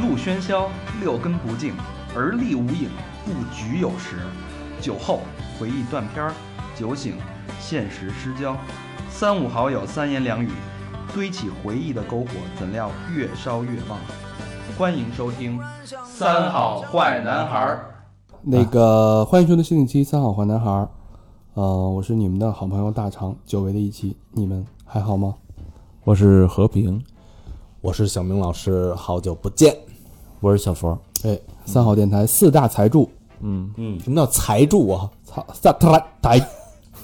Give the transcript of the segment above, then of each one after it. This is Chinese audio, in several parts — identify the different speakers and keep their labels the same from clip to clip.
Speaker 1: 路喧嚣，六根不净，而立无影，不局有时。酒后回忆断片儿，酒醒现实失焦。三五好友三言两语，堆起回忆的篝火，怎料越烧越旺。欢迎收听《三好坏男孩》。
Speaker 2: 啊
Speaker 3: 那个欢迎收听新一期《三好坏男孩》，呃，我是你们的好朋友大长，久违的一期，你们还好吗？
Speaker 2: 我是和平，
Speaker 4: 我是小明老师，好久不见。
Speaker 2: 我是小佛。
Speaker 3: 哎，三好电台四大财柱，
Speaker 2: 嗯，
Speaker 4: 嗯，什么叫财柱啊？
Speaker 3: 操，三台台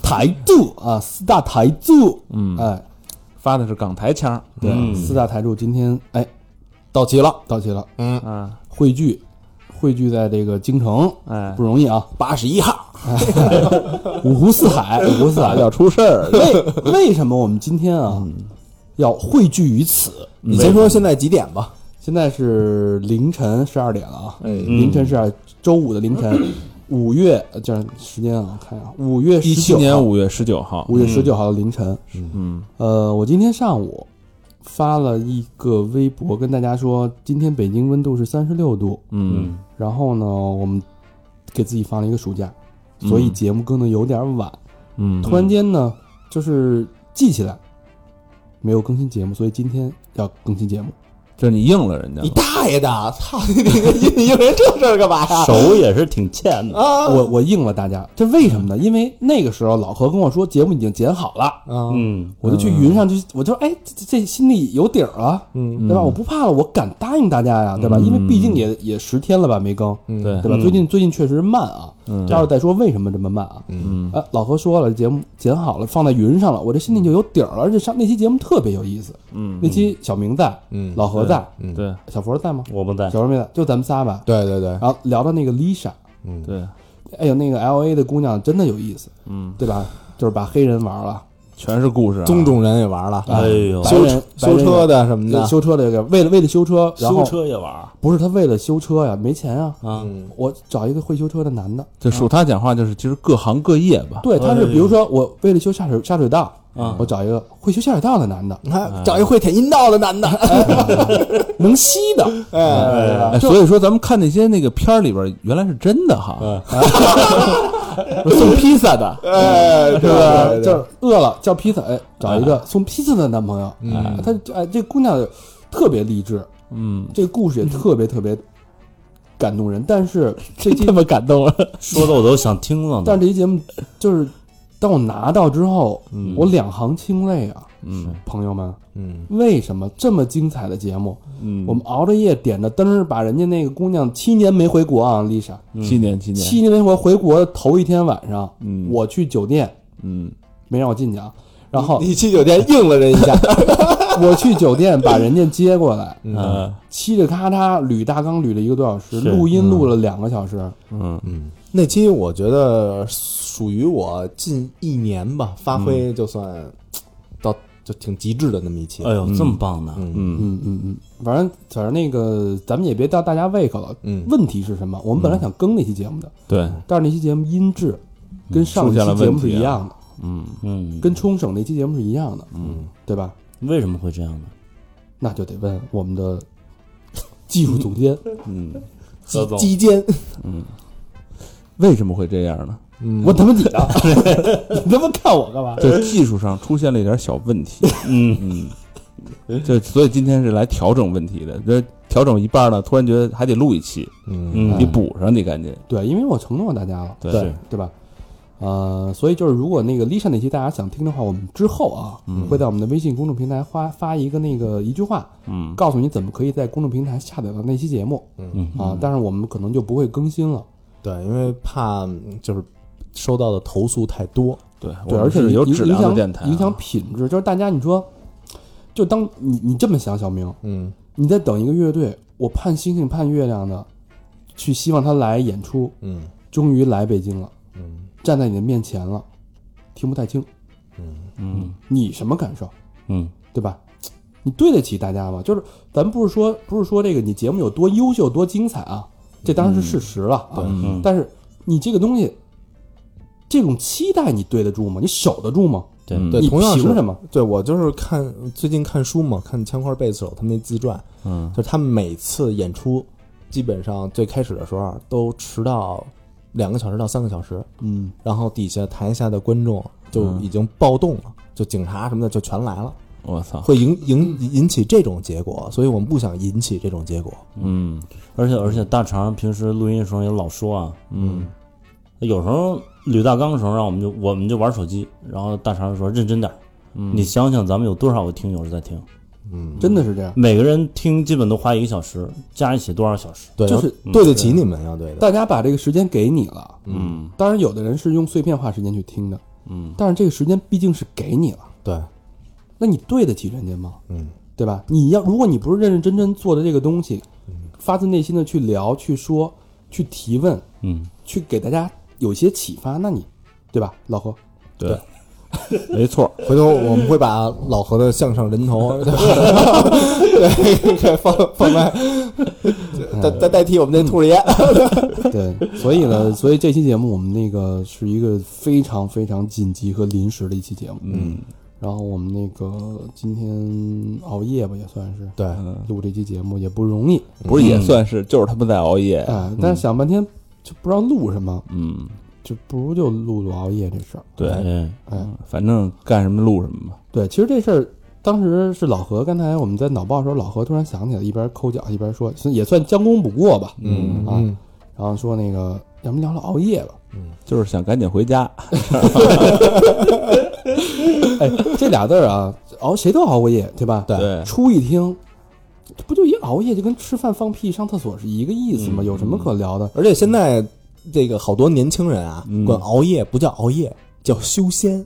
Speaker 3: 台柱啊，四大台柱，
Speaker 2: 嗯
Speaker 3: 哎，
Speaker 2: 发的是港台腔儿。
Speaker 3: 对，啊
Speaker 4: 嗯
Speaker 3: 四大台柱今天哎
Speaker 4: 到齐了。
Speaker 3: 到齐了，
Speaker 4: 嗯，
Speaker 2: 啊，
Speaker 3: 汇聚，汇聚在这个京城
Speaker 2: 哎
Speaker 3: 不，容易啊，
Speaker 4: 八十一号。
Speaker 3: 五湖四海，五湖四 海啊要出事儿。为为什么我们今天
Speaker 2: 嗯
Speaker 3: 啊要汇聚于此？
Speaker 4: 你先说现在几点吧。
Speaker 3: 现在是凌晨十二点了啊，
Speaker 2: 哎嗯
Speaker 3: 凌晨十二，周五的凌晨，五月呃这样时间啊，我看一下，五月
Speaker 2: 一
Speaker 3: 十
Speaker 2: 七
Speaker 3: 九
Speaker 2: 年
Speaker 3: 号，
Speaker 2: 五月十九号。
Speaker 3: 五月十九号的凌晨，
Speaker 2: 嗯，
Speaker 3: 呃，我今天上午发了一个微博，跟大家说，今天北京温度是三十六度，
Speaker 2: 嗯，
Speaker 3: 然后呢，我们给自己放了一个暑假，所以节目更的有点晚，
Speaker 2: 嗯，
Speaker 3: 突然间呢，就是记起来没有更新节目，所以今天要更新节目。
Speaker 2: 就是你应了人家
Speaker 4: 你。大 爷的！操你！你你应人这事儿干嘛呀？
Speaker 5: 手也是挺欠的。
Speaker 4: 啊！
Speaker 3: 我我应了大家，这为什么呢？因为那个时候老何跟我说节目已经剪好了，
Speaker 5: 嗯，
Speaker 3: 我就去云上去，我就哎这这这心里有底儿了，嗯，对吧？我不怕了，我敢答应大家呀，对吧？因为毕竟也也十天了吧没更，
Speaker 2: 对
Speaker 3: 对吧？最近最近确实慢啊，待会儿再说为什么这么慢啊。
Speaker 2: 嗯，
Speaker 3: 哎，老何说了，节目剪好了，放在云上了，我这心里就有底儿了。而且上那期节目特别有意思，
Speaker 2: 嗯，
Speaker 3: 那期小明在，
Speaker 4: 嗯
Speaker 3: 老何在，
Speaker 2: 对
Speaker 3: 小佛在吗？
Speaker 5: 我不在
Speaker 3: 小。佛没在，就咱们仨吧。
Speaker 4: 对对对，
Speaker 3: 然后聊到那个 Lisa，
Speaker 5: 嗯
Speaker 2: 对，
Speaker 3: 哎呦，那个 L A 的姑娘真的有意思，
Speaker 2: 嗯，
Speaker 3: 对吧？就是把黑人玩了，
Speaker 2: 全是故事啊。
Speaker 4: 宗种人也玩了，
Speaker 5: 哎呦，
Speaker 3: 白
Speaker 4: 修
Speaker 3: 人白
Speaker 4: 修
Speaker 3: 人
Speaker 4: 车的什么的
Speaker 3: 也。修车的这个，为了为了修车，然
Speaker 5: 修
Speaker 3: 后
Speaker 5: 车也玩儿
Speaker 3: 不是他为了修车呀，没钱啊，
Speaker 5: 啊？
Speaker 4: 嗯
Speaker 3: 我找一个会修车的男的，
Speaker 2: 就数他讲话，就是其实各行各业吧。
Speaker 3: 对，他
Speaker 5: 哎
Speaker 3: 是
Speaker 5: 呦
Speaker 3: 比如说我为了修下水下水道
Speaker 5: 啊，
Speaker 3: 我找一个会修下水道的男的，
Speaker 4: 你看，找一会舔阴道的男 的，
Speaker 3: 能吸的，啊
Speaker 4: 哎，
Speaker 2: 哎，所以说咱们看那些那个片儿里边儿，原来是真的
Speaker 5: 嗯
Speaker 2: 哈。
Speaker 3: 送披萨的，
Speaker 4: 哎，对
Speaker 3: 是吧？
Speaker 4: 对对
Speaker 3: 就是饿了叫披萨，哎，找一个送披萨的男朋友，
Speaker 4: 嗯
Speaker 3: 哎他就哎这姑娘特别励志，
Speaker 2: 嗯，
Speaker 3: 这故事也特别特别感动人，但是这期
Speaker 2: 这么感动了。
Speaker 5: 说的我都想听
Speaker 2: 嗯
Speaker 5: 了
Speaker 3: 但
Speaker 5: 呢。
Speaker 3: 是这期节目就是，当我拿到之后，我两行清泪啊！
Speaker 2: 嗯，
Speaker 3: 朋友们，
Speaker 4: 嗯，
Speaker 3: 为什么这么精彩的节目，
Speaker 2: 嗯
Speaker 3: 我们熬着夜点着灯儿，把人家那个姑娘七年没回国啊丽莎，
Speaker 2: 七年，嗯七年。
Speaker 3: 七年没回回国的头一天晚上，
Speaker 2: 嗯
Speaker 3: 我去酒店，
Speaker 2: 嗯，
Speaker 3: 没让我进去啊。然后
Speaker 4: 你去酒店应了人一下，
Speaker 3: 我去酒店把人家接过来，
Speaker 2: 呃，
Speaker 5: 啊
Speaker 3: 嘁哩咔嚓捋大纲捋了一个多小时，
Speaker 5: 是
Speaker 3: 录音录了两个小时，
Speaker 2: 嗯，
Speaker 4: 那期我觉得属于我近一年吧，发挥就算嘖到就挺极致的那么一期。
Speaker 5: 哎呦，这么棒呢！
Speaker 3: 嗯嗯嗯，反正反正那个咱们也别吊大家胃口了。
Speaker 4: 嗯
Speaker 3: 问题是什么？我们本来想更那期节目的，
Speaker 2: 对，
Speaker 3: 但是那期节目音质跟上一期节目是一样的，
Speaker 5: 嗯，
Speaker 3: 跟冲绳那期节目是一样的，嗯，对吧？
Speaker 5: 为什么会这样呢？
Speaker 3: 那就得问我们的技术总监，
Speaker 4: 基基间，
Speaker 2: 为什么会这样呢？
Speaker 3: 我他妈你啊，你他妈看我干
Speaker 5: 呃
Speaker 3: 嘛？
Speaker 2: 这技术上出现了一点小问题。嗯嗯，就所以今天是来调整问题的，这调整一半呢，突然觉得还得录一期，
Speaker 4: 嗯，
Speaker 5: 嗯
Speaker 2: 你补上，你赶紧。
Speaker 3: 对，因为我承诺大家了，
Speaker 2: 对
Speaker 3: 对对吧？呃，所以就是如果那个 Lisa 那期大家想听的话，我们之后啊，会在我们的微信公众平台发发一个那个一句话，
Speaker 2: 嗯，
Speaker 3: 告诉你怎么可以在公众平台下载到那期节目，
Speaker 4: 嗯
Speaker 3: 啊，但是我们可能就不会更新了，
Speaker 4: 对，因为怕嗯就是收到的投诉太多。
Speaker 2: 对
Speaker 3: 对，
Speaker 2: 我
Speaker 3: 而
Speaker 2: 们
Speaker 3: 且
Speaker 2: 是
Speaker 3: 影
Speaker 2: 有
Speaker 3: 影
Speaker 2: 质量的
Speaker 3: 响
Speaker 2: 电台啊，
Speaker 3: 影响品质，就是大家你说，就当你你这么想，小明，
Speaker 4: 嗯，
Speaker 3: 你在等一个乐队，我盼星星盼月亮的，去希望他来演出，
Speaker 4: 嗯，
Speaker 3: 终于来北京了，嗯，站在你的面前了，听不太清，嗯嗯，你什么感受？
Speaker 5: 嗯，
Speaker 3: 对吧？你对得起大家吗？就是咱不是说不是说这个你节目有多优秀多精彩啊，这当然是事实了啊。
Speaker 5: 嗯
Speaker 3: 但是你这个东西，这种期待你对得住吗？你守得住吗？
Speaker 5: 对，
Speaker 2: 嗯
Speaker 4: 对，
Speaker 3: 你
Speaker 4: 同样是
Speaker 3: 凭什么？
Speaker 4: 对我就是看最近看书嘛，看枪花贝斯手他们那自传，
Speaker 2: 嗯
Speaker 4: 就是他们每次演出，基本上最开始的时候啊都迟到两个小时到三个小时，
Speaker 3: 嗯，
Speaker 4: 然后底下台下的观众就已经暴动了，就警察什么的就全来了，
Speaker 2: 我
Speaker 3: 啊
Speaker 2: 操，
Speaker 4: 会引引引起这种结果，所以我们不想引起这种结果。
Speaker 2: 嗯
Speaker 5: 而且而且大肠平时录音的时候也老说啊，
Speaker 2: 嗯
Speaker 5: 有时候捋大纲的时候，让我们就我们就玩手机，然后大肠说认真点儿，你想想咱们有多少个听友是在听，
Speaker 3: 真的是这样。
Speaker 5: 每个人听基本都花一个小时，加一起多少小时？
Speaker 4: 对，
Speaker 3: 就是嗯
Speaker 4: 要对得起你们，要对的。
Speaker 3: 大家把这个时间给你了，
Speaker 2: 嗯
Speaker 3: 当然有的人是用碎片化时间去听的，
Speaker 2: 嗯，
Speaker 3: 但是这个时间毕竟是给你了，
Speaker 4: 对，
Speaker 3: 那你对得起人家吗？
Speaker 4: 嗯，
Speaker 3: 对吧？你要如果你不是认认真真做的这个东西，发自内心的去聊、去说、去提问，
Speaker 5: 嗯，
Speaker 3: 去给大家有一些启发，那你，对吧？老何，
Speaker 2: 对，没错，
Speaker 4: 回头我们会把老何的相声 人头，对吧？对，给放放在
Speaker 2: 嗯
Speaker 4: 代代代替我们这兔儿爷。
Speaker 3: 对，所以呢，所以这期节目我们那个是一个非常非常紧急和临时的一期节目，嗯，然后我们那个今天熬夜吧，也算是
Speaker 4: 对，
Speaker 2: 嗯
Speaker 3: 录这期节目也不容易，
Speaker 2: 不是
Speaker 5: 嗯
Speaker 2: 也算是，就是他们在熬夜，
Speaker 3: 哎，但是想半天就不知道录什么，
Speaker 2: 嗯，
Speaker 3: 就不如就录录熬夜这事儿。哎
Speaker 2: 对，
Speaker 5: 对，
Speaker 2: 反正干什么录什么吧，
Speaker 3: 对，其实这事儿当时是老何，刚才我们在脑爆的时候，老何突然想起来，一边抠脚一边说，也算将功补过吧，嗯啊，然后说那个，要不聊聊熬夜吧？
Speaker 2: 就是想赶紧回家，
Speaker 3: 啊哎，这俩字儿啊，熬谁都熬过夜，对吧？
Speaker 4: 对
Speaker 2: 对，
Speaker 3: 初一听，这不就一熬夜就跟吃饭放屁上厕所是一个意思吗？有什么可聊的？
Speaker 4: 而且现在这个好多年轻人啊
Speaker 2: 嗯，
Speaker 4: 管熬夜不叫熬夜，叫修仙，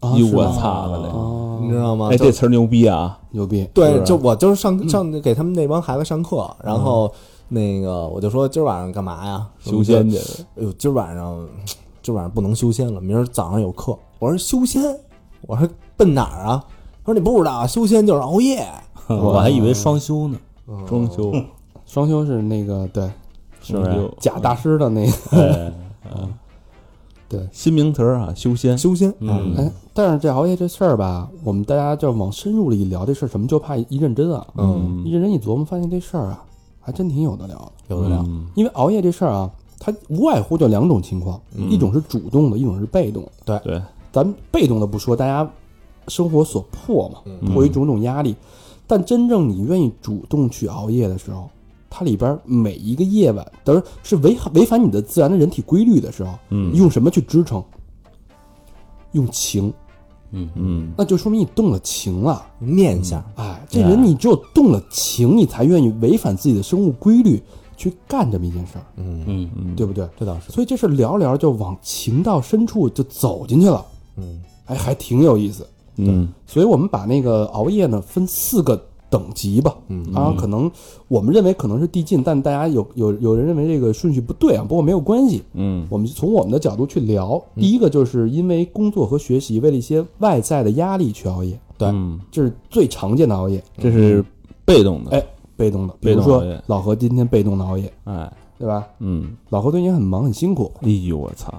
Speaker 3: 啊
Speaker 2: 哟
Speaker 3: 是
Speaker 2: 哎我
Speaker 3: 吗
Speaker 2: 操了
Speaker 3: 哦
Speaker 4: 你知道吗？
Speaker 2: 嘞，哎，
Speaker 4: 就
Speaker 2: 这词儿牛逼啊，
Speaker 3: 牛逼！
Speaker 2: 是
Speaker 4: 对，
Speaker 2: 吧嗯
Speaker 4: 就我就是上上给他们那帮孩子上课，然后那个我就说今儿晚上干嘛呀？
Speaker 2: 修仙
Speaker 3: 嗯
Speaker 2: 去，
Speaker 4: 哎呦，今儿晚上，今儿晚上不能修仙了，明儿早上有课。我说修仙，我说奔哪儿啊？他说你不知道啊，修仙就是熬夜。
Speaker 5: 我还以为双休呢，
Speaker 2: 装修
Speaker 3: 嗯
Speaker 2: 嗯
Speaker 3: 双休是那个对
Speaker 2: 是不是？
Speaker 3: 假大师的那个，对，
Speaker 2: 新名词儿啊，修仙，
Speaker 4: 修仙，
Speaker 5: 嗯
Speaker 3: 哎，但是这熬夜这事儿吧，我们大家就往深入了一聊，这事儿什么就怕一认真啊，
Speaker 4: 嗯，
Speaker 3: 一认真一琢磨，发现这事儿啊，还真挺有的聊的。
Speaker 4: 有的聊。
Speaker 5: 嗯
Speaker 3: 因为熬夜这事儿啊，它无外乎就两种情况，一种是主动的，一种是被动的。
Speaker 2: 嗯对，
Speaker 3: 咱们被动的不说，大家生活所迫嘛，
Speaker 2: 嗯
Speaker 3: 迫于种种压力。但真正你愿意主动去熬夜的时候，它里边每一个夜晚，等于是违违反你的自然的人体规律的时候，嗯，用什么去支撑？用情，
Speaker 2: 嗯，
Speaker 3: 那就说明你动了情了。
Speaker 4: 念想，
Speaker 5: 嗯
Speaker 3: 哎，这人你只有动了情，你才愿意违反自己的生物规律去干这么一件事儿，
Speaker 5: 嗯嗯，
Speaker 3: 对不对？
Speaker 4: 这倒是。
Speaker 3: 所以这事儿聊聊就往情到深处就走进去了，
Speaker 4: 嗯，
Speaker 3: 哎，还挺有意思。
Speaker 2: 嗯，
Speaker 3: 所以我们把那个熬夜呢分四个等级吧，嗯，然后可能我们认为可能是递进，但大家有有有人认为这个顺序不对啊，不过没有关系，
Speaker 2: 嗯，
Speaker 3: 我们从我们的角度去聊。第一个就是因为工作和学习，为了一些外在的压力去熬夜，
Speaker 4: 对，
Speaker 2: 嗯，
Speaker 3: 这是最常见的熬夜，
Speaker 2: 这是被动的，
Speaker 3: 哎，被动的，比
Speaker 2: 被
Speaker 3: 如
Speaker 2: 动
Speaker 3: 说
Speaker 2: 熬夜
Speaker 3: 老何今天被动的熬夜，
Speaker 2: 哎，
Speaker 3: 对吧？
Speaker 2: 嗯，
Speaker 3: 老何最近很忙很辛苦，
Speaker 2: 哎呦我操，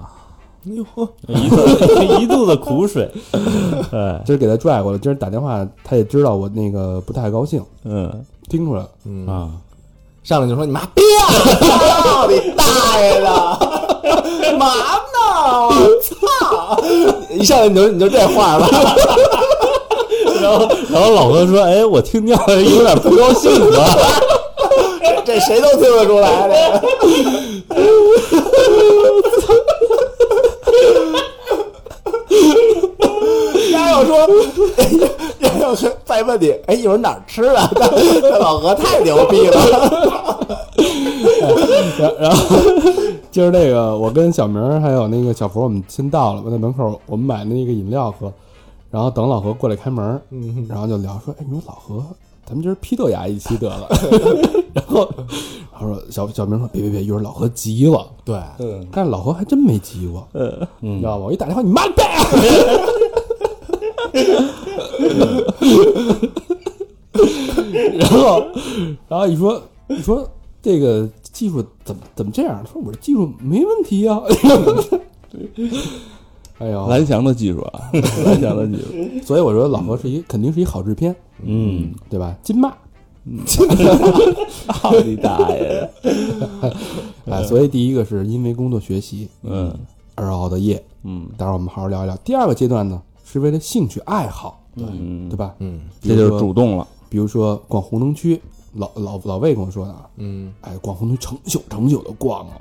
Speaker 4: 哎呦呵，
Speaker 5: 一肚子 一肚子苦水，哎，
Speaker 3: 今儿给他拽过来，今儿打电话他也知道我那个不太高兴，
Speaker 2: 嗯，
Speaker 3: 听出来了，
Speaker 5: 啊，
Speaker 4: 上来就说你妈逼啊！ 操你大爷的！ 嘛呢？我操！ 一上来你就你就这话了，
Speaker 5: 然后然后老何说，哎，我听见了有点不高兴了，
Speaker 4: 这谁都听得出来这个。丫要说，哎丫要是再问你，哎，一会儿哪儿吃的？这老何太牛逼了。
Speaker 3: 今儿那个，我跟小明儿还有那个小福，我们先到了，我在门口我们买那个饮料喝，然后等老何过来开门，嗯，然后就聊说，哎，你说老何，咱们今儿批斗牙一期得 了，然后然后说小小明说别别别，一会儿老何急了，
Speaker 4: 对，
Speaker 3: 但是老何还真没急过，嗯你知道吗？我一打电话，你妈的呗！然后，然后你说，你说这个技 术怎么怎么这样？他说我这技术没问题啊。哎呦，
Speaker 2: 蓝翔的技术啊，蓝翔的技 术，
Speaker 3: 所以我说老何是一肯定是一好制片，
Speaker 5: 嗯，
Speaker 3: 对吧？金骂
Speaker 2: 操你大爷的！
Speaker 3: 啊，所以第一个是因为工作学习
Speaker 2: 嗯
Speaker 3: 而熬的夜，
Speaker 2: 嗯
Speaker 3: 待会儿我们好好聊一聊。第二个阶段呢，是为了兴趣爱好，
Speaker 2: 嗯，
Speaker 3: 对吧？
Speaker 4: 嗯
Speaker 3: 比
Speaker 2: 这
Speaker 3: 如
Speaker 2: 就
Speaker 3: 说
Speaker 2: 是主动了，
Speaker 3: 比如说逛红灯区，老老老魏跟我说的啊，
Speaker 4: 嗯，
Speaker 3: 哎，逛红灯区成宿成宿的逛哦，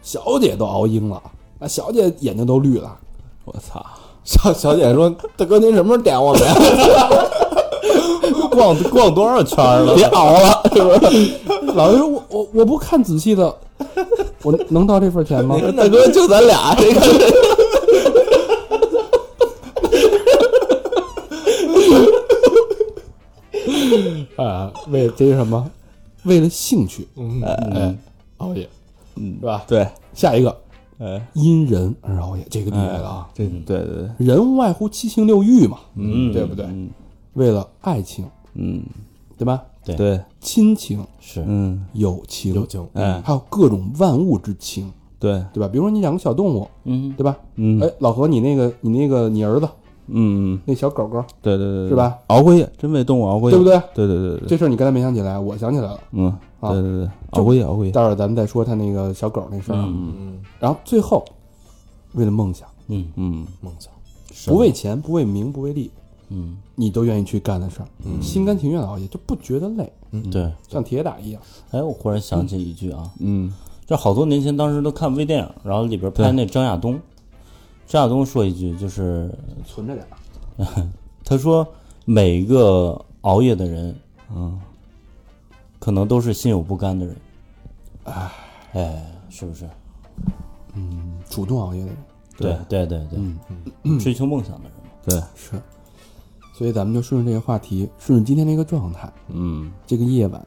Speaker 3: 小姐都熬鹰了，那小姐眼睛都绿了，
Speaker 2: 我操！
Speaker 4: 小小姐说：“大哥，您什么时候点我们呀？
Speaker 5: 逛逛多少圈儿了？
Speaker 3: 别熬了，是不是？老魏说我我我不看仔细的，我能到这份钱吗？
Speaker 4: 大哥，就咱俩，谁看谁？
Speaker 3: 啊，为这是什么？为了兴趣，哎，熬夜，
Speaker 2: 嗯
Speaker 3: 是吧？
Speaker 2: 对，
Speaker 3: 下一个
Speaker 2: 哎，
Speaker 3: 因人而熬夜，这个厉害了啊！
Speaker 2: 这对对对，
Speaker 3: 人无外乎七情六欲嘛，
Speaker 5: 嗯，
Speaker 3: 对不对？
Speaker 2: 嗯
Speaker 3: 为了爱情，
Speaker 2: 嗯，
Speaker 3: 对吧？
Speaker 5: 对
Speaker 2: 对，
Speaker 3: 亲情、
Speaker 5: 是，
Speaker 2: 嗯，
Speaker 3: 友情、嗯
Speaker 4: 友情
Speaker 2: 哎，
Speaker 3: 还有各种万物之情，
Speaker 2: 对，
Speaker 3: 对吧？比如说你养个小动物，
Speaker 5: 嗯，
Speaker 3: 对吧？
Speaker 2: 嗯
Speaker 3: 哎，老何，你那个你那个你儿子
Speaker 2: 嗯，
Speaker 3: 那小狗狗，
Speaker 2: 对对对，对
Speaker 3: 是吧？
Speaker 2: 熬过夜，真为动物熬过夜，
Speaker 3: 对不对？
Speaker 2: 对对对对，
Speaker 3: 这事儿你刚才没想起来，我想起来了。
Speaker 2: 嗯，
Speaker 3: 啊
Speaker 2: 对对对，熬过夜，熬过夜，
Speaker 3: 待会儿咱们再说他那个小狗那事儿啊。
Speaker 4: 嗯，
Speaker 3: 然后最后，为了梦想，
Speaker 5: 嗯
Speaker 2: 嗯，
Speaker 4: 梦想，
Speaker 3: 不为钱，不为名，不为利，
Speaker 5: 嗯，
Speaker 3: 你都愿意去干的事儿，心甘情愿的熬夜，就不觉得累，
Speaker 5: 对。
Speaker 3: 像铁打一样。
Speaker 5: 哎，我忽然想起一句啊，
Speaker 2: 嗯，
Speaker 5: 这好多年前，当时都看微电影，然后里边拍那张亚东，张亚东说一句，就是
Speaker 3: 存着点儿，
Speaker 5: 他说每个熬夜的人，
Speaker 2: 嗯，
Speaker 5: 可能都是心有不甘的人，哎，哎，是不是？
Speaker 3: 嗯主动熬夜的人
Speaker 5: 对对对对，追求梦想的人嘛，
Speaker 2: 对，
Speaker 3: 是。所以咱们就顺着这个话题，顺着今天这个状态，
Speaker 2: 嗯
Speaker 3: 这个夜晚，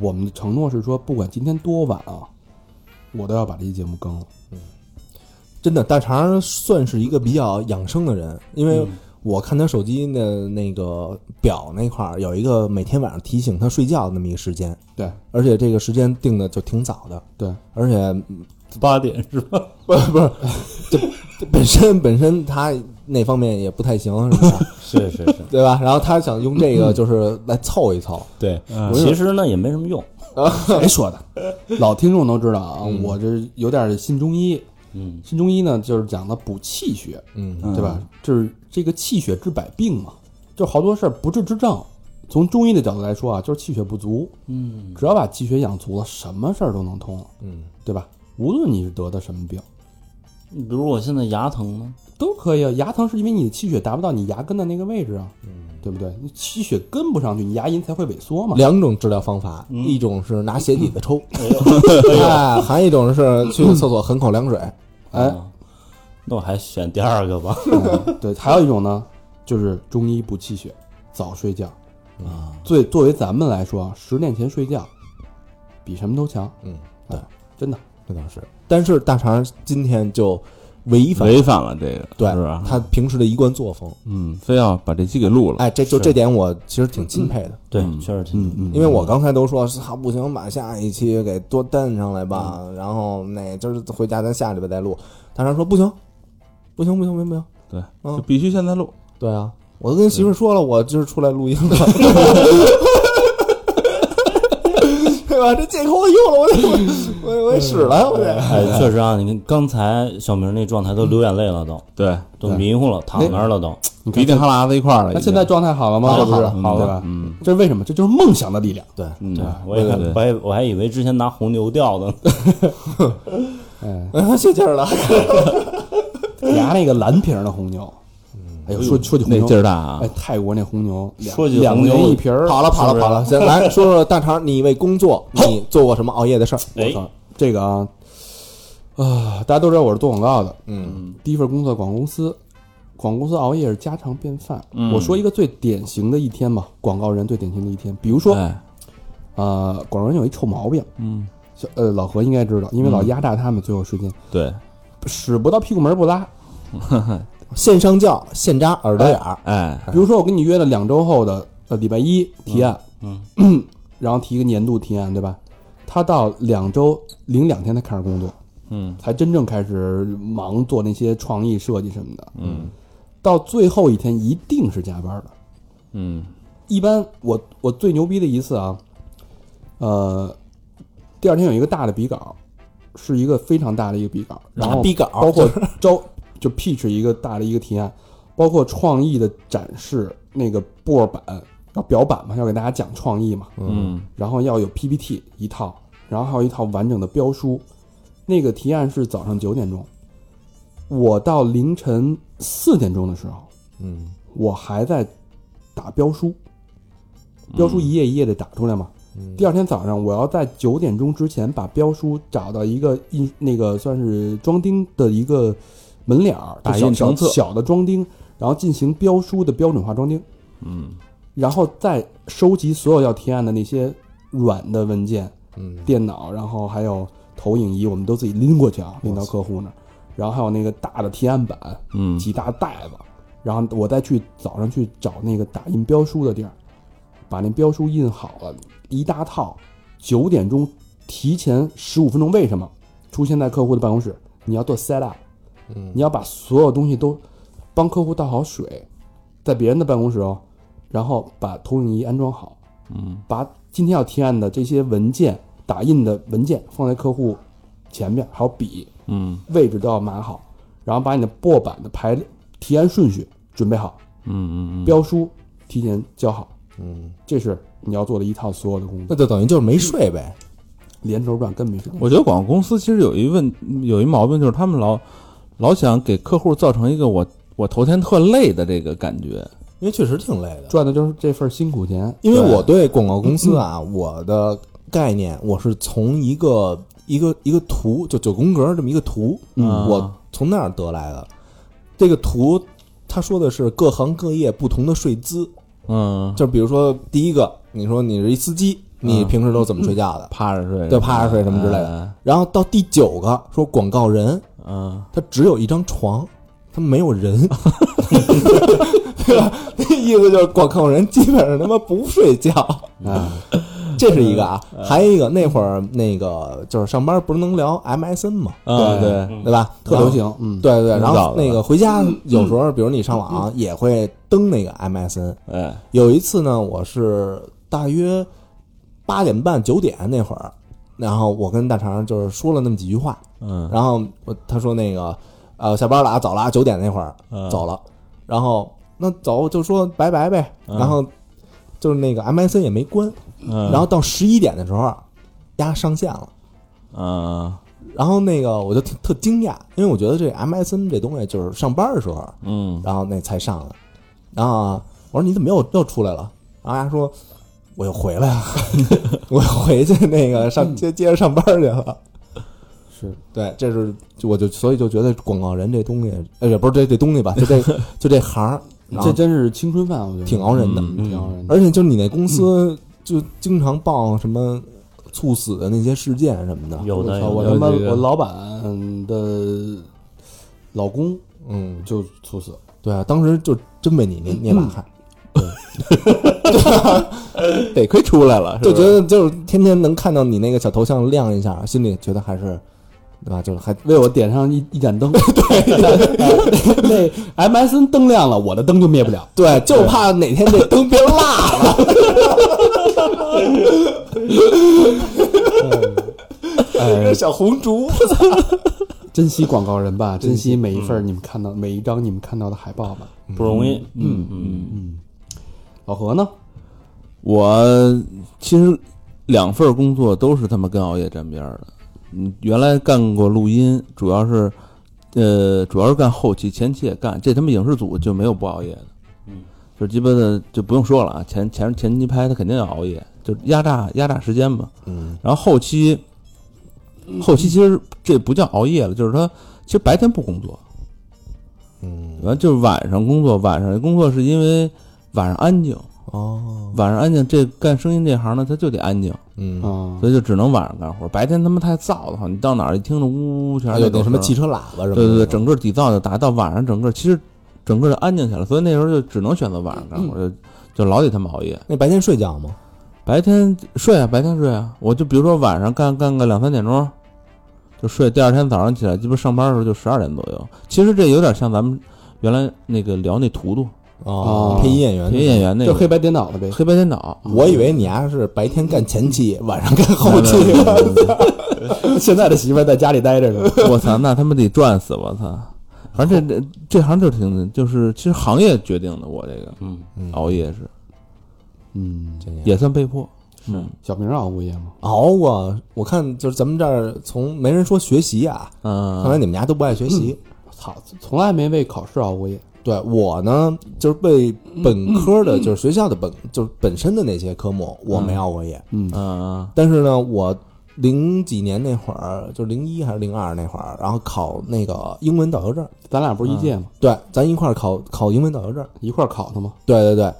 Speaker 3: 我们的承诺是说，不管今天多晚啊，我都要把这期节目更了。
Speaker 4: 真的，大肠算是一个比较养生的人，因为我看他手机的那个表那块儿有一个每天晚上提醒他睡觉的那么一个时间，
Speaker 3: 对
Speaker 4: 而且这个时间定的就挺早的，
Speaker 3: 对，
Speaker 4: 而且
Speaker 5: 八点是吧？
Speaker 4: 不是不是，就本身本身他那方面也不太行，是不是？
Speaker 5: 是是是，
Speaker 4: 对吧？然后他想用这个就是 来凑一凑，
Speaker 5: 对，其实呢也没什么用，
Speaker 3: 谁说的？ 老听众都知道啊，我这有点新中医。
Speaker 5: 嗯，
Speaker 3: 新中医呢，就是讲的补气血，
Speaker 4: 嗯
Speaker 3: 对吧？就是这个气血治百病嘛，就好多事儿不治之症。从中医的角度来说啊，就是气血不足。嗯，只要把气血养足了，什么事儿都能通了，
Speaker 4: 嗯，
Speaker 3: 对吧？无论你是得的什么病，
Speaker 5: 你比如我现在牙疼呢，
Speaker 3: 都可以啊。牙疼是因为你的气血达不到你牙根的那个位置啊，对不对？你气血跟不上去，你牙龈才会萎缩嘛。
Speaker 4: 两种治疗方法，一种是拿鞋底子抽，哎，还一种是去厕所含口凉水，
Speaker 3: 哎，
Speaker 5: 啊那我还选第二个吧。
Speaker 3: 嗯对，还有一种呢，就是中医补气血，早睡觉啊。最作为咱们来说啊，十年前睡觉比什么都强，
Speaker 4: 嗯，
Speaker 3: 啊，真的。
Speaker 4: 这倒是。但是大肠今天就违反
Speaker 2: 违反了这个，
Speaker 4: 对
Speaker 2: 是吧？
Speaker 4: 他平时的一贯作风，
Speaker 2: 嗯，非要把这期给录了，
Speaker 4: 哎，这就这点我其实挺钦佩的，
Speaker 5: 对，确实挺牛
Speaker 4: 因为我刚才都说，操，不行，把下一期给多登上来吧，然后那就是回家咱下礼拜再录。大肠说不行，不行，不行，不行，不行，
Speaker 2: 对，
Speaker 4: 嗯
Speaker 2: 就必须现在录，
Speaker 4: 对啊，我都跟媳妇儿说了，我今儿出来录音了，对吧？这借口我用了，我得我我我得使了，我得。
Speaker 5: 哎，确实啊，你看刚才小明那状态都流眼泪了，都
Speaker 2: 对，
Speaker 5: 都迷糊了，躺那儿了都。
Speaker 3: 你看
Speaker 2: 鼻涕哈喇子一块儿了已
Speaker 3: 那
Speaker 2: 经，
Speaker 3: 现在状态好了吗？
Speaker 4: 好了
Speaker 3: 这不是
Speaker 4: 好
Speaker 2: 嗯
Speaker 3: 对吧？
Speaker 2: 嗯，
Speaker 3: 这是为什么？这就是梦想的力量。
Speaker 4: 对，
Speaker 2: 嗯
Speaker 5: 对，我也
Speaker 2: 对对
Speaker 5: 我还我还以为之前拿红牛吊的呢。
Speaker 3: 哎，
Speaker 4: 嗯，泄气儿了。
Speaker 3: 拿那个蓝瓶的红牛，哎呦，哎说说起红
Speaker 2: 那
Speaker 3: 牛
Speaker 2: 劲儿大啊
Speaker 3: 哎，，泰国那红牛，两
Speaker 5: 说起
Speaker 3: 两
Speaker 5: 红牛
Speaker 3: 元一瓶儿，
Speaker 4: 跑了，跑了，跑了。行，来说说大肠，你为工作你做过什么熬夜的事儿？
Speaker 5: 哎
Speaker 3: 我，操，这个啊，啊，大家都知道我是做广告的，
Speaker 4: 嗯，
Speaker 3: 第一份工作广告公司，广告公司熬夜是家常便饭。我说一个最典型的一天吧，广告人最典型的一天，比如说，
Speaker 2: 哎，
Speaker 3: 呃，广告人有一臭毛病，
Speaker 2: 嗯，
Speaker 3: 小呃，老何应该知道，因为老压榨他们，最后时间
Speaker 2: 对，
Speaker 3: 使不到屁股门不拉。
Speaker 4: 线上教，现扎耳朵眼儿。
Speaker 2: 哎，
Speaker 3: 比如说，我跟你约了两周后的呃礼拜一提案，嗯， 然后提一个年度提案，对吧？他到两周零两天才开始工作，
Speaker 2: 嗯
Speaker 3: 才真正开始忙做那些创意设计什么的。
Speaker 2: 嗯
Speaker 3: 到最后一天一定是加班的。
Speaker 2: 嗯
Speaker 3: 一般我我最牛逼的一次啊，呃，第二天有一个大的比稿，是一个非常大的一个比稿，然
Speaker 4: 拿
Speaker 3: 后
Speaker 4: 逼稿，
Speaker 3: 包括招就 pitch 一个大的一个提案，包括创意的展示那个 board 板，然后表板嘛，要给大家讲创意嘛，
Speaker 2: 嗯
Speaker 3: 然后要有 PPT 一套，然后还有一套完整的标书。那个提案是早上九点钟，我到凌晨四点钟的时候，
Speaker 4: 嗯
Speaker 3: 我还在打标书，标书一页一页的打出来嘛。
Speaker 2: 嗯
Speaker 3: 第二天早上，我要在九点钟之前把标书找到一个印那个算是装订的一个门脸儿，
Speaker 2: 打
Speaker 3: 就小
Speaker 2: 印成
Speaker 3: 小
Speaker 2: 册
Speaker 3: 小的装订，然后进行标书的标准化装订，
Speaker 2: 嗯
Speaker 3: 然后再收集所有要提案的那些软的文件，
Speaker 4: 嗯
Speaker 3: 电脑，然后还有投影仪，我们都自己拎过去啊，拎到客户那儿，然后还有那个大的提案板，
Speaker 2: 嗯
Speaker 3: 几大袋子，然后我再去早上去找那个打印标书的地儿，把那标书印好了，一大套，九点钟提前十五分钟，为什么出现在客户的办公室？你要做 set up，
Speaker 4: 嗯
Speaker 3: 你要把所有东西都帮客户倒好水，在别人的办公室哦，然后把投影仪安装好，
Speaker 2: 嗯，
Speaker 3: 把今天要提案的这些文件打印的文件放在客户前面，还有笔，
Speaker 2: 嗯
Speaker 3: 位置都要码好，然后把你的薄板的排列提案顺序准备好，
Speaker 2: 嗯嗯嗯，
Speaker 3: 标书提前交好，
Speaker 4: 嗯，
Speaker 3: 这是你要做的一套所有的工作，
Speaker 4: 那就等于就是没睡呗，
Speaker 3: 连轴转根本没时间。
Speaker 2: 我觉得广告公司其实有一问有一毛病，就是他们老老想给客户造成一个我我头天特累的这个感觉。
Speaker 4: 因为确实挺累的。
Speaker 3: 赚的就是这份辛苦钱，
Speaker 4: 因为我对广告公司啊，我的概念我是从一个一个一个图，就九宫格这么一个图，
Speaker 2: 嗯
Speaker 4: 我从那儿得来的。这个图他说的是各行各业不同的税资，
Speaker 2: 嗯，
Speaker 4: 就比如说第一个，你说你是一司机，你
Speaker 2: 嗯
Speaker 4: 平时都怎么睡觉的？
Speaker 2: 趴着睡，
Speaker 4: 对趴着睡什么之类的然后到第九个说广告人，
Speaker 2: 哎。嗯，
Speaker 4: 他只有一张床，他没 有人，对吧？那意思就是广告人基本上他妈不睡觉，嗯
Speaker 3: 啊，
Speaker 4: 这是一个啊，
Speaker 3: 嗯
Speaker 4: 还有一个那会儿那个就是上班不是能聊 MSN 嘛，
Speaker 2: 啊对，
Speaker 4: 对吧？
Speaker 3: 特流。行，嗯，
Speaker 4: 对对，
Speaker 2: 挺
Speaker 4: 然
Speaker 2: 早
Speaker 4: 后
Speaker 2: 的
Speaker 4: 那个回家有时候，比如你上网也会登那个 MSN。
Speaker 2: 哎，
Speaker 4: 有一次呢，我是大约八点半九点那会儿，然后我跟大肠就是说了那么几句话，
Speaker 2: 嗯
Speaker 4: 然后我他说那个呃下班了啊，走了啊，九点那会儿
Speaker 2: 嗯
Speaker 4: 走了，然后那走就说拜拜呗，
Speaker 2: 嗯
Speaker 4: 然后就是那个 MSN 也没关，
Speaker 2: 嗯，
Speaker 4: 然后到十一点的时候，丫上线了。
Speaker 2: 嗯
Speaker 4: 然后那个我就挺特惊讶，因为我觉得这 MSN 这东西就是上班的时候，
Speaker 2: 嗯
Speaker 4: 然后那才上的。然后我说你怎么又又出来了？然后丫说我又回 来了，我又回去那个上
Speaker 2: 嗯
Speaker 4: 接接着上班去了。
Speaker 3: 是
Speaker 4: 对，这是就我就所以就觉得广告人这东西，呃，也不是这这东西吧，就 这就这行儿，然后
Speaker 3: 这真是青春饭，我觉得
Speaker 4: 挺熬人的。
Speaker 2: 嗯
Speaker 3: 挺熬人的。
Speaker 4: 而且就是你那公司就经常报什么猝死的那些事件什么的，
Speaker 5: 有的
Speaker 3: 我操
Speaker 5: 有
Speaker 3: 我
Speaker 5: 的
Speaker 3: 他妈
Speaker 2: 有这个
Speaker 3: 我老板的老公
Speaker 4: 嗯，
Speaker 3: 就猝死，
Speaker 4: 对啊，当时就真被你那那把汗，对，得亏出来
Speaker 2: 嗯
Speaker 4: 了，就觉得就是天天能看到你那个小头像亮一下，心里觉得还是，对吧？就是还
Speaker 3: 为我点上一一盏 灯，对，那 MSN 灯亮了，我的灯就灭不 了。
Speaker 4: 对，就怕哪天这灯变辣了。一个小红烛，
Speaker 3: 珍惜广告人吧，珍惜每一
Speaker 2: 嗯
Speaker 3: 份儿你们看到、每一张你们看到的海报吧。
Speaker 5: 不容易。嗯嗯，
Speaker 3: 老何呢？
Speaker 2: 我其实两份工作都是他妈跟熬夜沾边儿的。嗯，原来干过录音，主要是，呃，主要是干后期，前期也干。这他妈影视组就没有不熬夜的，嗯，就鸡巴的就不用说了啊，前前前期拍他肯定要熬夜，就压榨压榨时间嘛。
Speaker 4: 嗯，
Speaker 2: 然后后期，后期其实这不叫熬夜了，就是他其实白天不工作，
Speaker 4: 嗯，
Speaker 2: 完就是晚上工作，晚上工作是因为晚上安静，
Speaker 4: 哦，
Speaker 2: 晚上安静，这干声音这行呢，他就得安静，
Speaker 4: 嗯，
Speaker 3: 啊，
Speaker 2: 所以就只能晚上干活。白天他妈太燥的慌，你到哪儿一听着呜呜呜全
Speaker 4: 还
Speaker 2: 是
Speaker 4: 啊有
Speaker 2: 种
Speaker 4: 那什么汽
Speaker 2: 车，
Speaker 4: 车喇叭什么的，
Speaker 2: 对对对，整个底噪就达到晚上整个其实整个就安静下来，所以那时候就只能选择晚上干活，就就老得他妈熬夜。
Speaker 4: 那白天睡觉吗？
Speaker 2: 白天睡啊，白天睡啊，我就比如说晚上干干个两三点钟，就睡。第二天早上起来，鸡巴上班的时候就十二点左右。其实这有点像咱们原来那个聊那图图
Speaker 4: 哦
Speaker 3: 哦，
Speaker 4: 配音演员，
Speaker 2: 配音演员那
Speaker 3: 就
Speaker 2: 个
Speaker 3: 黑白颠倒的 呗。
Speaker 2: 黑白颠倒，
Speaker 4: 我以为你还是白天干前期，晚上干后期。
Speaker 3: 现在的媳妇儿在家里待着呢，
Speaker 2: 我操，那他们得赚死！我操，反正这这这行就挺，就是其实行业决定的，我这个
Speaker 5: 嗯，
Speaker 2: 熬夜是
Speaker 3: 嗯，
Speaker 2: 也算被迫，嗯
Speaker 3: 小明熬过夜吗？
Speaker 4: 熬过，我看就是咱们这儿从没人说学习啊，
Speaker 2: 嗯，
Speaker 4: 看来你们家都不爱学习。
Speaker 3: 操，从来没为考试熬过夜。
Speaker 4: 对我呢，就是被
Speaker 3: 嗯
Speaker 4: 本科的，就是学校的本，就是本身的那些科目，我没熬过夜。
Speaker 3: 嗯
Speaker 2: 嗯
Speaker 4: 但是呢，我零几年那会儿，就是零一还是零二那会儿，然后考那个英文导游证，
Speaker 3: 咱俩不是一届吗？
Speaker 4: 对，咱一块儿考考英文导游证，
Speaker 2: 嗯
Speaker 3: 一块儿考的吗？
Speaker 4: 对对对。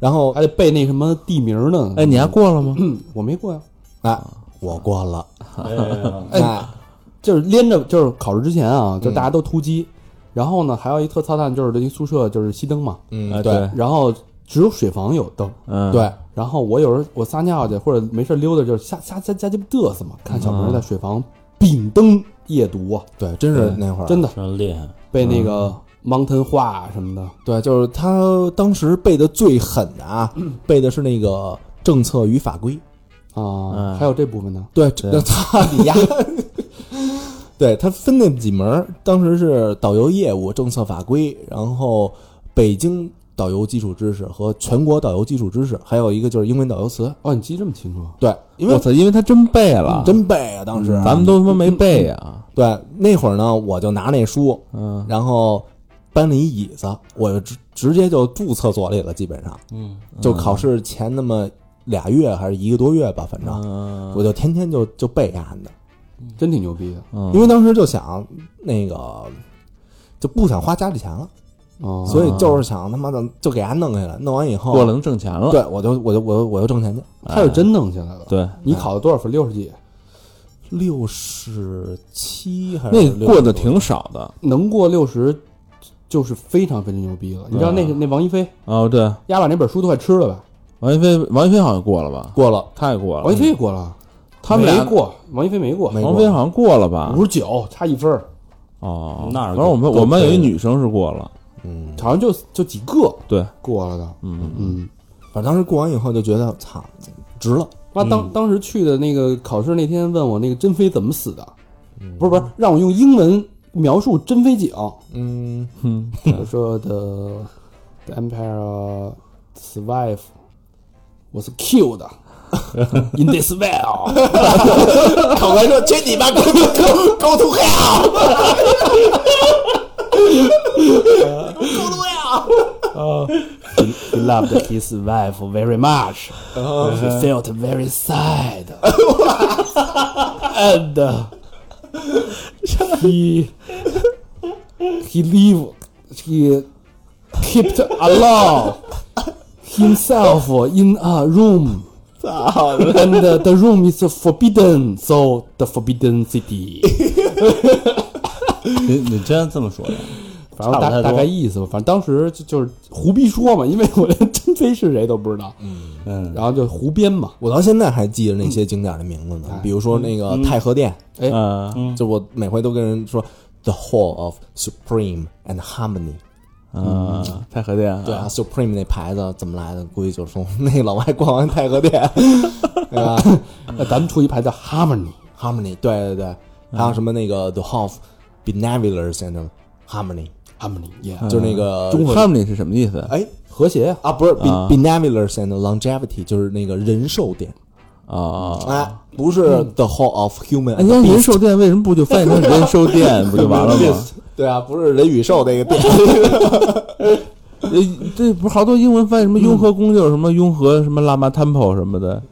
Speaker 4: 然后
Speaker 3: 还得背那什么地名呢？
Speaker 2: 哎，你还过了吗？
Speaker 3: 嗯，我没过呀。
Speaker 4: 哎，我过了，
Speaker 5: 嗯
Speaker 3: 哎
Speaker 4: 哎，
Speaker 3: 就是连着，就是考试之前
Speaker 2: 嗯
Speaker 3: 啊，就是大家都突击，然后呢，还有一特操蛋，就是这宿舍就是熄灯嘛，
Speaker 4: 嗯，
Speaker 2: 啊
Speaker 4: 对
Speaker 3: 然后只有水房有灯。
Speaker 2: 嗯，
Speaker 4: 对，
Speaker 3: 然后我有时候我撒尿去或者没事溜达，就是瞎瞎瞎瞎鸡巴嘚瑟嘛，看小明在水房秉灯夜读啊，
Speaker 4: 对，真是那会
Speaker 2: 嗯
Speaker 4: 儿
Speaker 3: 真的
Speaker 5: 真厉害，
Speaker 3: 被那个 mountain 画什么的，
Speaker 4: 对，就是他当时背的最狠的啊，
Speaker 3: 嗯
Speaker 4: 背的是那个政策与法规。
Speaker 3: 啊，
Speaker 2: 嗯
Speaker 3: 还有这部分呢，
Speaker 4: 对，这操 你丫！ 对他分那几门儿，当时是导游业务、政策法规，然后北京导游基础知识和全国导游基础知识，还有一个就是英文导游词。
Speaker 3: 哦，你记这么清楚？
Speaker 4: 对，因
Speaker 2: 我
Speaker 4: 为
Speaker 2: 操，因为他真背了，嗯
Speaker 4: 真背啊，当时
Speaker 2: 咱们都他妈没背啊，
Speaker 4: 对那会儿呢，我就拿那书，
Speaker 2: 嗯
Speaker 4: 然后搬了一椅子，我就直直接就住厕所里了，基本上，
Speaker 5: 嗯，
Speaker 4: 就考试前那么俩月还是一个多月吧，反正
Speaker 2: 嗯
Speaker 4: 我就天天就就背案的，
Speaker 3: 真挺牛逼的
Speaker 2: 嗯，
Speaker 4: 因为当时就想那个就不想花家里钱了，
Speaker 2: 嗯
Speaker 3: 哦，
Speaker 4: 所以就是想他妈的就给俺弄下来，弄完以后
Speaker 2: 过了，能挣钱了，
Speaker 4: 对我就我就我就我就挣钱去，
Speaker 3: 他是真弄下来了。
Speaker 2: 对，
Speaker 3: 你考了多少分？六十几，
Speaker 4: 六十七还是
Speaker 2: 那
Speaker 4: 60
Speaker 2: 过得
Speaker 4: 多
Speaker 2: 挺少的
Speaker 3: 能过六十，就是非常非常牛逼了。你知道那那王一飞，
Speaker 2: 哦，对，
Speaker 3: 丫把那本书都快吃了吧？
Speaker 2: 王一飞，王一飞好像过了吧？
Speaker 4: 过了，啊
Speaker 2: 他也过了，
Speaker 3: 王一飞也过了，啊
Speaker 2: 他们俩
Speaker 3: 没过，王一飞没过，
Speaker 4: 没啊
Speaker 2: 王一飞好像过了吧？
Speaker 3: 五十九差一分儿，
Speaker 2: 哦，
Speaker 5: 那
Speaker 2: 反正我们
Speaker 5: 都
Speaker 2: 我们班有一
Speaker 5: 都
Speaker 2: 女生是过了，
Speaker 4: 嗯，
Speaker 3: 好像就就几个
Speaker 2: 对，
Speaker 3: 过了的。
Speaker 2: 嗯，
Speaker 3: 嗯，
Speaker 4: 反正当时过完以后就觉得操，值了，
Speaker 3: 妈
Speaker 4: 嗯
Speaker 3: 当当时去的那个考试那天问我那个珍妃怎么死的，不是不是，让我用英文描述珍妃井，
Speaker 4: 嗯，
Speaker 2: 嗯，
Speaker 3: 我说 the the empire survive was killed in this well。
Speaker 4: 考官说：“去你妈，go to go go to hell！”
Speaker 3: He loved his wife very much. He felt very sad. and uh, he he live he kept alone himself in a room. and uh, the room is forbidden, so the forbidden city.
Speaker 5: 你你真这么说的？
Speaker 3: 反正大大概意思吧，反正当时就就是胡逼说嘛，因为我连真飞是谁都不知道，
Speaker 5: 嗯，
Speaker 3: 然后就胡编嘛。
Speaker 4: 我到现在还记着那些景点的名字呢，比如说那个太和殿，
Speaker 3: 哎，
Speaker 2: 嗯
Speaker 5: 嗯
Speaker 4: 就我每回都跟人说 “The Hall of Supreme and Harmony”。
Speaker 2: 嗯，太和殿，
Speaker 4: 对啊，Supreme 那牌子怎么来的？估计就是从那老外逛完太和殿，对吧
Speaker 3: 那咱们出一排叫 Harmony，
Speaker 4: ？Harmony，对对对，还有什么那个 “The Hall of Benevolence and Harmony”，
Speaker 3: Harmony，耶，
Speaker 2: 嗯
Speaker 4: 就是那个
Speaker 3: 中文
Speaker 2: 他们那是什么意思？
Speaker 4: 哎
Speaker 3: 和谐呀。
Speaker 4: 啊，不是
Speaker 2: 啊
Speaker 4: “Be- Benevolence and Longevity”，就是那个仁寿殿。
Speaker 2: 啊，
Speaker 4: 啊，不是 The Hall of Human，
Speaker 2: 人家人寿殿为什么不就翻译成人寿 殿不就完了吗？
Speaker 4: 对啊，不是人与兽那个店，
Speaker 2: 呃，这不是好多英文翻译什么雍和宫就是什么雍和什么喇嘛 temple 什么的，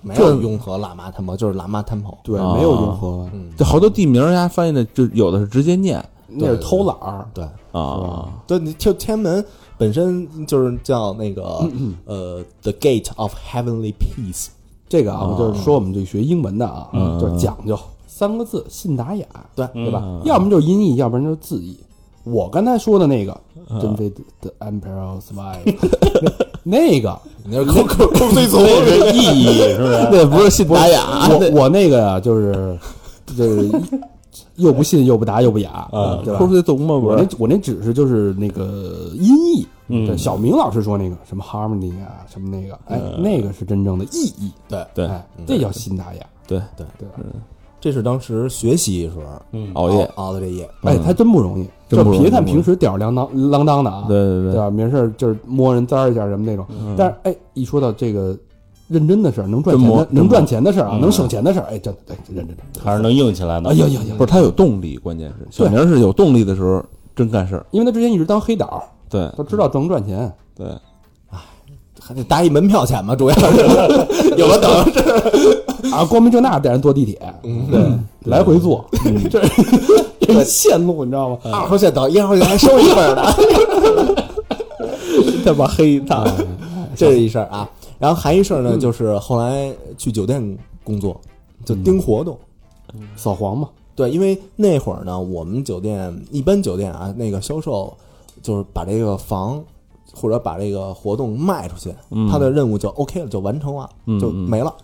Speaker 4: 没有雍和喇嘛 temple，就是喇嘛 temple。
Speaker 3: 对，
Speaker 2: 啊
Speaker 3: 没有雍和，
Speaker 2: 这好多地名人家翻译的就有的是直接念
Speaker 3: 嗯那是偷懒儿。
Speaker 4: 对，
Speaker 2: 啊，
Speaker 4: 对，你就天安门本身就是叫那个呃，The Gate of Heavenly Peace。
Speaker 3: 这个啊，我就是说我们这学英文的啊，
Speaker 2: 嗯
Speaker 3: 就是讲究三个字：信达雅，
Speaker 4: 对
Speaker 3: 对吧？
Speaker 2: 嗯
Speaker 3: 要么就是音译，要不然就是字译。我刚才说的那个
Speaker 2: 嗯
Speaker 3: 真妃的 Emperor's Wife，那 个
Speaker 4: 你那口 口口水走，
Speaker 5: 这是意义是不是？
Speaker 2: 啊那不是信达雅，
Speaker 3: 啊我我那个呀，就是 就是又不信又不达又不雅，
Speaker 4: 嗯
Speaker 3: 对吧
Speaker 2: 抠？出来做功课
Speaker 3: 我
Speaker 2: 本
Speaker 3: 那，我那只是就是那个音译，
Speaker 5: 嗯
Speaker 3: 对，小明老师说那个什么 harmony 啊，什么那个，哎，那个是真正的意义，
Speaker 4: 对，
Speaker 2: 嗯对嗯
Speaker 3: 哎，这叫信达雅，
Speaker 2: 对，
Speaker 4: 这是当时学习时候
Speaker 5: 嗯，
Speaker 2: 熬夜，
Speaker 4: 熬的这夜，
Speaker 3: 哎，还真不容易。
Speaker 2: 真
Speaker 3: 就
Speaker 2: 不容易
Speaker 3: 别看平时吊儿郎当郎当的啊，
Speaker 2: 对对嗯
Speaker 3: 对吧？没事儿就是摸人栽一下什么那种，但是哎，一说到这个认真的事儿，能赚
Speaker 2: 真
Speaker 3: 钱
Speaker 2: 摸
Speaker 3: 的能赚钱的事儿啊，
Speaker 5: 嗯
Speaker 3: 能省钱的事儿，哎，真的对认真的。
Speaker 5: 还是能硬起来的。
Speaker 3: 哎呀呀呀
Speaker 2: 对，！不是他有动力，关键是小明是有动力的时候真干事儿，
Speaker 3: 因为他之前一直当黑导，
Speaker 2: 对
Speaker 3: 他知道能赚钱。
Speaker 2: 对，
Speaker 4: 还得搭一门票钱嘛，主要是有了等这
Speaker 3: 啊，光明正大带人坐地铁，
Speaker 2: 嗯
Speaker 3: 对，来回坐，这这一线路你知道吗？
Speaker 4: 二号线到一号线还收一份 呢，他妈黑嗯他，哎这是一事儿啊。然后还一事儿呢，就是后来去酒店工作，就盯活动。
Speaker 3: 扫黄嘛，
Speaker 4: 对，因为那会儿呢，我们酒店一般酒店啊，那个销售就是把这个房或者把这个活动卖出去，他的任务就 OK 了，就完成了，就没了。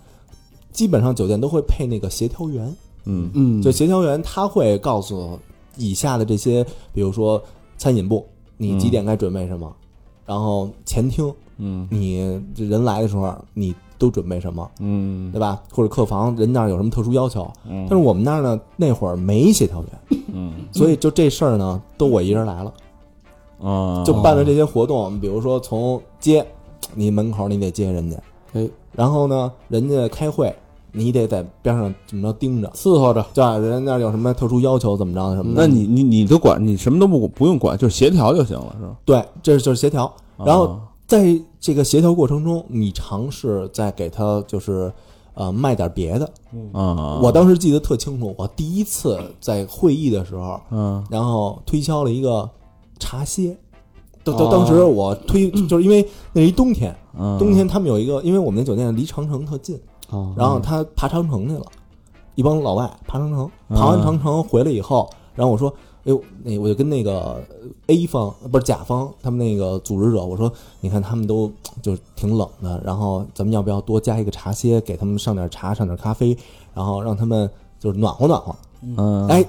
Speaker 4: 基本上酒店都会配那个协调员，
Speaker 2: 嗯
Speaker 3: 嗯，
Speaker 4: 就协调员他会告诉以下的这些，比如说餐饮部，你几点该准备什么，然后前厅，
Speaker 2: 嗯
Speaker 4: 你这人来的时候你都准备什么，
Speaker 2: 嗯
Speaker 4: 对吧？或者客房人那儿有什么特殊要求？但是我们那儿呢，那会儿没协调员，
Speaker 2: 嗯
Speaker 4: 所以就这事儿呢，都我一人来了，
Speaker 2: 啊，
Speaker 4: 就办了这些活动。比如说从接你门口，你得接人家，
Speaker 3: 哎，
Speaker 4: 然后呢，人家开会，你得在边上怎么着盯着，
Speaker 3: 伺候着，
Speaker 4: 对吧？人家那儿有什么特殊要求，怎么着的什么
Speaker 2: 那
Speaker 4: 的。
Speaker 2: 你你你都管你什么都不不用管，就是协调就行了，是吧？
Speaker 4: 对，这就是协调。
Speaker 2: 啊
Speaker 4: 然后在这个协调过程中，你尝试再给他就是。呃，卖点别的。
Speaker 2: 啊，
Speaker 4: 我当时记得特清楚，我第一次在会议的时候，
Speaker 2: 嗯
Speaker 4: 然后推销了一个茶歇。当当
Speaker 3: 哦
Speaker 4: 当时我推，就是因为那是一冬天，
Speaker 2: 嗯，
Speaker 4: 冬天他们有一个，因为我们那酒店离长城特近，
Speaker 3: 啊，
Speaker 4: 然后他爬长城去了，一帮老外爬长城，爬完长城回来以后，然后我说，哎呦，那我就跟那个哎 A 方不是甲方他们那个组织者，我说，你看他们都就是挺冷的，然后咱们要不要多加一个茶歇，给他们上点茶，上点咖啡，然后让他们就是暖和暖和。
Speaker 2: 嗯
Speaker 4: 哎，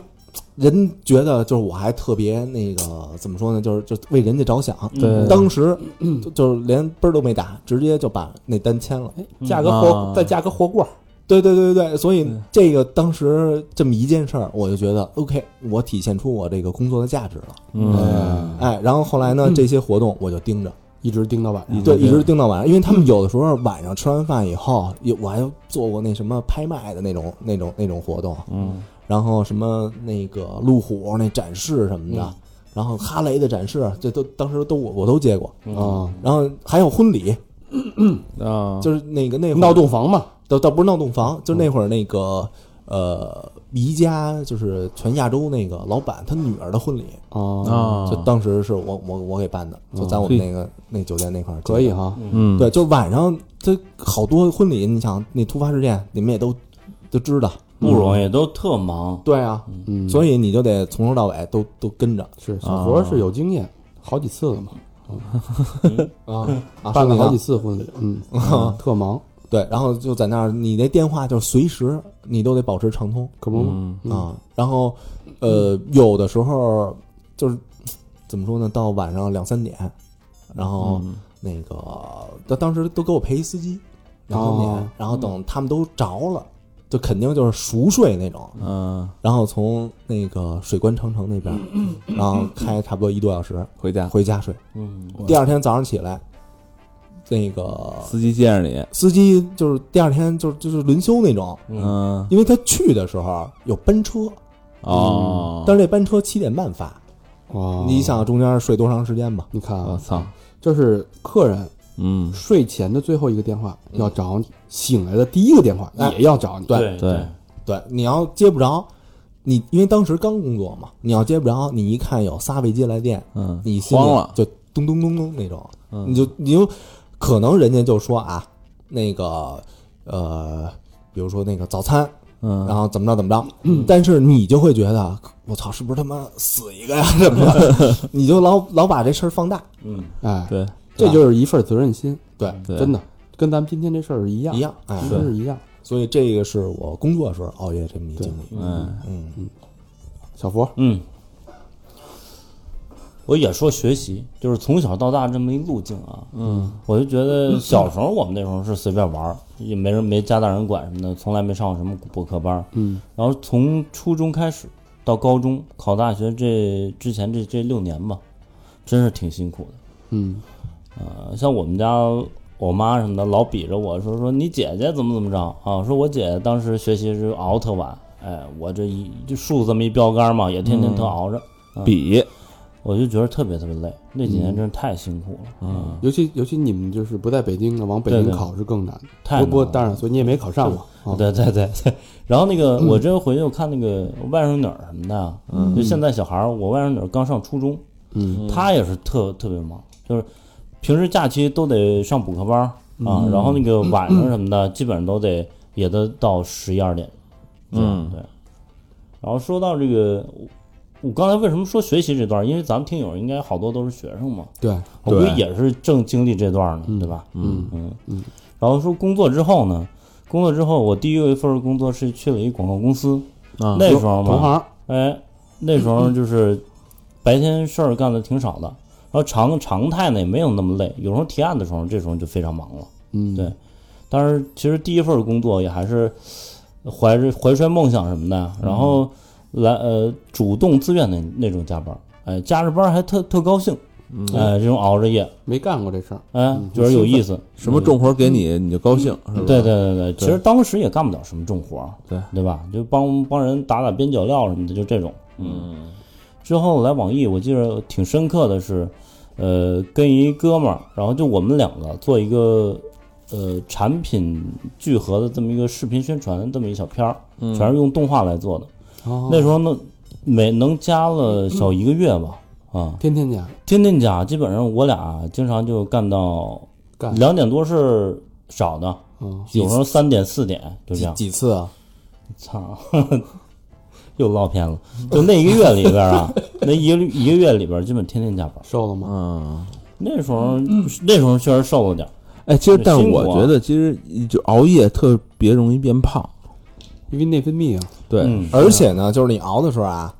Speaker 4: 人觉得就是我还特别那个怎么说呢，就是就为人家着想。
Speaker 2: 嗯对嗯
Speaker 4: 当时就就是连啵儿都没打，直接就把那单签了。
Speaker 3: 加个
Speaker 2: 啊
Speaker 3: 火，再加个火锅，
Speaker 4: 对对对对对，所以这个当时这么一件事儿，我就觉得 OK，我体现出我这个工作的价值了。
Speaker 2: 嗯
Speaker 4: 哎，然后后来呢，这些活动我就盯着，
Speaker 3: 一直盯到晚上。
Speaker 4: 对，一直盯到晚上，因为他们有的时候晚上吃完饭以后，有我还做过那什么拍卖的那种那种那种活动，
Speaker 2: 嗯
Speaker 4: 然后什么那个路虎那展示什么的，
Speaker 3: 嗯
Speaker 4: 然后哈雷的展示，这都当时都我我都接过，
Speaker 3: 啊，
Speaker 4: 然后还有婚礼，
Speaker 2: 啊，
Speaker 4: 就是那个那会儿
Speaker 3: 嗯闹洞房嗯嘛，
Speaker 4: 倒倒不是闹洞房，就那会儿那个呃宜家就是全亚洲那个老板他女儿的婚礼，
Speaker 3: 啊，嗯
Speaker 2: 啊，
Speaker 4: 就当时是我我我给办的，就在我们那个那酒店那块儿
Speaker 3: 可以。哈，
Speaker 2: 嗯
Speaker 4: 对，就晚上这好多婚礼，你想那突发事件，你们也都都知道。
Speaker 5: 不容易，都特忙。
Speaker 4: 对啊，
Speaker 3: 嗯，
Speaker 4: 所以你就得从头到尾都都跟着
Speaker 3: 是小佛是有经验，好几次了嘛，
Speaker 4: 啊啊，
Speaker 3: 办了好几
Speaker 4: 次。
Speaker 3: 次婚礼，嗯，嗯特忙，
Speaker 4: 对，然后就在那儿，你那电话就随时你都得保持畅通。
Speaker 3: 可不嘛，
Speaker 2: 嗯
Speaker 4: 啊，然后呃，有的时候就是怎么说呢，到晚上两三点，然后那个他当时都给我陪一司机两三点，
Speaker 3: 哦
Speaker 4: 然后等他们都着了，就肯定就是熟睡那种，
Speaker 2: 嗯，
Speaker 4: 然后从那个水关长城那边，然后开差不多一个多小时
Speaker 2: 回家
Speaker 4: 回家睡，
Speaker 5: 嗯，
Speaker 4: 第二天早上起来，那个
Speaker 2: 司机接着你，
Speaker 4: 司机就是第二天就是就是轮休那种。
Speaker 2: 嗯
Speaker 4: 因为他去的时候有班车，
Speaker 2: 哦，
Speaker 4: 但是这班车七点半发，
Speaker 3: 哇，
Speaker 4: 你想中间睡多长时间吧？
Speaker 3: 你看
Speaker 2: 我
Speaker 3: 啊，
Speaker 2: 操，
Speaker 3: 就是客人
Speaker 2: 嗯
Speaker 3: 睡前的最后一个电话要找你，醒来的第一个电话也要找你。
Speaker 5: 对
Speaker 2: 对，
Speaker 4: 对，你要接不着，你因为当时刚工作嘛，你要接不着，你一看有仨未接来电，
Speaker 2: 嗯，
Speaker 4: 你心里
Speaker 2: 慌了，
Speaker 4: 就咚咚咚咚那种，
Speaker 2: 嗯
Speaker 4: 你就你就可能人家就说啊，那个呃，比如说那个早餐。然
Speaker 2: 嗯
Speaker 4: 后怎么着怎么着，但是你就会觉得，我操，是不是他妈死一个呀？ 什么的， 你就老老把这事儿放大，
Speaker 5: 嗯，
Speaker 3: 哎，
Speaker 2: 对
Speaker 3: 这就是一份责任心，
Speaker 4: 对，
Speaker 2: 对，
Speaker 3: 真的跟咱们今天这事儿是一样，
Speaker 4: 一样，哎，
Speaker 3: 真是一样。
Speaker 4: 所以这个是我工作的时候熬夜这么一经历。
Speaker 5: 嗯
Speaker 4: 嗯，
Speaker 3: 小佛，
Speaker 5: 嗯，我也说学习，就是从小到大这么一路径啊。嗯，我就觉得小时候我们那时候是随便玩儿，也没人没家大人管什么的，从来没上过什么补课班。嗯，然后从初中开始到高中考大学这之前这这六年吧，真是挺辛苦的。
Speaker 3: 嗯
Speaker 5: 呃，像我们家我妈什么的，老比着我说说你姐姐怎么怎么着啊？说我姐姐当时学习是熬特晚，哎，我这一就竖这么一标杆嘛，也天天特熬着，
Speaker 2: 比
Speaker 5: 我就觉得特别特别累。那几
Speaker 3: 嗯
Speaker 5: 年真是太辛苦了，嗯，
Speaker 3: 尤其尤其你们就是不在北京的，往北
Speaker 5: 对
Speaker 3: 京
Speaker 5: 对
Speaker 3: 考是更难。
Speaker 5: 太
Speaker 3: 不过
Speaker 5: 难了
Speaker 3: 当然，所以你也没考上嘛。啊，
Speaker 5: 对对对对。然后那个我这回又看那个我外甥女儿什么的啊，就现在小孩儿，我外甥女儿刚上初中，
Speaker 3: 嗯，
Speaker 5: 她也是特特别忙，就是平时假期都得上补课班儿
Speaker 3: 嗯
Speaker 5: 啊，然后那个晚上什么的，基本上都得也都到十一二点，嗯对。然后说到这个，我我刚才为什么说学习这段儿？因为咱们听友应该好多都是学生嘛，
Speaker 3: 对，
Speaker 5: 我估计也是正经历这段呢，对吧？嗯嗯嗯。然后说工作之后呢，工作之后我第一份工作是去了一广告公司，
Speaker 2: 啊
Speaker 5: 那时候
Speaker 3: 同
Speaker 5: 嘛，
Speaker 3: 行，
Speaker 5: 哎，那时候就是白天事儿干的挺少的，然后常常态呢也没有那么累，有时候提案的时候，这时候就非常忙了。
Speaker 3: 嗯，
Speaker 5: 对但是其实第一份工作也还是怀着怀揣梦想什么的，然后来呃主动自愿的那种加班，哎，加着班还特特高兴，哎，这种熬着夜，
Speaker 3: 没干过这事儿，
Speaker 5: 哎，觉得有意思。
Speaker 2: 什么重活给你你就高兴，是吧？
Speaker 5: 对对对对，其实当时也干不了什么重活儿，
Speaker 2: 对
Speaker 5: 对吧？就帮帮人打打边角料什么的，就这种。嗯，之后来网易，我记得挺深刻的是，呃，跟一哥们儿，然后就我们两个做一个呃产品聚合的这么一个视频宣传，这么一小片儿，全是用动画来做的。
Speaker 3: 哦，
Speaker 5: 那时候呢，每能加了小一个月吧，啊，
Speaker 3: 天天加
Speaker 5: 天天加，基本上我俩经常就干到
Speaker 3: 干，
Speaker 5: 两点多是少的，
Speaker 3: 嗯，
Speaker 5: 有时候三点四点就这
Speaker 4: 几
Speaker 5: 样。
Speaker 4: 几次啊？
Speaker 5: 操， 又唠偏了。就那一个月里边啊，那一个一个月里边，基本天天加班。
Speaker 3: 瘦了吗？
Speaker 2: 嗯，
Speaker 5: 那时候、
Speaker 3: 嗯
Speaker 5: 那时候确实瘦了点儿，
Speaker 2: 哎，其实但
Speaker 5: 辛苦
Speaker 2: 我
Speaker 5: 啊
Speaker 2: 觉得其实就熬夜特别容易变胖，
Speaker 3: 因为内分泌啊，
Speaker 2: 对，
Speaker 5: 嗯
Speaker 4: 而且呢，就是你熬的时候啊，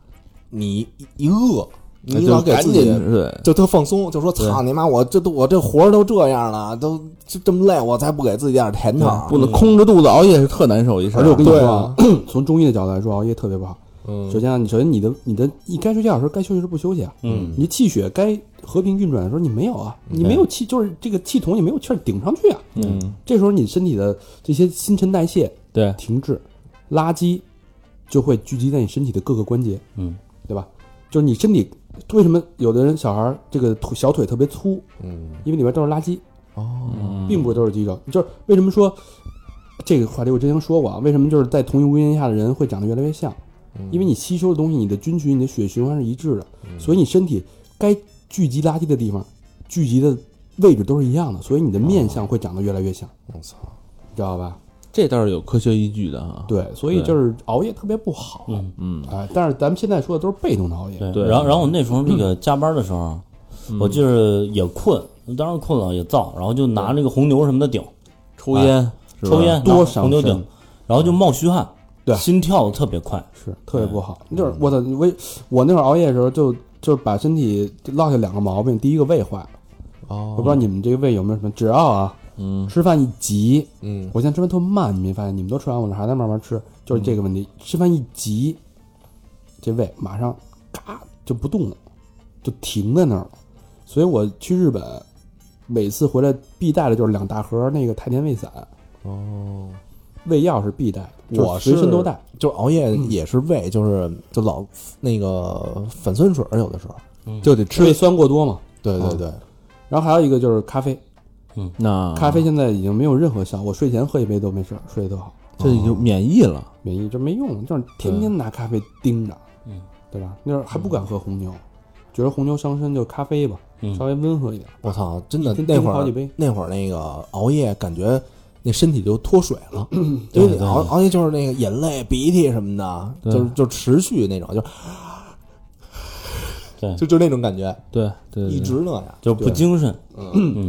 Speaker 4: 你一一饿，
Speaker 2: 那
Speaker 4: 你
Speaker 2: 哎就
Speaker 4: 老给
Speaker 2: 赶
Speaker 4: 自
Speaker 2: 紧
Speaker 4: 己
Speaker 2: 对，
Speaker 4: 就特放松，就说操你妈，我这都我这活儿都这样了，都就这么累，我才不给自己点儿甜头儿。
Speaker 2: 不能空着肚子熬夜是特难受一事儿。
Speaker 3: 而且我跟你
Speaker 4: 对
Speaker 3: 说
Speaker 4: 啊
Speaker 3: 啊，从中医的角度来说，熬夜特别不好。
Speaker 4: 嗯
Speaker 3: 首先啊，你首先你的你的你该睡觉的时候该休息的时候不休息啊，
Speaker 5: 嗯，
Speaker 3: 你气血该和平运转的时候你没有啊，你没有气，就是这个气筒你没有气儿顶上去啊，
Speaker 2: 嗯，
Speaker 3: 这时候你身体的这些新陈代谢
Speaker 2: 对，
Speaker 3: 停滞，垃圾就会聚集在你身体的各个关节，
Speaker 5: 嗯，
Speaker 3: 对吧？就是你身体为什么有的人小孩儿这个腿小腿特别粗，
Speaker 4: 嗯，
Speaker 3: 因为里边都是垃圾哦，并不都是肌肉。就是为什么说这个话题我之前说过啊，为什么就是在同一屋檐下的人会长得越来越像？因为你吸收的东西，你的菌群、你的血液循环是一致的，所以你身体该聚集垃圾的地方，聚集的位置都是一样的，所以你的面相会长得越来越像，
Speaker 4: 我操，
Speaker 3: 你知道吧？
Speaker 2: 这倒是有科学依据的啊。
Speaker 3: 对，所以
Speaker 2: 对
Speaker 3: 就是熬夜特别不好，
Speaker 5: 嗯
Speaker 2: 嗯
Speaker 3: 啊，但是咱们现在说的都是被动的熬夜，
Speaker 5: 对。
Speaker 2: 对嗯
Speaker 5: 然后然后我那时候那个加班的时候啊，我就是也困，当然困了也燥，然后就拿那个红牛什么的顶，啊
Speaker 2: 抽烟，是吧
Speaker 5: 抽烟
Speaker 3: 多
Speaker 5: 拿
Speaker 3: 伤
Speaker 5: 红牛
Speaker 3: 身
Speaker 5: 顶，然后就冒虚汗，
Speaker 3: 对
Speaker 5: 心跳得特别快。
Speaker 3: 是特别不
Speaker 4: 嗯
Speaker 3: 好。就是我操，我我那会儿熬夜的时候就，就是把身体落下两个毛病，第一个胃坏了，
Speaker 4: 哦
Speaker 3: 我不知道你们这个胃有没有什么，只要啊，
Speaker 2: 嗯，
Speaker 3: 吃饭一急，
Speaker 4: 嗯，
Speaker 3: 我现在吃饭特慢，你没发现？你们都吃完，我这还在慢慢吃，就是这个问题。
Speaker 4: 嗯
Speaker 3: 吃饭一急，这胃马上嘎就不动了，就停在那儿了。所以我去日本，每次回来必带的就是两大盒那个太田胃散，
Speaker 4: 哦，
Speaker 3: 胃药是必带的，就是
Speaker 4: 我
Speaker 3: 随身
Speaker 4: 是
Speaker 3: 都带。
Speaker 4: 就是熬夜也是胃，就是就老那个反酸水儿，有的时候，
Speaker 2: 就得
Speaker 3: 胃酸过多嘛。
Speaker 4: 对
Speaker 3: 啊
Speaker 4: 对对，
Speaker 3: 然后还有一个就是咖啡，
Speaker 2: 那嗯
Speaker 3: 咖啡现在已经没有任何效，我睡前喝一杯都没事儿，睡得特好，
Speaker 2: 这就免疫了。
Speaker 3: 免疫就没用，就是天天拿咖啡盯着，嗯，对吧？那会儿还不敢喝红牛，觉得红牛伤身，就咖啡吧，
Speaker 5: 嗯
Speaker 3: 稍微温和一点。
Speaker 4: 我操，真的
Speaker 3: 真
Speaker 4: 那
Speaker 3: 真
Speaker 4: 会
Speaker 3: 好几
Speaker 4: 儿
Speaker 3: 杯
Speaker 4: 那会儿那个熬夜，感觉那身体就脱水了，因为你熬熬夜就是那个眼泪、鼻涕什么的，就是就持续那种，就
Speaker 5: 对
Speaker 4: 就就那种感觉，
Speaker 2: 对对，对
Speaker 4: 一直那样。
Speaker 5: 就不精神，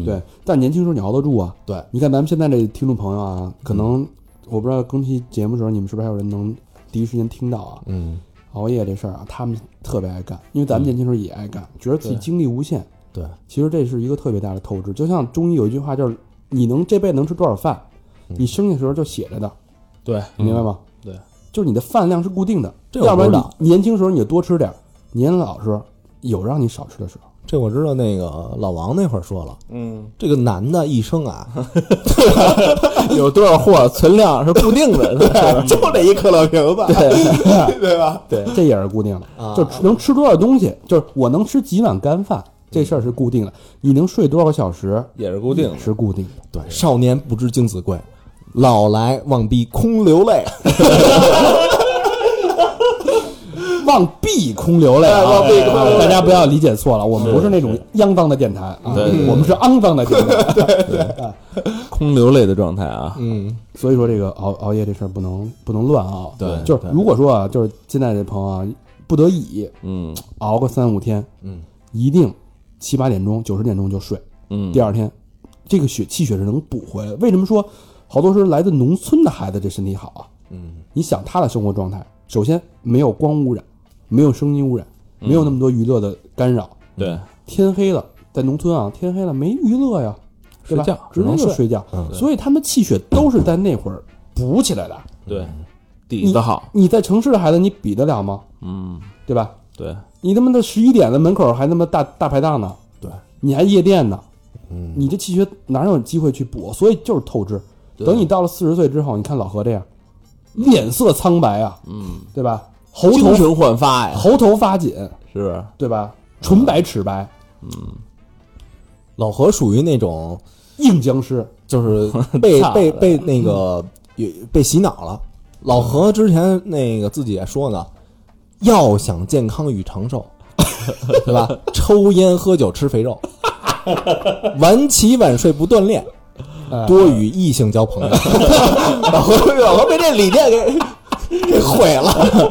Speaker 3: 对，但年轻时候你熬得住啊。
Speaker 4: 对，
Speaker 3: 你看咱们现在这听众朋友啊，可能我不知道更新节目的时候，你们是不是还有人能第一时间听到啊？
Speaker 4: 嗯，
Speaker 3: 熬夜这事儿啊，他们特别爱干，因为咱们年轻时候也爱干，觉得自己精力无限。
Speaker 4: 对，
Speaker 3: 其实这是一个特别大的透支。就像中医有一句话，就是你能这辈子能吃多少饭，你生下时候就写着的，
Speaker 4: 嗯对，嗯
Speaker 3: 你明白吗？
Speaker 4: 对，
Speaker 3: 就是你的饭量是固定的，
Speaker 4: 这我
Speaker 3: 要不然
Speaker 4: 不知道
Speaker 3: 你年轻时候你就多吃点儿，年老时候有让你少吃的时候。
Speaker 4: 这我知道。那个老王那会儿说了，
Speaker 2: 嗯，
Speaker 4: 这个男的一生啊， 有多少货存量是固定的，对，就这一可乐瓶子，对对吧？对，
Speaker 3: 这也是固定的，
Speaker 4: 啊
Speaker 3: 就能吃多少东西，就是我能吃几碗干饭，这事儿是固定的。你能睡多少个小时
Speaker 2: 也是固定的
Speaker 3: 也。是固定的，
Speaker 4: 对，少年不知精子贵，老来望逼空流泪。
Speaker 3: 望必空流泪啊！
Speaker 4: 望哎必空
Speaker 3: 啊
Speaker 4: 流泪
Speaker 3: 大家不要理解错了，我们不是那种肮脏的电台啊，
Speaker 2: 对对
Speaker 3: 我们是肮脏的电台。
Speaker 2: 空流泪的状态啊，
Speaker 4: 嗯，
Speaker 3: 所以说这个熬熬夜这事儿不能不能乱熬。
Speaker 4: 对
Speaker 3: 就是如果说啊，就是现在这朋友啊，不得已
Speaker 2: 嗯
Speaker 3: 熬个三五天，
Speaker 4: 嗯，
Speaker 3: 一定七八点钟、九十点钟就睡，
Speaker 2: 嗯，
Speaker 3: 第二天，这个血气血是能补回来的。为什么说好多时候来自农村的孩子这身体好啊？嗯，你想他的生活状态，首先没有光污染，没有声音污染，没
Speaker 4: 嗯
Speaker 3: 有那么多娱乐的干扰。
Speaker 2: 对，
Speaker 3: 天黑了，在农村啊，天黑了没娱乐呀，对吧
Speaker 2: 睡觉
Speaker 3: 只能
Speaker 4: 只
Speaker 3: 就
Speaker 4: 能
Speaker 3: 睡觉。
Speaker 4: 嗯
Speaker 3: 所以他们气血都是在那会儿补起来的。
Speaker 2: 对，底子好，
Speaker 3: 你在城市的孩子，你比得了吗？
Speaker 2: 嗯，
Speaker 3: 对吧？
Speaker 2: 对，
Speaker 3: 你他妈的十一点的门口还他妈大大排档呢，
Speaker 4: 对，
Speaker 3: 你还夜店呢，
Speaker 4: 嗯，
Speaker 3: 你这气血哪有机会去补？所以就是透支。等你到了四十岁之后，你看老何这样，脸色苍白啊，
Speaker 2: 嗯，
Speaker 3: 对吧？喉
Speaker 2: 精
Speaker 3: 头
Speaker 2: 神焕发呀，
Speaker 3: 喉头发紧，
Speaker 2: 是不是？
Speaker 3: 对吧？唇白齿白，
Speaker 4: 老何属于那种
Speaker 3: 硬僵尸。
Speaker 4: 就是被
Speaker 2: 操
Speaker 4: 被被那个也被洗脑了。老何之前那个自己也说呢，要想健康与长寿， 对吧？抽烟、喝酒、吃肥肉， 晚起晚睡不锻炼，多与异性交朋友。老何老何被这理念给给毁了。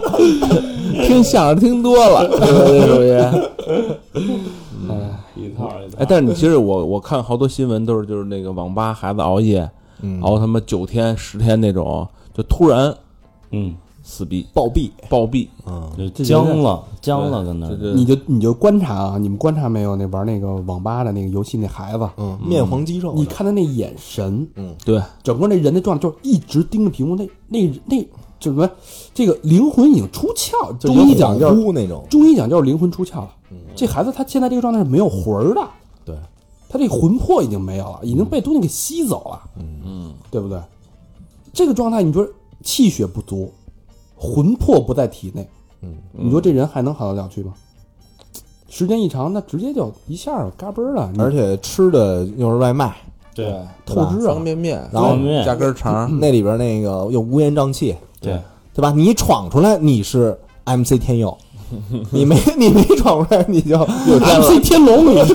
Speaker 2: 听相声听多了，这属于。
Speaker 5: 一套一套
Speaker 2: 哎，但是你其实我我看好多新闻都是就是那个网吧孩子熬夜，
Speaker 4: 嗯
Speaker 2: 熬他妈九天十天那种，就突然
Speaker 5: 嗯，
Speaker 2: 死毙
Speaker 4: 暴毙，
Speaker 2: 暴毙，
Speaker 4: 嗯，
Speaker 5: 就僵了，僵了，跟那儿
Speaker 2: 这这
Speaker 3: 你就你就观察啊，你们观察没有？那玩那个网吧的那个游戏那孩子，
Speaker 4: 嗯，面黄肌瘦的，
Speaker 3: 你看他那眼神，
Speaker 2: 对
Speaker 3: 整个那人的状态就是一直盯着屏幕，那那那就什么，这个灵魂已经出窍。
Speaker 4: 就
Speaker 3: 中医
Speaker 4: 跟
Speaker 3: 讲
Speaker 4: 恍
Speaker 3: 就是
Speaker 4: 惚那种，
Speaker 3: 中医讲就是灵魂出窍了。这孩子他现在这个状态是没有魂儿的，
Speaker 4: 对，
Speaker 3: 他这魂魄已经没有了，已经被东西给吸走了。嗯嗯，对不对？这个状态，你说气血不足，魂魄不在体内，
Speaker 4: 嗯，
Speaker 3: 你说这人还能好得了去吗？时间一长，那直接就一下儿嘎嘣儿了，你
Speaker 4: 而且吃的又是外卖，
Speaker 5: 对
Speaker 3: 透支啊
Speaker 2: 方！便面，
Speaker 4: 然后
Speaker 5: 方便面
Speaker 2: 加根肠，
Speaker 4: 那里边那个又乌烟瘴气，
Speaker 5: 对，
Speaker 4: 对吧？你闯出来你是 MC 天佑，你没你没闯出来你就
Speaker 3: MC 天龙，你是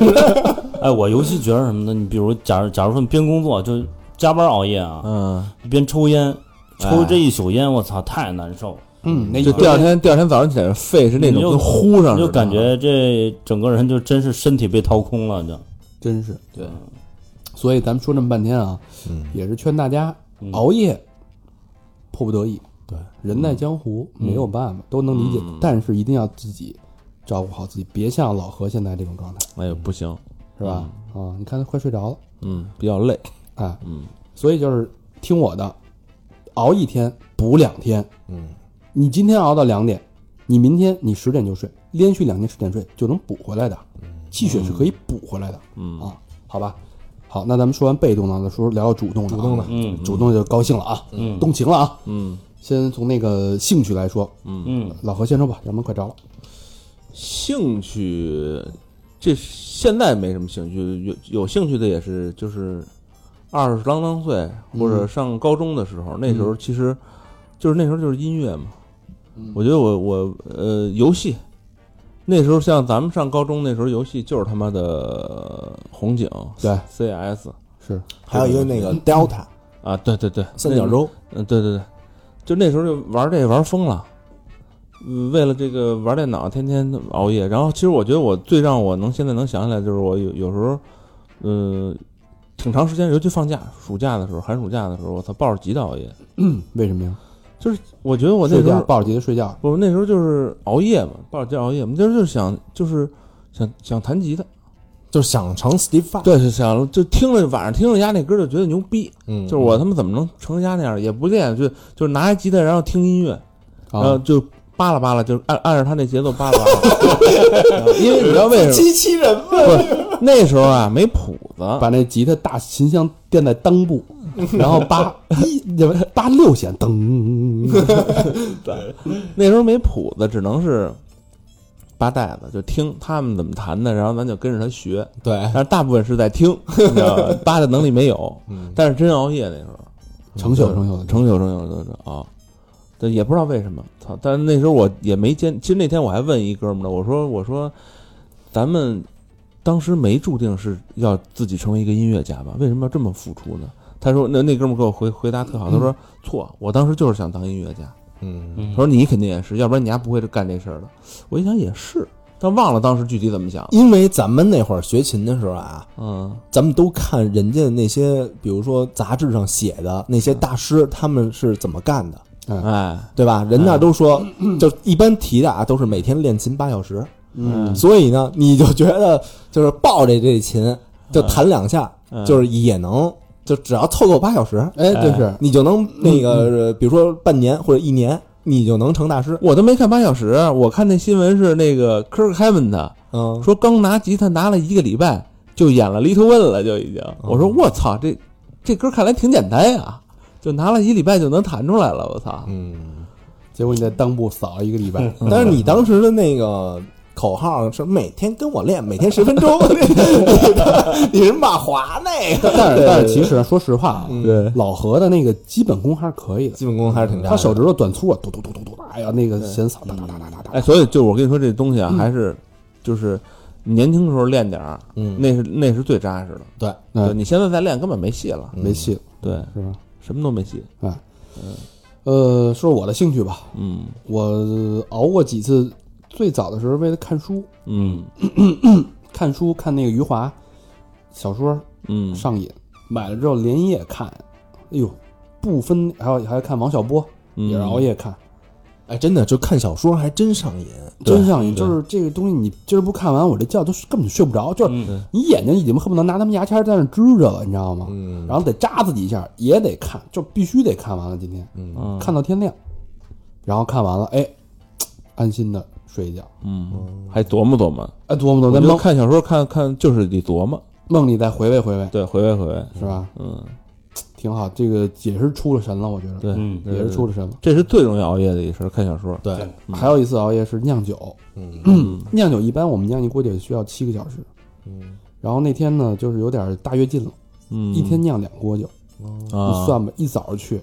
Speaker 5: 哎，我尤其觉得什么呢？你比如，假如假如说你边工作就加班熬夜啊，
Speaker 2: 嗯，
Speaker 5: 边抽烟，抽这一宿烟，我操，太难受了，
Speaker 3: 嗯，那
Speaker 2: 就第二天第二天早上起来肺是那种
Speaker 5: 你就
Speaker 2: 跟呼上似的，
Speaker 5: 你就感觉这整个人就真是身体被掏空了，就
Speaker 3: 真是
Speaker 2: 对。
Speaker 3: 所以咱们说这么半天啊，也是劝大家熬夜，迫不得已。
Speaker 4: 对，
Speaker 3: 人在江湖没有办法，都能理解，但是一定要自己照顾好自己，别像老何现在这种状态，
Speaker 2: 哎呦不行，
Speaker 3: 是吧？啊，你看他快睡着了，
Speaker 2: 嗯，比较累，
Speaker 3: 啊，嗯，所以就是听我的，熬一天补两天，嗯，你今天熬到两点，你明天你十点就睡，连续两天十点睡就能补回来的，气血是可以补回来的，嗯啊，好吧，好，那咱们说完被动的，说聊聊主动的，主动的，
Speaker 5: 嗯，
Speaker 3: 主动就高兴了啊，嗯，动情了啊，
Speaker 2: 嗯，
Speaker 3: 先从那个兴趣来说，
Speaker 5: 嗯，
Speaker 3: 老何先说吧，要不然快着了，
Speaker 2: 兴趣这现在没什么兴趣，有有兴趣的也是就是二十郎当岁或者上高中的时候，那时候其实就是那时候就是音乐嘛，
Speaker 4: 嗯
Speaker 2: 我觉得我我呃游戏。那时候像咱们上高中那时候，游戏就是他妈的红警、
Speaker 3: 对
Speaker 2: CS
Speaker 3: 是
Speaker 4: 还有一个那个 Delta
Speaker 2: 啊，对对对，
Speaker 4: 三角洲，
Speaker 2: 嗯，对对对，就那时候就玩这玩疯了，嗯为了这个玩电脑，天天熬夜。然后其实我觉得我最让我能现在能想起来，就是我有有时候，嗯、挺长时间，尤其放假、暑假的时候、寒暑假的时候，我操，抱着急熬夜。
Speaker 3: 为什么呀？
Speaker 2: 我觉得我那
Speaker 3: 睡
Speaker 2: 时
Speaker 3: 觉，
Speaker 2: 候，
Speaker 3: 抱着急的睡觉。
Speaker 2: 我那时候就是熬夜嘛，抱着急熬夜嘛，就是就是想就是想想弹吉他，
Speaker 4: 就是想成 Steve Vai，
Speaker 2: 对，是想就听了晚上听了人家那歌就觉得牛逼，
Speaker 4: 嗯，
Speaker 2: 就是我他妈怎么能成人家那样的，也不练，就就是拿一吉他然后听音乐，然后
Speaker 3: 啊，
Speaker 2: 就扒拉扒拉，就按按着他那节奏扒拉扒拉。然后 因为你知道为什么？
Speaker 4: 机器人嘛，
Speaker 2: 不是那时候啊，没谱子，
Speaker 3: 把那吉他大琴箱垫在裆部，然后八一八六弦噔，
Speaker 2: 那时候没谱子，只能是扒带子，就听他们怎么弹的，然后咱就跟着他学。
Speaker 4: 对，
Speaker 2: 但是大部分是在听，你知道 吧？扒的能力没有，
Speaker 4: 嗯，
Speaker 2: 但是真熬夜那时候。
Speaker 3: 成宿成宿的。
Speaker 2: 成宿成宿成宿啊！但也不知道为什么，操！但是那时候我也没坚，其实那天我还问一哥们儿呢，我说我说，咱们当时没注定是要自己成为一个音乐家吧？为什么要这么付出呢？他说那那哥们儿给我回回答特好，他说、错，我当时就是想当音乐家。
Speaker 4: 嗯，
Speaker 5: 嗯
Speaker 2: 他说你肯定也是，要不然你还不会干这事儿的。我一想也是，但忘了当时具体怎么想。
Speaker 4: 因为咱们那会儿学琴的时候啊，
Speaker 2: 嗯
Speaker 4: 咱们都看人家那些，比如说杂志上写的那些大师，他们是怎么干的，
Speaker 2: 哎
Speaker 3: 嗯
Speaker 4: 对吧？人那都说，就一般提的啊，都是每天练琴八小时，
Speaker 2: 嗯
Speaker 4: 所以呢，你就觉得就是抱着这琴就弹两下，
Speaker 2: 嗯
Speaker 4: 就是也能，就只要凑够八小时，
Speaker 3: 哎，对是，嗯
Speaker 4: 你就能那个，比如说半年或者一年，你就能成大师。
Speaker 2: 我都没看八小时，我看那新闻是那个 Kirk Hammett 的。
Speaker 4: 嗯，
Speaker 2: 说刚拿吉他拿了一个礼拜就演了《Little One》了，就已经。我说我操，这这歌看来挺简单呀，就拿了一礼拜就能弹出来了，我操！
Speaker 4: 嗯，
Speaker 3: 结果你在裆部扫了一个礼拜，
Speaker 4: 但是你当时的那个口号是每天跟 我练，每天十分钟，你是 马华那个
Speaker 3: 但是但是其实说实话啊，
Speaker 4: 对
Speaker 3: 老何的那个基本功还是可以的，
Speaker 4: 基本功还是挺差的。
Speaker 3: 他手指头短粗啊，嘟嘟嘟嘟嘟，哎呀，那个弦扫哒哒哒哒哒哒，
Speaker 2: 哎，所以就我跟你说，这东西啊，还是就是年轻时候练点儿，
Speaker 4: 嗯
Speaker 2: 那是那是最扎实的。
Speaker 4: 对，
Speaker 3: 嗯
Speaker 2: 对你现在再练根本没戏了，
Speaker 3: 没戏了，
Speaker 2: 对，
Speaker 3: 嗯是吧？
Speaker 2: 什么都没戏。
Speaker 3: 哎，呃，说说我的兴趣吧，
Speaker 2: 嗯
Speaker 3: 我熬过几次，最早的时候为了看书，
Speaker 2: 嗯
Speaker 3: 看书看那个余华小说
Speaker 2: 嗯，
Speaker 3: 上瘾，买了之后连夜看，哎呦，不分还有还看王小波，
Speaker 2: 嗯
Speaker 3: 也是熬。夜看，
Speaker 4: 哎，真的就看小说还真上瘾。
Speaker 3: 真上瘾。就是这个东西，你今儿不看完，我这觉都根本就睡不着，就是
Speaker 5: 嗯
Speaker 3: 你眼睛已经恨不得拿他们牙签在那支着了，你知道吗？
Speaker 4: 嗯
Speaker 3: 然后得扎自己一下，也得看，就必须得看完了今天，
Speaker 4: 嗯
Speaker 2: 嗯
Speaker 3: 看到天亮，然后看完了，哎，安心的睡一觉。
Speaker 2: 嗯，还琢磨琢磨。
Speaker 3: 哎，琢磨琢
Speaker 2: 我
Speaker 3: 磨，在
Speaker 2: 就
Speaker 3: 梦
Speaker 2: 看小说，看看就是得琢磨，
Speaker 3: 梦里再回味回味，
Speaker 2: 对，回味回味。
Speaker 3: 是吧？
Speaker 2: 嗯，
Speaker 3: 挺好，这个也是出了神了，我觉得，
Speaker 2: 对，
Speaker 5: 嗯
Speaker 2: 对
Speaker 3: 也是
Speaker 2: 对
Speaker 3: 出了神了。
Speaker 2: 这是最容易熬夜的一事儿，看小说。
Speaker 4: 对，
Speaker 2: 嗯
Speaker 3: 还有一次熬夜是酿酒，
Speaker 4: 嗯
Speaker 3: 酿酒一般我们酿一锅酒需要七个小时，
Speaker 4: 嗯
Speaker 3: 然后那天呢就是有点大跃进了，
Speaker 2: 嗯，
Speaker 3: 一天酿两锅酒，
Speaker 2: 啊，
Speaker 3: 你算吧，一早去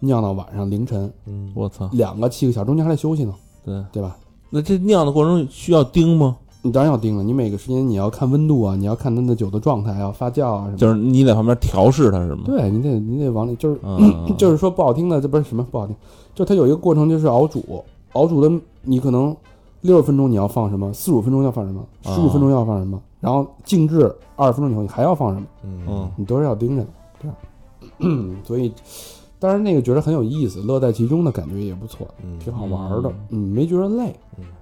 Speaker 3: 酿到晚上凌晨，
Speaker 4: 嗯，
Speaker 2: 我操，
Speaker 3: 两个七个小时，中间还得休息呢，
Speaker 2: 对，
Speaker 3: 对吧？
Speaker 2: 那这酿的过程中需要盯吗？
Speaker 3: 你当然要盯了，你每个时间你要看温度啊，你要看它的酒的状态啊，发酵啊什么的。
Speaker 2: 就是你在旁边调试它是吗？
Speaker 3: 对你得你得往里就是
Speaker 2: 嗯，
Speaker 3: 就是说不好听的，这不是什么不好听，就它有一个过程，就是熬煮，熬煮的你可能六十分钟你要放什么，四十五分钟要放什么，十五分钟要放什么，然后静置二十分钟以后你还要放什么，
Speaker 4: 嗯
Speaker 2: 嗯，
Speaker 3: 你都是要盯着的，对吧？ 所以，当然那个觉得很有意思，乐在其中的感觉也不错，
Speaker 4: 嗯
Speaker 3: 挺好玩的，嗯，没觉得累，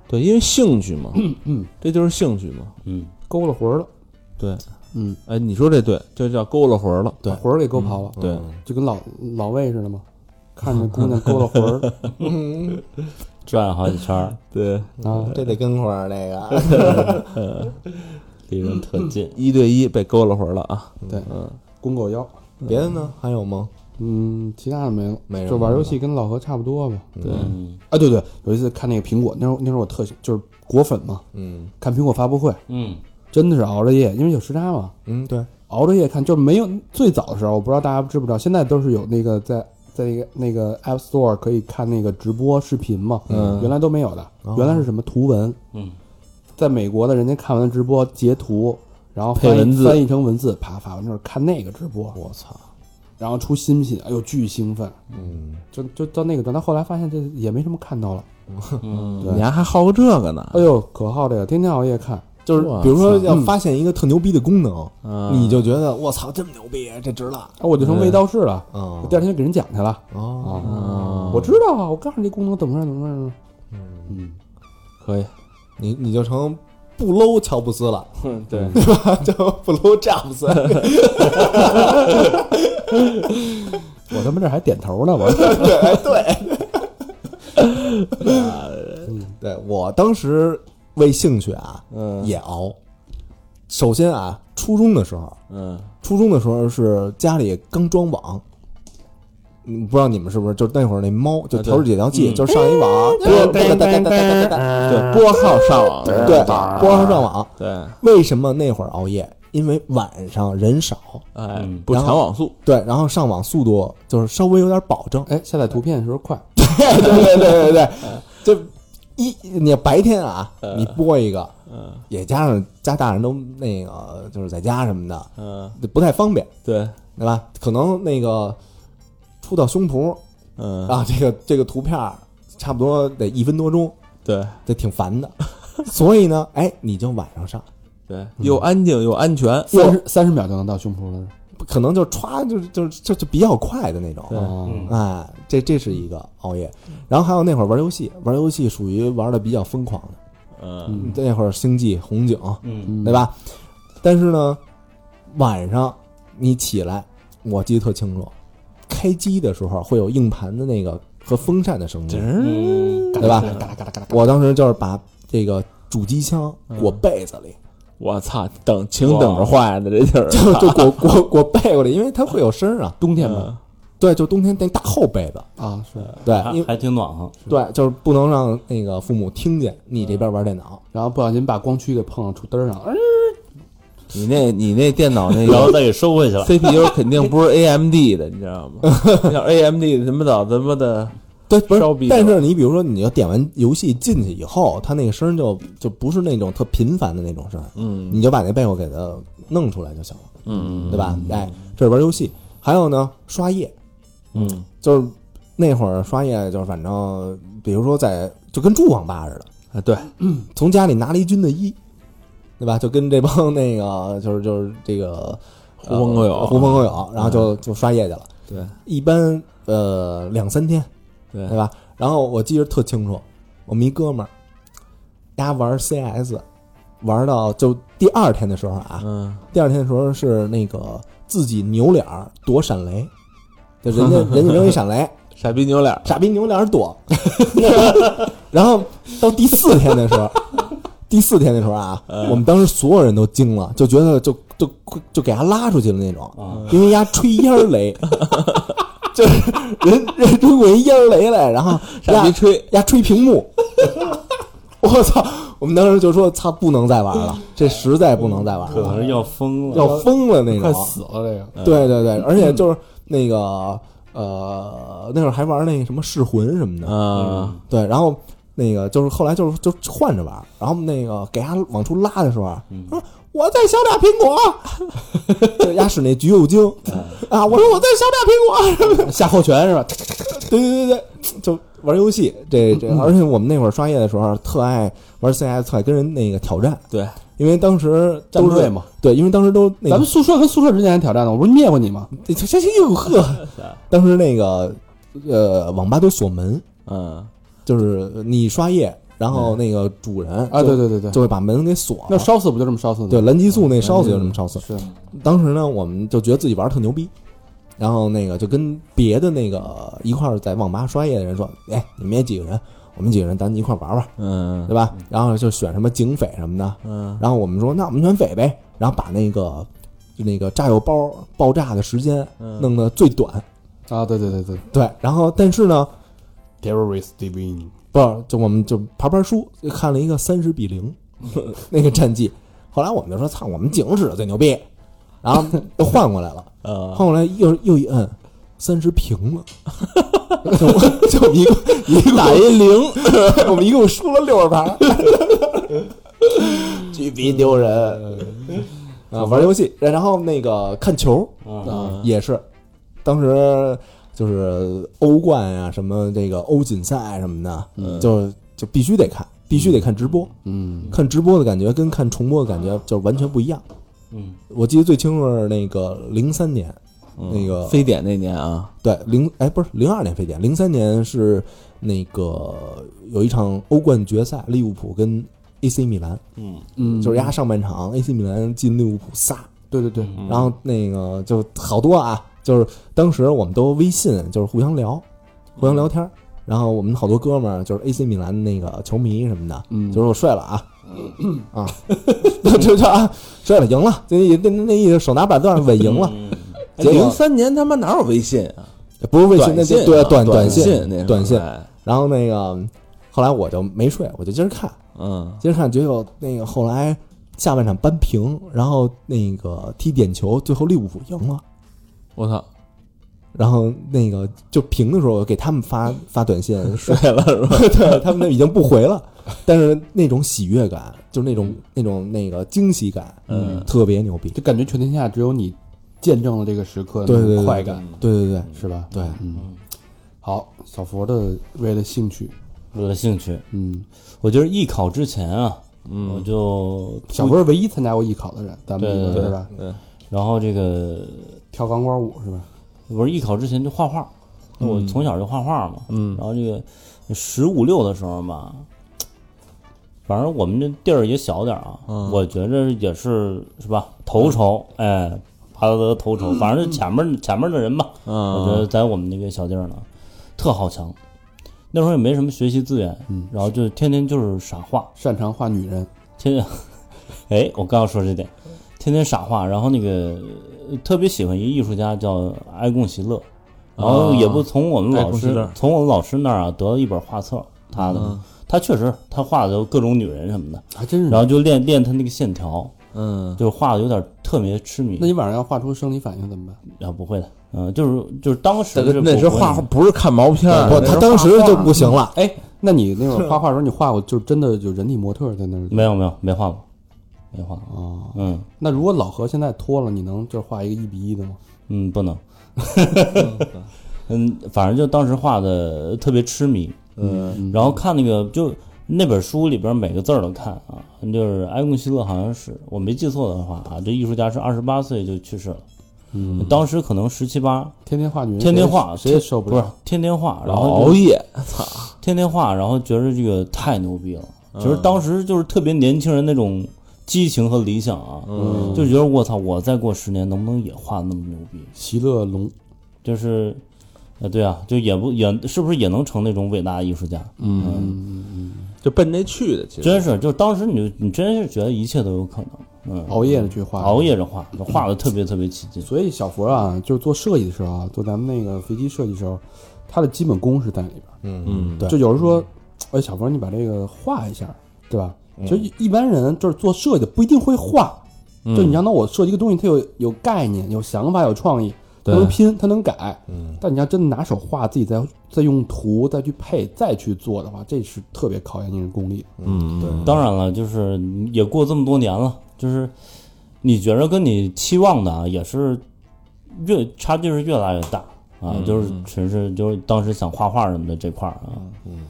Speaker 2: 对，因为兴趣嘛，
Speaker 3: 嗯
Speaker 2: 这就是兴趣嘛。
Speaker 5: 嗯，
Speaker 3: 勾了魂儿了，
Speaker 2: 对，
Speaker 3: 嗯，
Speaker 2: 哎，你说这对，这叫勾了魂儿了。啊
Speaker 3: 把魂儿给勾跑了，
Speaker 2: 对，
Speaker 3: 就跟老老魏似的嘛，看着姑娘勾了魂儿
Speaker 5: 转好几圈儿，
Speaker 2: 对，呃
Speaker 3: 啊，
Speaker 4: 这得跟会儿那 个。
Speaker 5: 离人特近。
Speaker 2: 一对一被勾了魂儿了啊。
Speaker 3: 对，弓狗腰。
Speaker 4: 别的呢？还有吗？
Speaker 3: 嗯，其他的没了，
Speaker 4: 没什么
Speaker 3: 就玩游戏跟老何差不多吧。
Speaker 2: 对，
Speaker 5: 嗯
Speaker 3: 啊，对对，有一次看那个苹果，那时候那时候我特喜就是果粉嘛，
Speaker 4: 嗯
Speaker 3: 看苹果发布会，
Speaker 5: 嗯
Speaker 3: 真的是熬着夜，因为有时差嘛，
Speaker 4: 嗯，对，
Speaker 3: 熬着夜看，就是没有最早的时候，我不知道大家知不知道，现在都是有那个在在那个那个 App Store 可以看那个直播视频嘛，
Speaker 2: 嗯
Speaker 3: 原来都没有的，原来是什么图文，
Speaker 5: 嗯，
Speaker 3: 在美国的人家看完直播截图，然后
Speaker 2: 配
Speaker 3: 翻译
Speaker 2: 文字
Speaker 3: 翻译成文字，啪发完之后看那个直播，
Speaker 4: 我操，
Speaker 3: 然后出新品，哎呦巨兴奋，
Speaker 4: 嗯，
Speaker 3: 就就到那个段，但后来发现这也没什么看头了。
Speaker 5: 嗯
Speaker 3: 对
Speaker 2: 你还还好个这个呢。
Speaker 3: 啊哎呦，可好这个，天天熬夜看，
Speaker 4: 就是
Speaker 2: 哇
Speaker 4: 比如说
Speaker 2: 塞
Speaker 4: 要发现一个特牛逼的功能，
Speaker 2: 啊
Speaker 4: 你就觉得我操这么牛逼，这值了。
Speaker 3: 啊，我就成卫道士了。
Speaker 4: 嗯
Speaker 3: 我第二天就给人讲去了
Speaker 4: 哦，
Speaker 2: 呃
Speaker 3: 啊！我知道啊，我告诉你这功能怎么着怎么着怎么着。嗯，
Speaker 2: 可以，
Speaker 4: 你你就成不 low 乔布斯了，
Speaker 2: 嗯，对，
Speaker 4: 就不 low 詹 姆斯。
Speaker 3: 我他妈这还点头呢，我。
Speaker 4: 对我当时为兴趣啊
Speaker 2: 嗯
Speaker 4: 也熬。首先啊，初中的时候，
Speaker 2: 嗯
Speaker 4: 初中的时候是家里刚装网，嗯，不知道你们是不是？就那会儿那猫就调制解调器，就上一网，对啊嗯对对对对
Speaker 2: 呃对，拨号上网，
Speaker 4: 对，拨号上网。
Speaker 2: 对，
Speaker 4: 为什么那会儿熬夜？因为晚上人少，
Speaker 2: 哎
Speaker 5: 嗯，
Speaker 2: 不
Speaker 4: 然
Speaker 2: 缠
Speaker 4: 后
Speaker 2: 网速，
Speaker 4: 对，然后上网速度就是稍微有点保证
Speaker 3: 哎，下载图片的时候快，
Speaker 4: 对对对对对，就一你白天啊，你播一个，
Speaker 2: 嗯
Speaker 4: 也加上家大人都那个就是在家什么的，
Speaker 2: 嗯，
Speaker 4: 就不太方便，
Speaker 2: 对，
Speaker 4: 对吧？可能那个出到胸脯
Speaker 2: 嗯
Speaker 4: 啊，这个这个图片儿差不多得一分多钟，
Speaker 2: 对
Speaker 4: 这挺烦的。所以呢，哎，你就晚上上，
Speaker 2: 对，又安静又安全，
Speaker 3: 三十三十秒就能到胸脯了。
Speaker 4: 可能就歘，就就就就比较快的那种。
Speaker 3: 啊，
Speaker 5: 嗯
Speaker 4: 哎，这这是一个熬夜，然后还有那会儿玩游戏，玩游戏属于玩的比较疯狂的，
Speaker 2: 嗯
Speaker 4: 那会儿星际、红警，
Speaker 5: 嗯，
Speaker 4: 对吧？但是呢，晚上你起来，我记得特清楚，开机的时候会有硬盘的那个和风扇的声音，
Speaker 5: 嗯
Speaker 4: 对吧？我当时就是把这个主机枪裹被子里，
Speaker 2: 我操，等请等着坏的这劲 儿，
Speaker 4: 就就裹裹裹被子里，因为它会有声啊。
Speaker 3: 冬天嘛
Speaker 2: 嗯
Speaker 4: 对，就冬天那大厚被子，
Speaker 3: 啊是，
Speaker 4: 对，
Speaker 5: 还
Speaker 4: 哎因
Speaker 5: 还挺暖和，
Speaker 4: 对，就是不能让那个父母听见你这边玩电脑。
Speaker 3: 然后不小心把光驱给碰到出灯上，哎
Speaker 2: 你那你那电脑那
Speaker 5: 然后
Speaker 2: 个
Speaker 5: 再给收回去了。
Speaker 2: CPU 肯定不是 AMD 的，你知道 吗？要 AMD 的什么早他妈的，
Speaker 4: 对，不
Speaker 2: 烧逼
Speaker 4: 是，
Speaker 2: 了
Speaker 4: 但是你比如说，你要点完游戏进去以后，它那个声儿就就不是那种特频繁的那种声儿，
Speaker 2: 嗯
Speaker 4: 你就把那被窝给它弄出来就行了，
Speaker 2: 嗯
Speaker 4: 对吧？哎，这是玩游戏，还有呢，刷夜，
Speaker 2: 嗯
Speaker 4: 就是那会儿刷夜，就是反正比如说在就跟住网吧似的，
Speaker 2: 啊，对，
Speaker 4: 从家里拿了一军的衣，对吧？就跟这帮那个就是就是这个
Speaker 2: 狐朋狗友嗯
Speaker 4: 呃狐朋狗友，然后就就刷夜去了，
Speaker 2: 对
Speaker 4: 一般呃两三天。
Speaker 2: 对
Speaker 4: 对吧？然后我记得特清楚，我们一哥们儿，丫玩 CS，玩到就第二天的时候啊，
Speaker 2: 嗯
Speaker 4: 第二天的时候是那个自己扭脸儿躲闪雷，就人 家人家扔一闪雷，
Speaker 2: 傻逼扭脸儿，
Speaker 4: 傻逼扭脸儿躲， 然后到第四天的时候。第四天的时候啊，
Speaker 2: 嗯
Speaker 4: 我们当时所有人都惊了，就觉得就就就给他拉出去了那种，
Speaker 2: 嗯
Speaker 4: 因为丫吹烟儿雷， 就是人人中国人烟儿雷来，然后
Speaker 2: 傻
Speaker 4: 丫
Speaker 2: 逼吹，
Speaker 4: 压吹屏幕。 我操！我们当时就说：“操，不能再玩了，这实在不能再玩
Speaker 5: 可
Speaker 4: 了，
Speaker 5: 能是要疯了，
Speaker 4: 要疯了那
Speaker 3: 快
Speaker 4: 种。
Speaker 3: 死了嗯这个”
Speaker 4: 对对对，而且就是那个呃，那会儿还玩那个什么噬魂什么的，
Speaker 2: 嗯
Speaker 4: 对，然后那个就是后来就是就换着玩儿，然后那个给他往出拉的时候啊，
Speaker 3: 嗯
Speaker 4: 他说我在削俩苹 果，就压使那橘右京啊，我说我在削俩苹果，
Speaker 3: 嗯 下后拳是吧？
Speaker 4: 对对对对，就玩游戏这 这，而且我们那会儿刷夜的时候啊特爱玩 CS，特爱跟人那个挑战，
Speaker 2: 对，
Speaker 4: 因为当时
Speaker 3: 战
Speaker 4: 都
Speaker 3: 队
Speaker 4: 是
Speaker 3: 嘛，
Speaker 4: 对，因为当时都那
Speaker 3: 咱
Speaker 4: 个
Speaker 3: 们宿舍跟宿舍之间还挑战呢，我不是灭过你吗？
Speaker 4: 这这这哟呵，当时那个呃网吧都锁门，
Speaker 2: 嗯
Speaker 4: 就是你刷夜，然后那个主人
Speaker 3: 啊，
Speaker 4: 就
Speaker 3: 对对对对，
Speaker 4: 就会把门给锁
Speaker 3: 那
Speaker 4: 了。
Speaker 3: 烧死不就这么烧死的？
Speaker 4: 对，蓝激素那烧死就这么烧死。
Speaker 3: 是
Speaker 4: 当时呢，我们就觉得自己玩儿特牛逼，然后那个就跟别的那个一块儿在网吧刷夜的人说：“哎，你们也几个人，我们几个人，咱一块儿玩玩，
Speaker 2: 嗯
Speaker 4: 对吧？”然后就选什么警匪什么的，
Speaker 2: 嗯
Speaker 4: 然后我们说：“那我们选匪呗。”然后把那个就那个炸药包爆炸的时间
Speaker 2: 嗯
Speaker 4: 弄得最短，
Speaker 3: 啊，对对对对
Speaker 4: 对。然后但是呢，
Speaker 3: ，Terrorist Divine，
Speaker 4: 不是，就我们就爬爬书，看了一个三十比零那个战绩。后来我们就说：“操，我们警史最牛逼。”然后又换过来了，
Speaker 2: 呃
Speaker 4: 换过来又又一摁，三十平了，就 就我们一共一共打一零， 我们一共输了六十盘， 巨逼丢人啊！玩游戏，然后那个看球
Speaker 5: 啊，
Speaker 4: 也是，当时嗯就是欧冠啊，什么这个欧锦赛什么的，就就必须得看，必须得看直播。
Speaker 3: 嗯
Speaker 4: 看直播的感觉跟看重播的感觉就是完全不一样。
Speaker 5: 嗯，
Speaker 4: 我记得最清楚是那个零三年，那个
Speaker 2: 非典那年啊，
Speaker 4: 对零哎不是零二年非典，零三年是那个有一场欧冠决赛，利物浦跟 AC 米兰，
Speaker 3: 嗯，
Speaker 4: 就是压上半场 AC 米兰进利物浦仨，
Speaker 3: 对对对，
Speaker 4: 然后那个就好多啊，就是当时我们都微信就是互相聊，互相聊天儿。然后我们好多哥们儿就是 AC 米兰那个球迷什么的，
Speaker 3: 嗯
Speaker 4: 就是我睡了啊，啊，就就啊睡了，赢了，那那那那意思手拿板凳稳赢了，结
Speaker 2: 零
Speaker 4: 果
Speaker 2: 三年他妈哪有微信啊？
Speaker 4: 不是微信，
Speaker 2: 哎
Speaker 4: 那
Speaker 2: 短
Speaker 4: 就
Speaker 2: 信啊
Speaker 4: 对短
Speaker 2: 短
Speaker 4: 信
Speaker 2: 那时候
Speaker 4: 短信。
Speaker 2: 哎
Speaker 4: 然后那个后来我就没睡，我就接着看，
Speaker 2: 嗯
Speaker 4: 接着看，结果那个后来下半场扳平，然后那个踢点球，最后利物浦赢了。
Speaker 2: 我 操，
Speaker 4: 然后那个就评的时候，我给他们发 发短信，睡
Speaker 2: 嗯
Speaker 4: 了是吧？ 对，他们那已经不回了，但是那种喜悦感，就是那种那种那个惊喜感，
Speaker 2: 嗯
Speaker 4: 特别牛逼。
Speaker 3: 就感觉全天下只有你见证了这个时刻
Speaker 4: 对
Speaker 3: 的
Speaker 4: 对对对
Speaker 3: 快感，
Speaker 4: 对对对
Speaker 3: 是吧？
Speaker 4: 对，
Speaker 3: 嗯，好，小佛的为了兴趣，
Speaker 5: 为了兴趣，
Speaker 3: 嗯，
Speaker 5: 我就是艺考之前啊，我就
Speaker 3: 小佛是唯一参加过艺考的人，咱们
Speaker 5: 对
Speaker 3: 里
Speaker 5: 对
Speaker 3: 边
Speaker 5: 对
Speaker 3: 是吧？
Speaker 5: 然后这个
Speaker 3: 跳钢管舞是吧？
Speaker 5: 我是艺考之前就画画，我从小就画画嘛，
Speaker 2: 嗯
Speaker 5: 然后这个十五六的时候嘛，反正我们这地儿也小点儿啊，
Speaker 2: 嗯
Speaker 5: 我觉着也是是吧？头筹，哎，巴德德头筹，反正就前面、前面的人吧，我觉
Speaker 2: 嗯
Speaker 5: 得在我们那个小地儿呢，特好强。那时候也没什么学习资源，
Speaker 2: 嗯
Speaker 5: 然后就天天就是傻画，
Speaker 3: 擅长画女人，
Speaker 5: 天 天，哎，我刚要说这点，天天傻画，然后那个呃特别喜欢一艺术家叫埃贡席勒，然后也不从我们
Speaker 2: 啊埃
Speaker 5: 老
Speaker 2: 贡席
Speaker 5: 师、
Speaker 2: 勒啊
Speaker 5: 从我们老师那儿啊得了一本画册，他的、他确实他画的各种女人什么的，
Speaker 3: 还真是。
Speaker 5: 然后就练练他那个线条，
Speaker 2: 嗯
Speaker 5: 就是画的有点特别痴
Speaker 3: 那
Speaker 5: 迷，
Speaker 3: 你晚上要画出生理反应怎么办？
Speaker 5: 啊不会的，嗯、就是就是当时
Speaker 2: 这
Speaker 5: 是
Speaker 2: 个那时候
Speaker 5: 不会
Speaker 2: 画画不是看毛片儿，
Speaker 4: 不，
Speaker 2: 那时
Speaker 4: 他
Speaker 2: 候
Speaker 4: 当时就不行了。
Speaker 3: 哎，那你那会儿画画的时候，你画过就真的有人体模特在那儿
Speaker 5: 没有没有没画过，没画过，
Speaker 3: 哦，
Speaker 5: 嗯
Speaker 3: 那如果老何现在脱了，你能就画一个一比一的吗？
Speaker 5: 嗯不能， 嗯反正就当时画的呃特别痴迷，
Speaker 2: 嗯
Speaker 5: 然后看那个就那本书里边每个字儿都看啊，就是埃贡希勒好像是我没记错的话啊，这艺术家是二十八岁就去世了，嗯，当时可能十七八，
Speaker 3: 天天画女人，
Speaker 5: 天天画
Speaker 3: 谁也谁也受
Speaker 5: 不是
Speaker 3: 了。
Speaker 5: 天天画，然
Speaker 2: 老
Speaker 5: 后
Speaker 2: 熬
Speaker 5: 就
Speaker 2: 夜，
Speaker 5: 天天画，然后觉得这个太牛逼了，就是当时就是特别年轻人那种激情和理想啊，
Speaker 2: 嗯
Speaker 5: 就觉得我操，我再过十年能不能也画那么牛逼？
Speaker 3: 席勒龙，
Speaker 5: 就是，呃，对啊，就也不也是不是也能成那种伟大的艺术家？
Speaker 2: 就奔这去的，其实
Speaker 5: 真是，就是当时你就你真是觉得一切都有可能，嗯，
Speaker 3: 熬夜的去画，
Speaker 5: 熬夜着画，画的特别特别起劲，
Speaker 3: 所以小佛啊，就是做设计的时候啊，做咱们那个飞机设计的时候，他的基本功是在里边儿。
Speaker 4: 嗯
Speaker 2: 嗯
Speaker 4: 对，
Speaker 3: 就有人说，哎，小佛，你把这个画一下，对吧？
Speaker 4: 嗯
Speaker 3: 其实一般人就是做设计的不一定会画，
Speaker 4: 嗯
Speaker 3: 就你让他我设计一个东西，他有有概念、有想法、有创意，他
Speaker 2: 对
Speaker 3: 能拼，他能改。
Speaker 4: 嗯，
Speaker 3: 但你要真的拿手画，自己再再用图再去配再去做的话，这是特别考验你的功力的。
Speaker 2: 嗯对
Speaker 5: 当然了，就是也过这么多年了，就是你觉着跟你期望的啊，也是越差距是越来越大啊，就是只是就是当时想画画什么的这块儿啊，嗯，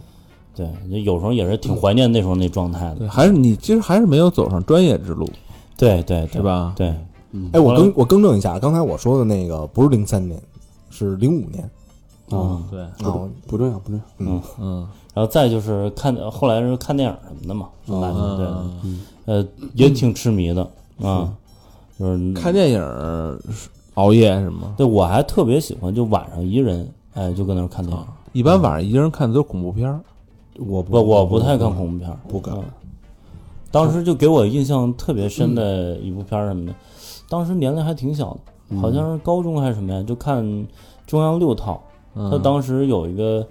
Speaker 5: 对，就有时候也是挺怀念那时候那状态的，
Speaker 2: 对，还是你其实还是没有走上专业之路，
Speaker 5: 对对
Speaker 2: 是？吧？
Speaker 5: 对，
Speaker 4: 哎，我
Speaker 5: 后
Speaker 4: 更我更正一下，刚才我说的那个不是零三年，是零五年
Speaker 5: 嗯
Speaker 3: 啊，
Speaker 2: 对，
Speaker 4: 啊。我
Speaker 3: 不重要，不重要。
Speaker 2: 嗯
Speaker 5: 然后再就是看后来是看电影什么的嘛，就
Speaker 2: 嗯
Speaker 5: 买的嗯对的，呃，也挺痴迷的啊，就是
Speaker 2: 看电影儿是熬夜是吗？
Speaker 5: 对我还特别喜欢，就晚上一人，哎，就搁那儿看电影。
Speaker 2: 一般晚上一个人看的都是恐怖片儿，
Speaker 3: 我不
Speaker 5: 不，我不
Speaker 4: 啊
Speaker 5: 太看恐怖片儿，不敢。当时就给我印象特别深的一部片儿什么的，当时年龄还挺小的，好像是高中还是什么呀，就看中央六套，他
Speaker 2: 嗯，
Speaker 5: 当时有一个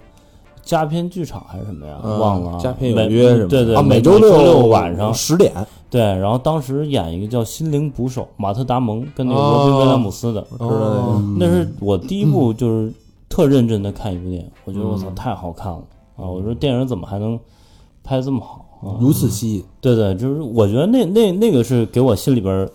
Speaker 5: 佳片剧场还是什么呀，
Speaker 2: 嗯
Speaker 5: 忘了啊。
Speaker 2: 佳片有
Speaker 5: 每
Speaker 2: 约什么的
Speaker 5: 对对，
Speaker 4: 啊，
Speaker 5: 每
Speaker 4: 周
Speaker 5: 六晚上
Speaker 4: 十点，
Speaker 5: 对，然后当时演一个叫《心灵捕手》，马特·达蒙跟那个罗宾·威廉姆斯
Speaker 3: 哦
Speaker 5: 的，
Speaker 2: 知道那
Speaker 3: 嗯
Speaker 2: 个
Speaker 5: 那是我第一部就是特认真的看一部电影，我觉得我操太好看了啊！我说电影怎么还能拍这么好啊？
Speaker 3: 如此吸引。
Speaker 5: 对对，就是我觉得那那那个是给我心里边儿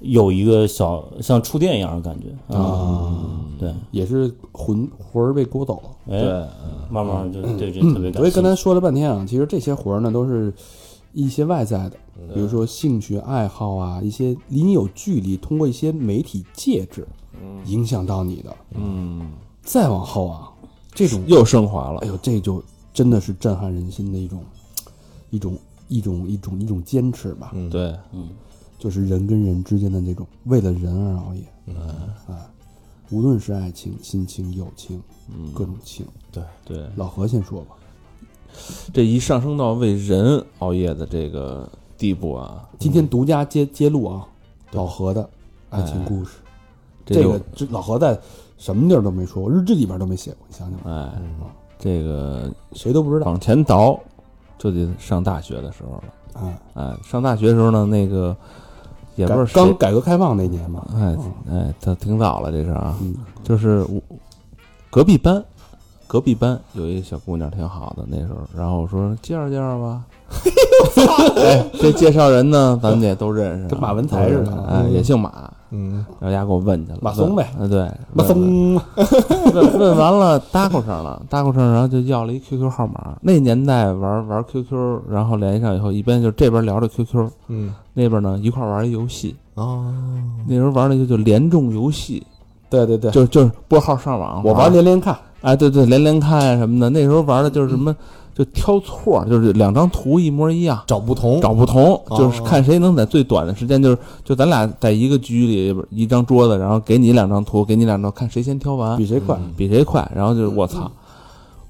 Speaker 5: 有一个小像触电一样的感觉啊，对，
Speaker 3: 也是魂魂儿被勾走了。
Speaker 5: 哎，慢慢就对 这特别感
Speaker 3: 所以
Speaker 5: 兴
Speaker 3: 刚才
Speaker 5: 趣。
Speaker 3: 说了半天啊，其实这些活儿呢，都是一些外在的，
Speaker 5: 嗯
Speaker 3: 比如说兴趣爱好啊，一些离你有距离，通过一些媒体介质，
Speaker 5: 嗯
Speaker 3: 影响到你的。
Speaker 2: 嗯，
Speaker 3: 再往后啊，这种，
Speaker 2: 又升华了
Speaker 3: 哎。呦，这就真的是震撼人心的一种，一种，一种，一种，一种坚持
Speaker 5: 嗯
Speaker 3: 吧，
Speaker 2: 对，
Speaker 3: 就是人跟人之间的那种为了人而熬夜，嗯啊，无论是爱情、亲情、友情，
Speaker 5: 嗯
Speaker 3: 各种情。
Speaker 4: 对，
Speaker 2: 对，
Speaker 3: 老何先说吧，
Speaker 2: 这一上升到为人熬夜的这个地步啊，
Speaker 3: 今天独家揭揭露啊，老何的爱情故事。这
Speaker 2: 嗯哎就
Speaker 3: 个这老何在什么地儿都没说过，日志里边都没写过，你想想吧，
Speaker 2: 哎，这个
Speaker 3: 谁都不知道
Speaker 2: 往前倒，就得上大学的时候了。
Speaker 3: 啊。
Speaker 2: 哎，上大学的时候呢，那个也
Speaker 3: 改
Speaker 2: 不是
Speaker 3: 刚
Speaker 2: 谁
Speaker 3: 改革开放那年嘛，
Speaker 2: 哎哎，他挺早了，这是啊，
Speaker 3: 哦嗯
Speaker 2: 就是我隔壁班，隔壁班有一个小姑娘挺好的那时候，然后我说介绍介绍 吧，哎，这介绍人呢，咱们也都认识啊，
Speaker 3: 跟马文才似的啊
Speaker 2: 哎，也姓马，
Speaker 4: 嗯，
Speaker 2: 然后丫给我问去了，
Speaker 3: 马松呗
Speaker 2: 问，啊对，
Speaker 3: 马
Speaker 2: 问
Speaker 3: 松
Speaker 4: 啊
Speaker 2: 问问完了，搭扣上了，搭扣上，然后就要了一 QQ 号码，那年代玩玩 QQ，然后联系上以后，一边就这边聊着 QQ，
Speaker 4: 嗯，
Speaker 2: 那边呢一块玩一游戏，
Speaker 4: 哦，
Speaker 3: 嗯
Speaker 2: 那时候玩的就就联众游戏。
Speaker 3: 对对对，
Speaker 2: 就就是拨号上网，
Speaker 3: 我
Speaker 4: 啊
Speaker 3: 玩连连看，
Speaker 2: 哎，对对，连连看呀什么的，那时候玩的就是什
Speaker 3: 嗯
Speaker 2: 么，就挑错，就是两张图一模一样，
Speaker 4: 找不同，
Speaker 2: 找不同，
Speaker 4: 哦
Speaker 2: 就是看谁能在最短的时间，就是就咱俩在一个局里边一张桌子，然后给你两张图，给你两张，看谁先挑完
Speaker 3: 比，
Speaker 4: 嗯
Speaker 3: 谁快，
Speaker 2: 比谁快，然后就我
Speaker 3: 嗯
Speaker 2: 操，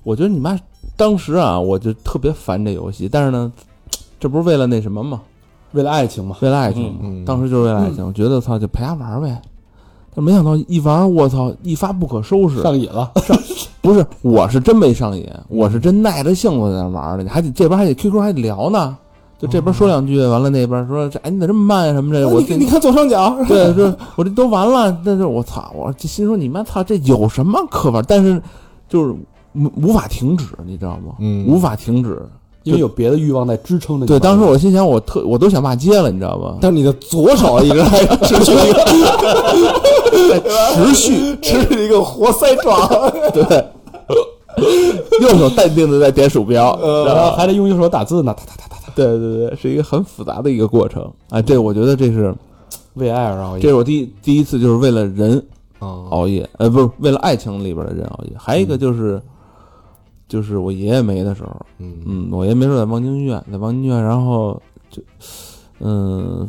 Speaker 2: 我觉得你妈当时啊，我就特别烦这游戏，但是呢，这不是为了那什么吗？
Speaker 3: 为了爱情嘛，
Speaker 2: 为了爱情嘛，
Speaker 4: 嗯嗯
Speaker 2: 当时就是为了爱情，我觉得操就陪她玩呗，但没想到一玩，我操，一发不可收拾，
Speaker 3: 上瘾 了，
Speaker 2: 不是，我是真没上瘾，我是真耐着性子在那玩儿呢，还得这边还得 QQ 还得聊呢，就这边说两句，完了那边说这哎你咋这么慢呀、什么的，我
Speaker 4: 啊哦你你看左上角，
Speaker 2: 对，这我这都完了，但是我操，我这心说你妈操，这有什么可玩？但是就是无无法停止，你知道吗？
Speaker 4: 嗯
Speaker 2: 无法停止。
Speaker 3: 因为有别的欲望在支撑着你。
Speaker 2: 对，当时我心想，我特我都想骂街了，你知道吗？
Speaker 4: 但是你的左手一个持 续一个
Speaker 2: 持续，
Speaker 4: 持续一个活 塞状，
Speaker 2: 右手淡定的在点鼠标，
Speaker 3: 然后还得用右手打
Speaker 4: 嗯
Speaker 3: 字呢，哒哒哒哒哒，
Speaker 2: 对对对，是一个很复杂的一个过程啊。这我觉得这是。
Speaker 3: 为爱而熬夜。
Speaker 2: 这是我第一第一次就是为了人
Speaker 4: 哦
Speaker 2: 熬夜，呃，不是为了爱情里边的人熬夜，还有一个就是，就是我爷爷没的时候，
Speaker 4: 嗯
Speaker 2: 嗯，我爷爷没时候在望京医院，在望京医院，然后就，嗯、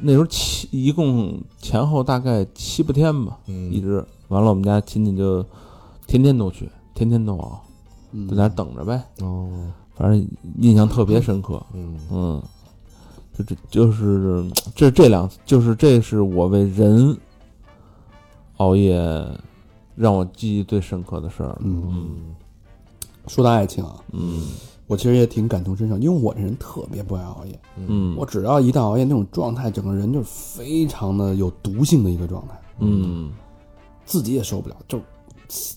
Speaker 2: 那时候七一共前后大概七八天吧，
Speaker 4: 嗯
Speaker 2: 一直完了，我们家亲戚就天天都去，天天都熬，
Speaker 3: 嗯
Speaker 2: 在那儿等着呗，
Speaker 4: 哦，
Speaker 2: 反正印象特别深刻，
Speaker 4: 嗯
Speaker 2: 嗯，就这就是这这两就是这是我为人熬夜让我记忆最深刻的事儿。
Speaker 3: 嗯，
Speaker 4: 嗯
Speaker 3: 说到爱情啊，
Speaker 2: 嗯
Speaker 3: 我其实也挺感同身受，因为我这人特别不爱熬夜，
Speaker 2: 嗯
Speaker 3: 我只要一旦熬夜，那种状态，整个人就是非常的有毒性的一个状态。
Speaker 2: 嗯
Speaker 3: 自己也受不了，就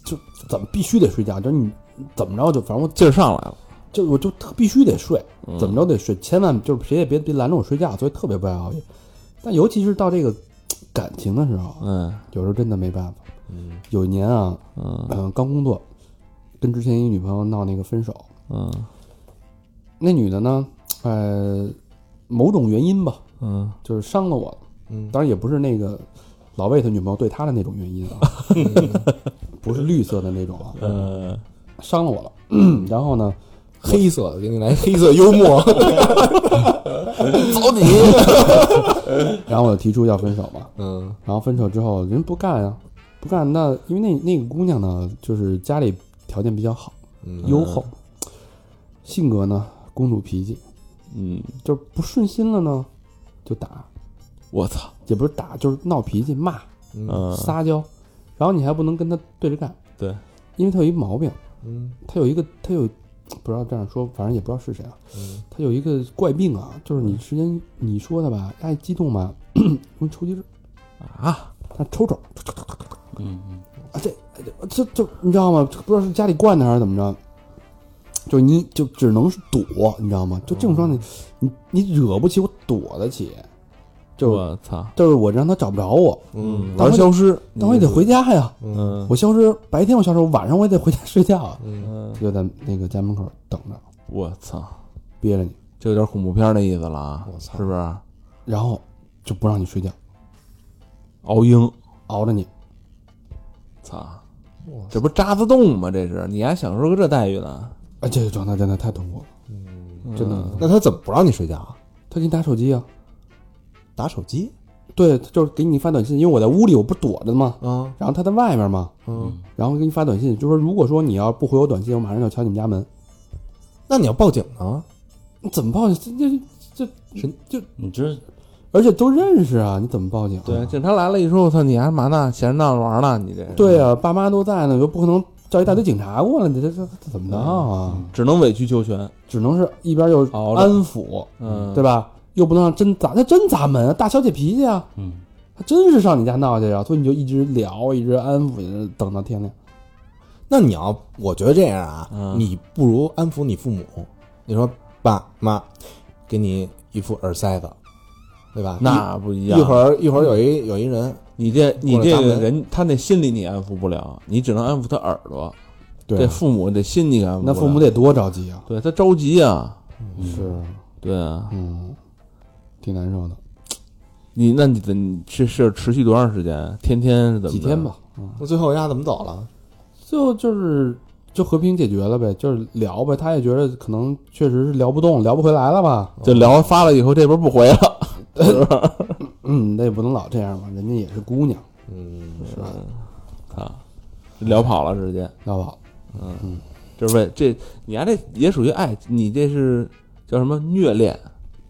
Speaker 3: 就怎么必须得睡觉，就是你怎么着就反正我
Speaker 2: 劲儿上来了。
Speaker 3: 就我就特必须得睡，
Speaker 2: 嗯
Speaker 3: 怎么着得睡，千万就是谁也别别拦着我睡觉，所以特别不爱熬夜。但尤其是到这个感情的时候，
Speaker 2: 嗯
Speaker 3: 有时候真的没办法。有一年啊，
Speaker 2: 嗯
Speaker 3: 嗯、刚工作，跟之前一女朋友闹那个分手，
Speaker 2: 嗯
Speaker 3: 那女的呢，呃，某种原因吧，
Speaker 2: 嗯
Speaker 3: 就是伤了我，
Speaker 4: 嗯
Speaker 3: 当然也不是那个老魏他女朋友对他的那种原因啊，不是绿色的那种啊，
Speaker 2: 呃
Speaker 3: 伤了我了。 然后呢，
Speaker 4: 黑色给你来黑色幽 默，走你，
Speaker 3: 然后我就提出要分手嘛。
Speaker 4: 嗯
Speaker 3: 然后分手之后，人不干啊，不干。那因为那那个姑娘呢，就是家里条件比较好，
Speaker 4: 嗯
Speaker 3: 优厚，性格呢公主脾气，
Speaker 2: 嗯，
Speaker 3: 就是不顺心了呢就打，
Speaker 2: 我操，
Speaker 3: 也不是打，就是闹脾气、骂、
Speaker 2: 嗯
Speaker 3: 撒娇。然后你还不能跟她对着干，
Speaker 2: 对，
Speaker 3: 因为她有一毛病，
Speaker 4: 嗯
Speaker 3: 她有一个她有。不知道这样说，反正也不知道是谁啊。
Speaker 4: 嗯
Speaker 3: 她有一个怪病啊，就是你时间你说她吧，爱激动 吧，容易抽筋儿。
Speaker 2: 啊，
Speaker 3: 他抽抽
Speaker 5: 嗯嗯，
Speaker 3: 啊，这这这这你知道吗？这不知道是家里惯的还是怎么着，就你就
Speaker 4: 哦
Speaker 3: 只能是躲，你知道吗？就这种状态，你你惹不起，我躲得起，就是
Speaker 2: 我操，
Speaker 3: 就是我让他找不着我，
Speaker 4: 啊嗯
Speaker 3: 但
Speaker 4: 玩
Speaker 3: 我
Speaker 4: 消失，
Speaker 3: 但我也得回家呀。
Speaker 2: 嗯
Speaker 3: 我消失，白天我消失，我晚上我也得回家睡觉啊。
Speaker 2: 嗯，
Speaker 3: 就在那个家门口等着，
Speaker 2: 我操，
Speaker 3: 憋着你，
Speaker 2: 这有点恐怖片那意思了啊，
Speaker 4: 我操
Speaker 2: 是不是？
Speaker 3: 然后就不让你睡觉，
Speaker 2: 熬鹰，
Speaker 3: 熬着你。
Speaker 2: 操
Speaker 4: 哇，
Speaker 2: 这不渣子洞吗？这是你还享受个这待遇呢？
Speaker 3: 啊，这个状态真的太痛苦了，
Speaker 2: 嗯
Speaker 3: 真的。
Speaker 4: 那他怎么不让你睡觉啊？
Speaker 3: 他给你打手机啊，
Speaker 4: 打手机
Speaker 3: 对，他就是给你发短信，因为我在屋里我不躲着嘛，
Speaker 4: 啊，
Speaker 3: 然后他在外面嘛，
Speaker 4: 嗯，
Speaker 3: 然后给你发短信，就说如果说你要不回我短信，我马上就敲你们家门。
Speaker 4: 那你要报警呢？
Speaker 3: 你怎么报警？这这这
Speaker 4: 神
Speaker 3: 就
Speaker 5: 你这
Speaker 3: 而且都认识啊，你怎么报警、啊？
Speaker 2: 对，警察来了一说，我操，你还嘛呢？闲着闹着玩呢？你这
Speaker 3: 对，啊，爸妈都在呢，又不可能叫一大堆警察过来，你这这这怎么闹啊？
Speaker 2: 只能委曲求全。
Speaker 3: 只能是一边又
Speaker 2: 熬着
Speaker 3: 安抚，
Speaker 2: 嗯
Speaker 3: 对吧？又不能让真砸，他真砸门啊，大小姐脾气啊，
Speaker 5: 嗯，
Speaker 3: 他真是上你家闹去啊，所以你就一直聊，一直安抚，等到天亮。
Speaker 4: 那你要，我觉得这样啊，
Speaker 2: 嗯
Speaker 4: 你不如安抚你父母，你说爸妈，给你一副耳塞子，对吧？
Speaker 2: 那不一
Speaker 4: 一
Speaker 2: 样。
Speaker 4: 一会儿一会儿有一有一人，
Speaker 2: 你这你
Speaker 4: 过了
Speaker 2: 这
Speaker 4: 闸
Speaker 2: 个
Speaker 4: 门
Speaker 2: 人，他那心理你安抚不了，你只能安抚他耳朵。这父母这心你安抚不
Speaker 3: 那
Speaker 2: 了，
Speaker 3: 父母得多着急啊！
Speaker 2: 对他着急啊，
Speaker 3: 是，
Speaker 2: 对啊，
Speaker 3: 嗯，挺难受的，
Speaker 2: 你那你怎这事儿持续多长时间？天天是怎么着
Speaker 3: 几天？吧，嗯，
Speaker 4: 那最后丫怎么走了？
Speaker 3: 最后就是就和平解决了呗，就是聊呗，他也觉得可能确实是聊不动，聊不回来了吧，
Speaker 2: 就聊发了以后，这边不回了。
Speaker 3: 嗯，那也不能老这样嘛，人家也是姑娘，
Speaker 4: 嗯，
Speaker 3: 是吧？
Speaker 2: 啊，聊跑了直接，
Speaker 3: 要不好，
Speaker 2: 这是为这你还这也属于爱，你这是叫什么虐恋，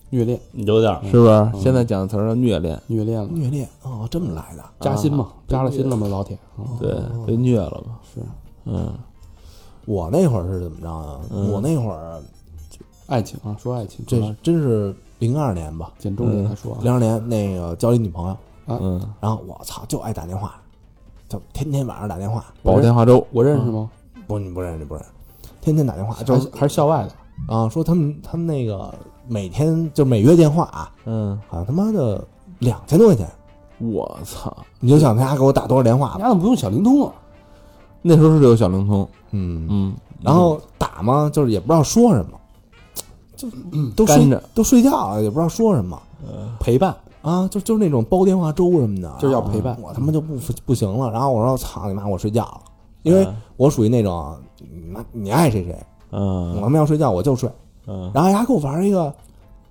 Speaker 3: 虐恋，
Speaker 5: 有点儿
Speaker 2: 是不是？现在讲的词儿叫虐恋，
Speaker 3: 虐恋
Speaker 2: 嗯
Speaker 3: 了，
Speaker 4: 虐恋哦，这么来的。
Speaker 3: 扎心嘛，扎了心了嘛，老铁，嗯
Speaker 2: 啊对，被虐了嘛，
Speaker 3: 是
Speaker 2: 嗯，
Speaker 4: 我那会儿是怎么着啊？我那会儿
Speaker 3: 爱情啊，说爱情，
Speaker 4: 这
Speaker 3: 主
Speaker 2: 嗯
Speaker 3: 要
Speaker 4: 真是零二年吧，
Speaker 3: 捡重点来说啊，
Speaker 4: 零二年那个交一女朋友，
Speaker 2: 嗯，
Speaker 4: 然后我操就爱打电话，就天天晚上打电话，
Speaker 2: 保电话粥，
Speaker 3: 我认识吗？
Speaker 4: 不你不认识不认识，天天打电话
Speaker 3: 嗯
Speaker 4: 就
Speaker 3: 还
Speaker 4: 是
Speaker 3: 是还是校外的，
Speaker 4: 啊说他们他们那个每天就每月电话啊，
Speaker 2: 嗯，
Speaker 4: 好像他妈的两千多块钱，
Speaker 2: 我操，
Speaker 4: 你就想他家给我打多少电话
Speaker 3: 你
Speaker 4: 吧，
Speaker 3: 丫怎么不用小灵通啊？
Speaker 2: 那时候是有小灵通，
Speaker 4: 嗯，
Speaker 2: 嗯，
Speaker 4: 然后打嘛就是也不知道说什么，就都
Speaker 3: 嗯
Speaker 2: 干
Speaker 4: 睡
Speaker 2: 着
Speaker 4: 都睡觉啊了也不知道说什么。
Speaker 3: 陪伴，
Speaker 4: 啊，就就是那种煲电话粥什么的，
Speaker 3: 就是要陪伴
Speaker 4: 然后我他妈就不不行了，然后我说操你妈，我睡觉了，因为
Speaker 3: 嗯
Speaker 4: 我属于那种，你妈你爱谁谁，我
Speaker 2: 嗯
Speaker 4: 他妈要睡觉我就睡，
Speaker 2: 嗯，
Speaker 4: 然后丫给我玩一个，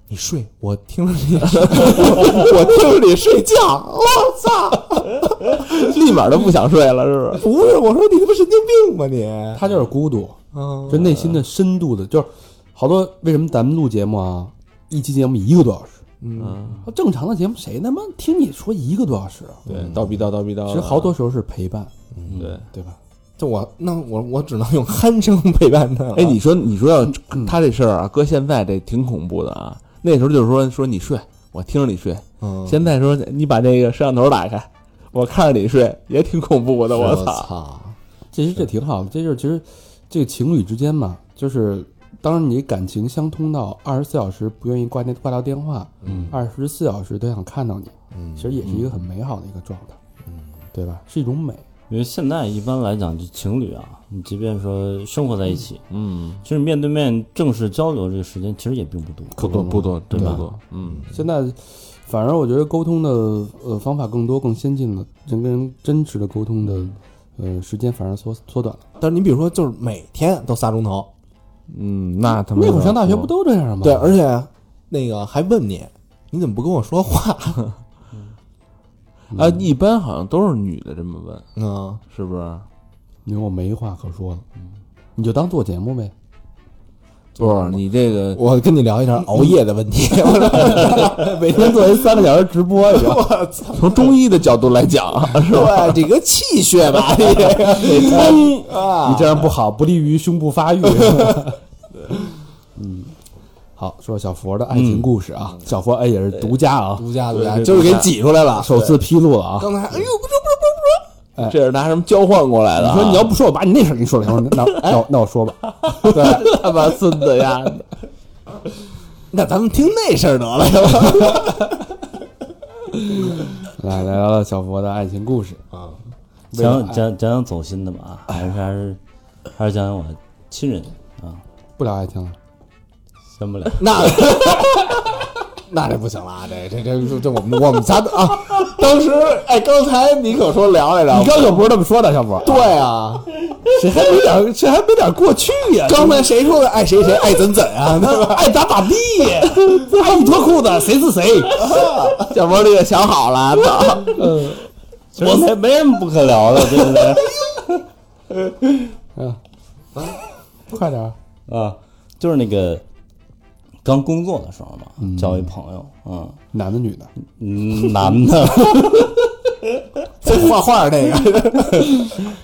Speaker 4: 你睡，我听着 你，我听着你睡觉，我操，
Speaker 2: 立马就不想睡了，是不是？
Speaker 4: 不是，我说你他妈神经病吧你，
Speaker 3: 他就是孤独，
Speaker 4: 啊，
Speaker 3: 就内心的深度的，就是好多为什么咱们录节目啊，一期节目一个多小时，
Speaker 4: 嗯，
Speaker 3: 正常的节目谁他妈听你说一个多小时啊？
Speaker 2: 对，叨逼叨叨逼叨，嗯
Speaker 3: 其实好多时候是陪伴，
Speaker 2: 对。
Speaker 3: 对吧？
Speaker 4: 就我那我我只能用鼾声陪伴他了，
Speaker 2: 哎，你说你说要他这事儿啊，搁现在这挺恐怖的啊。那时候就是说说你睡，我听着你睡。
Speaker 4: 嗯，
Speaker 2: 现在说你把那个摄像头打开，我看着你睡，也挺恐怖的。我
Speaker 4: 我
Speaker 2: 啊操！
Speaker 4: 操，
Speaker 3: 其实这挺好的，这就是其实这个情侣之间嘛，就是当你感情相通到二十四小时不愿意挂电挂掉电话，嗯，二十四小时都想看到你，嗯，其实也是一个很美好的一个状态，嗯，对吧？是一种美，
Speaker 5: 因为现在一般来讲，就情侣啊，你即便说生活在一起，
Speaker 2: 嗯，
Speaker 5: 其实面对面正式交流这个时间其实也并不多。
Speaker 2: 不多不多，真
Speaker 5: 吧
Speaker 2: 不多。嗯，
Speaker 3: 现在，反而我觉得沟通的呃方法更多、更先进了，人跟人真实的沟通的呃时间反而缩缩短了。
Speaker 4: 但是你比如说就是每天都仨钟头，
Speaker 2: 嗯，那他妈
Speaker 3: 那会儿上大学不都这
Speaker 2: 嗯
Speaker 3: 样吗？
Speaker 4: 对，而且那个还问你，你怎么不跟我说话？
Speaker 2: 啊？一般好像都是女的这么问，
Speaker 4: 嗯，
Speaker 2: 是不是？
Speaker 3: 因为我没话可说了，你就当做节目呗。
Speaker 2: 不是你这个
Speaker 4: 我跟你聊一下熬夜的问题。 我说每天做一三个小时直播，我操！
Speaker 2: 从中医的角度来讲，
Speaker 4: 对，这个气血 吧，你这个得通啊
Speaker 3: 你。这样不好，不利于胸部发 育。嗯，好，说小佛的爱情故事啊，小佛哎也是独家啊，
Speaker 4: 嗯独家独家，
Speaker 2: 对对
Speaker 4: 就是给
Speaker 2: 独家
Speaker 4: 挤出来了。
Speaker 3: 首次披露了啊。
Speaker 4: 刚才，哎呦，不是
Speaker 2: 这是拿什么交换过来的
Speaker 3: 你
Speaker 2: 啊？
Speaker 3: 说你要不说，我把你那事儿给你说了。哎我说 那那我那我说吧，
Speaker 2: 对他妈孙子呀！
Speaker 4: 那咱们听那事儿得了，要不
Speaker 3: 来来聊聊小佛的爱情故事，
Speaker 4: 啊，
Speaker 5: 讲讲讲讲走心的吧，啊还是还是还是讲讲我的亲人啊，
Speaker 3: 不聊爱情了，
Speaker 5: 先不聊。
Speaker 4: 那 那这不行了，啊这这这这这我们我们仨都啊，当时哎，刚才你可说聊来着，
Speaker 3: 你刚可不是这么说的，小佛，
Speaker 4: 对啊，
Speaker 3: 谁还没点谁还没点过去呀？哎
Speaker 4: 刚才谁说的爱谁谁爱怎怎啊？ 对吧？
Speaker 3: 爱咋咋地，爱你脱裤子，谁是谁？啊
Speaker 4: 小波你也想好了，操
Speaker 5: 其实没没什么不可聊的，对不对？
Speaker 3: 快点儿，
Speaker 5: 啊，就是那个刚工作的时候嘛，交一朋友，嗯
Speaker 3: 男的女的，
Speaker 5: 嗯，男的，
Speaker 4: 画画那个，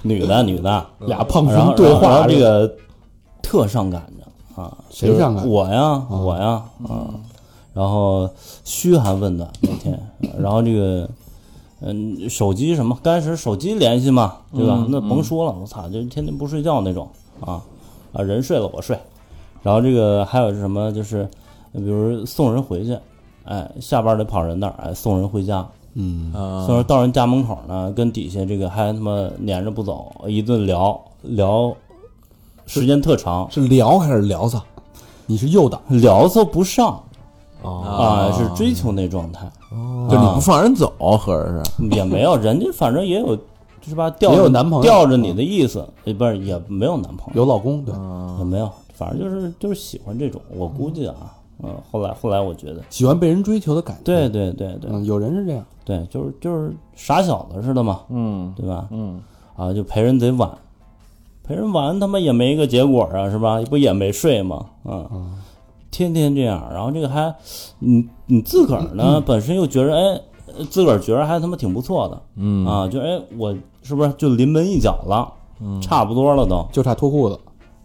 Speaker 5: 女的，女的，
Speaker 3: 俩胖
Speaker 5: 然后
Speaker 3: 熊对
Speaker 5: 然后然
Speaker 3: 话
Speaker 5: 后，这个特上赶着啊，
Speaker 3: 谁
Speaker 5: 就是
Speaker 3: 上赶着
Speaker 5: 我呀，我呀，啊，然后嘘寒问暖那天，然后这个。嗯，手机什么？刚开始手机联系嘛，对吧？
Speaker 3: 嗯
Speaker 5: 那甭说了，我操，就天天不睡觉那种啊啊！人睡了我睡，然后这个还有是什么？就是比如送人回去，哎，下班得跑人那儿，哎，送人回家，
Speaker 3: 嗯
Speaker 5: 所以说到人家门口呢，跟底下这个还他妈撵着不走，一顿聊聊，时间特长，
Speaker 4: 是聊还是聊骚？
Speaker 3: 你是诱导，
Speaker 5: 聊骚不上
Speaker 4: 哦，
Speaker 5: 啊，是追求那状态，
Speaker 2: 就你不放人走，合着是
Speaker 5: 也没有人家反正也有是吧，吊
Speaker 3: 也有
Speaker 5: 着
Speaker 3: 男朋友啊
Speaker 5: 吊着你的意思，也不是也没有男朋友，
Speaker 3: 有老公对，
Speaker 5: 也没有，反正就是就是喜欢这种，我估计啊，嗯，后来后来我觉得，
Speaker 3: 喜欢被人追求的感觉，
Speaker 5: 对对对对
Speaker 3: 嗯，有人是这样，
Speaker 5: 对，就是就是傻小子似的嘛，
Speaker 2: 嗯
Speaker 5: 对吧？
Speaker 2: 嗯，
Speaker 5: 啊，就陪人得晚，陪人晚他妈也没个结果啊，是吧？不也没睡吗？啊，天天这样，然后这个还，你你自个儿呢，本身又觉着哎，呃自个儿觉着还他妈挺不错的，嗯啊，就哎我是不是就临门一脚了？嗯，差不多了都，
Speaker 3: 就差脱裤子，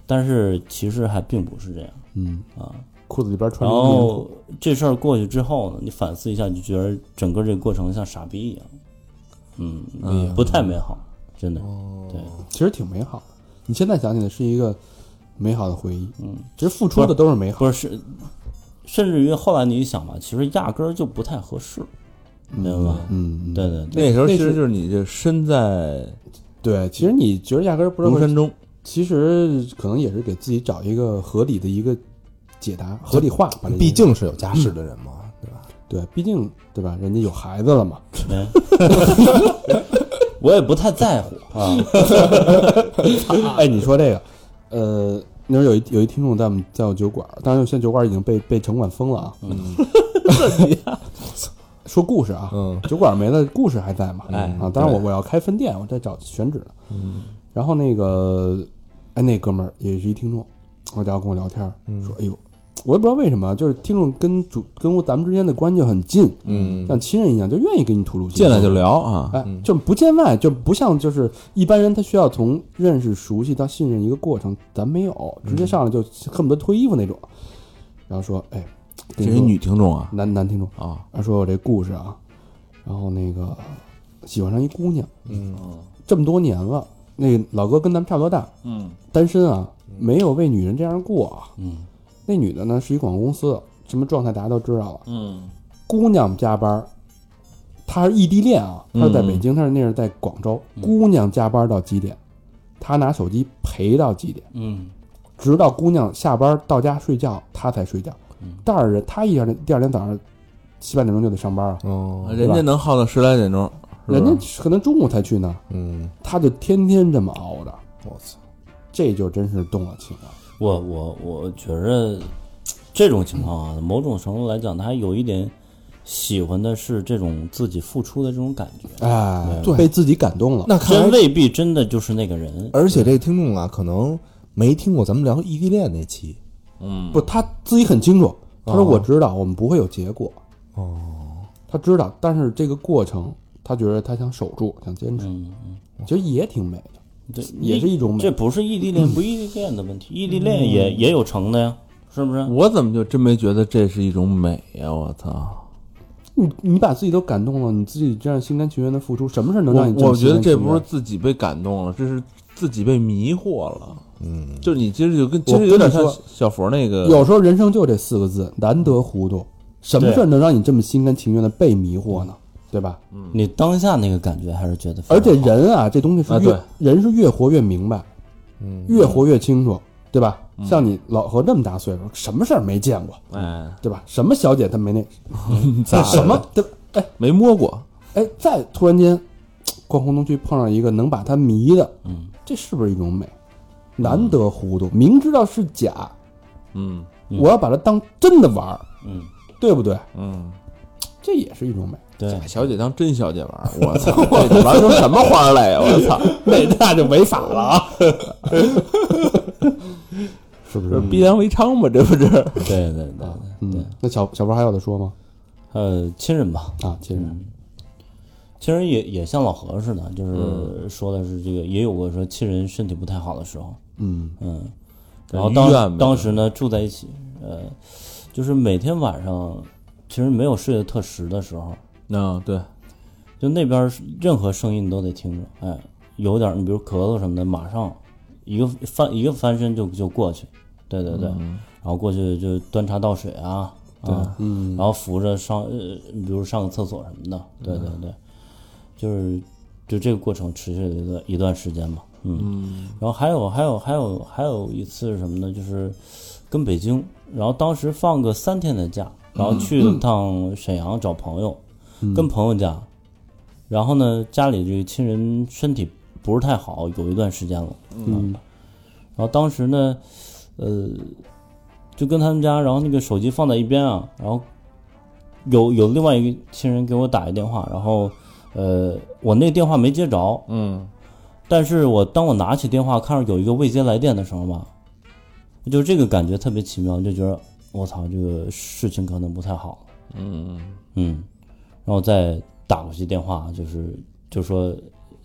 Speaker 5: 但是其实还并不是这样。
Speaker 3: 嗯啊，裤子里边
Speaker 5: 然
Speaker 3: 穿着
Speaker 4: 哦
Speaker 3: 棉裤，
Speaker 5: 后这事儿过去之后呢，你反思一下，你就觉得整个这个过程像傻逼一样，嗯，也不太美好，真的，对。
Speaker 3: 其实挺美好的。你现在想起来是一个美好的回忆，嗯，其实付出的都是美好，
Speaker 5: 不是，是甚至于后来你一想吧，其实压根儿就不太合适，明白吗？
Speaker 3: 嗯，嗯
Speaker 5: 对对对，
Speaker 2: 那时候
Speaker 3: 那
Speaker 2: 其
Speaker 3: 是
Speaker 2: 实就是你这身在
Speaker 3: 对，其实你觉得压根儿不知道
Speaker 2: 庐
Speaker 3: 会
Speaker 2: 山中，
Speaker 3: 其实可能也是给自己找一个合理的一个解答，合理化吧。这
Speaker 4: 毕
Speaker 3: 一个
Speaker 4: 竟是有家室的人嘛，对吧？
Speaker 3: 对，毕竟对吧？人家有孩子了嘛，
Speaker 5: 没哎 我也不太在乎啊，
Speaker 3: 嗯 哎，你说这个，呃，那时候有一有一听众在我们在我酒馆儿，当然现在酒馆儿已经被被城管封了啊。
Speaker 2: 嗯
Speaker 3: 说故事啊，
Speaker 4: 嗯
Speaker 3: 酒馆儿没了，故事还在嘛？
Speaker 2: 哎
Speaker 3: 啊，当然我我要开分店，我在找选址呢。嗯，然后那个，哎，那哥们儿也是一听众，我然后跟我聊天儿，
Speaker 2: 嗯
Speaker 3: 说，哎呦，我也不知道为什么，就是听众跟主跟我咱们之间的关系就很近，
Speaker 4: 嗯，
Speaker 3: 像亲人一样，就愿意给你吐露心声
Speaker 2: 进来就聊啊，
Speaker 3: 哎，就不见外，就不像就是一般人，他需要从认识、熟悉到信任一个过程，咱没
Speaker 2: 嗯
Speaker 3: 有，直接上来就恨不得脱衣服那种。然后说，哎，
Speaker 2: 这
Speaker 3: 跟你
Speaker 2: 是
Speaker 3: 说
Speaker 2: 女听众啊
Speaker 3: 男男听众，
Speaker 2: 啊，
Speaker 3: 他说我这故事啊，然后那个喜欢上一姑娘，嗯，这么多年了，那个老哥跟咱们差不多大，
Speaker 2: 嗯，
Speaker 3: 单身啊，没有为女人这样过啊，
Speaker 5: 嗯，
Speaker 3: 那女的呢是一广告公司的，什么状态大家都知道了，
Speaker 2: 嗯
Speaker 3: 姑娘加班儿，他是异地恋啊，他是在北京，他是那是在广州。姑娘加班到几点？他拿手机陪到几点，
Speaker 5: 嗯，
Speaker 3: 直到姑娘下班到家睡觉，他才睡觉。第二人他一二第二天早上七八点钟就得上班啊，
Speaker 4: 哦，
Speaker 2: 人家能耗到十来点钟，是
Speaker 3: 人
Speaker 2: 吧
Speaker 3: 家可能中午才去呢，
Speaker 4: 嗯，
Speaker 3: 他就天天这么熬着，
Speaker 4: 我操，
Speaker 3: 这就真是动了情啊了。
Speaker 5: 我我我觉着这种情况啊，某种程度来讲，他还有一点喜欢的是这种自己付出的这种感觉，
Speaker 3: 哎，
Speaker 4: 对
Speaker 3: 被自己感动了。
Speaker 4: 那看来
Speaker 5: 真未必真的就是那个人，
Speaker 4: 而且这听众啊，可能没听过咱们聊异地恋那期。
Speaker 3: 不，他自己很清楚，他说
Speaker 4: 哦
Speaker 3: 我知道我们不会有结果。哦，他知道，但是这个过程，他觉得他想守住，想坚持，
Speaker 5: 嗯，
Speaker 3: 其实也挺美的。
Speaker 5: 对，
Speaker 3: 也是一种美嗯
Speaker 5: 这不是异地恋不异地恋的问题，异地恋也也有成的呀，是不是？
Speaker 2: 我怎么就真没觉得这是一种美呀？我操！
Speaker 3: 你你把自己都感动了，你自己这样心甘情愿的付出，什么事儿能
Speaker 2: 我
Speaker 3: 让你么
Speaker 2: 我觉得
Speaker 3: 心甘啊情
Speaker 2: 这
Speaker 3: 愿
Speaker 2: 不是自己被感动了，这是自己被迷惑了。嗯，就你其实就跟
Speaker 3: 我
Speaker 2: 其实有点像
Speaker 3: 跟你说
Speaker 2: 小佛那个
Speaker 3: 有时候人生就这四个字，难得糊涂。什么事儿能让你这么心甘情愿的被迷惑呢？对吧？
Speaker 5: 你当下那个感觉还是觉得非常好，
Speaker 3: 而且人啊，这东西是
Speaker 2: 啊
Speaker 3: 越、
Speaker 2: 对
Speaker 3: 人是越活越明白，
Speaker 4: 嗯，
Speaker 3: 越活越清楚，对吧？
Speaker 2: 嗯
Speaker 3: 像你老何这么大岁数，什么事儿没见过，
Speaker 2: 哎，
Speaker 3: 对吧？什么小姐她没 那，那什么对吧？哎
Speaker 2: 没摸过，
Speaker 3: 哎，再突然间，逛红灯区碰上一个能把她迷的，嗯，这是不是一种美？难得糊涂，明知道是假，
Speaker 2: 嗯
Speaker 3: 我要把它当真的玩儿，
Speaker 5: 嗯，
Speaker 3: 对不对？
Speaker 2: 嗯，
Speaker 3: 这也是一种美。
Speaker 5: 对
Speaker 2: 把，哎小姐当真小姐玩儿，我操，这得玩成什么花儿来呀？我操，
Speaker 3: 那那就违法了啊！是不是
Speaker 2: 这呃是？逼良为娼吧？这不是？
Speaker 5: 对对对对，
Speaker 3: 嗯，那小小波还有的说吗？
Speaker 5: 呃，亲人吧，
Speaker 3: 啊，其实
Speaker 5: 亲人也也像老何似的，
Speaker 2: 嗯
Speaker 5: 就是说的是这个，也有过说亲人身体不太好的时候，
Speaker 3: 嗯
Speaker 5: 嗯，然后
Speaker 2: 在医院
Speaker 5: 当
Speaker 2: 呗
Speaker 5: 当时呢住在一起，呃，就是每天晚上其实没有睡得特实的时候，
Speaker 2: 嗯，对，
Speaker 5: 就那边儿任何声音你都得听着，哎，有点儿你比如咳嗽什么的，马上一个翻一个翻身就就过去，对对对，然后过去就端茶倒水啊，啊，嗯，然后扶着上呃，比如上个厕所什么的，对对对，就是就这个过程持续了一段一段时间吧，嗯，然后还有还有还有还有一次是什么呢？就是跟北京，然后当时放个三天的假，然后去了趟沈阳找朋友，跟朋友家，然后呢家里这个亲人身体不是太好，有一段时间了，啊
Speaker 3: 嗯
Speaker 5: 然后当时呢，呃，就跟他们家，然后那个手机放在一边啊，然后有有另外一个亲人给我打一电话，然后呃，我那电话没接着，
Speaker 2: 嗯，
Speaker 5: 但是我当我拿起电话看着有一个未接来电的时候吧，就这个感觉特别奇妙，就觉得我操，这个事情可能不太好，
Speaker 2: 嗯，
Speaker 5: 嗯，然后再打过去电话，就是就说，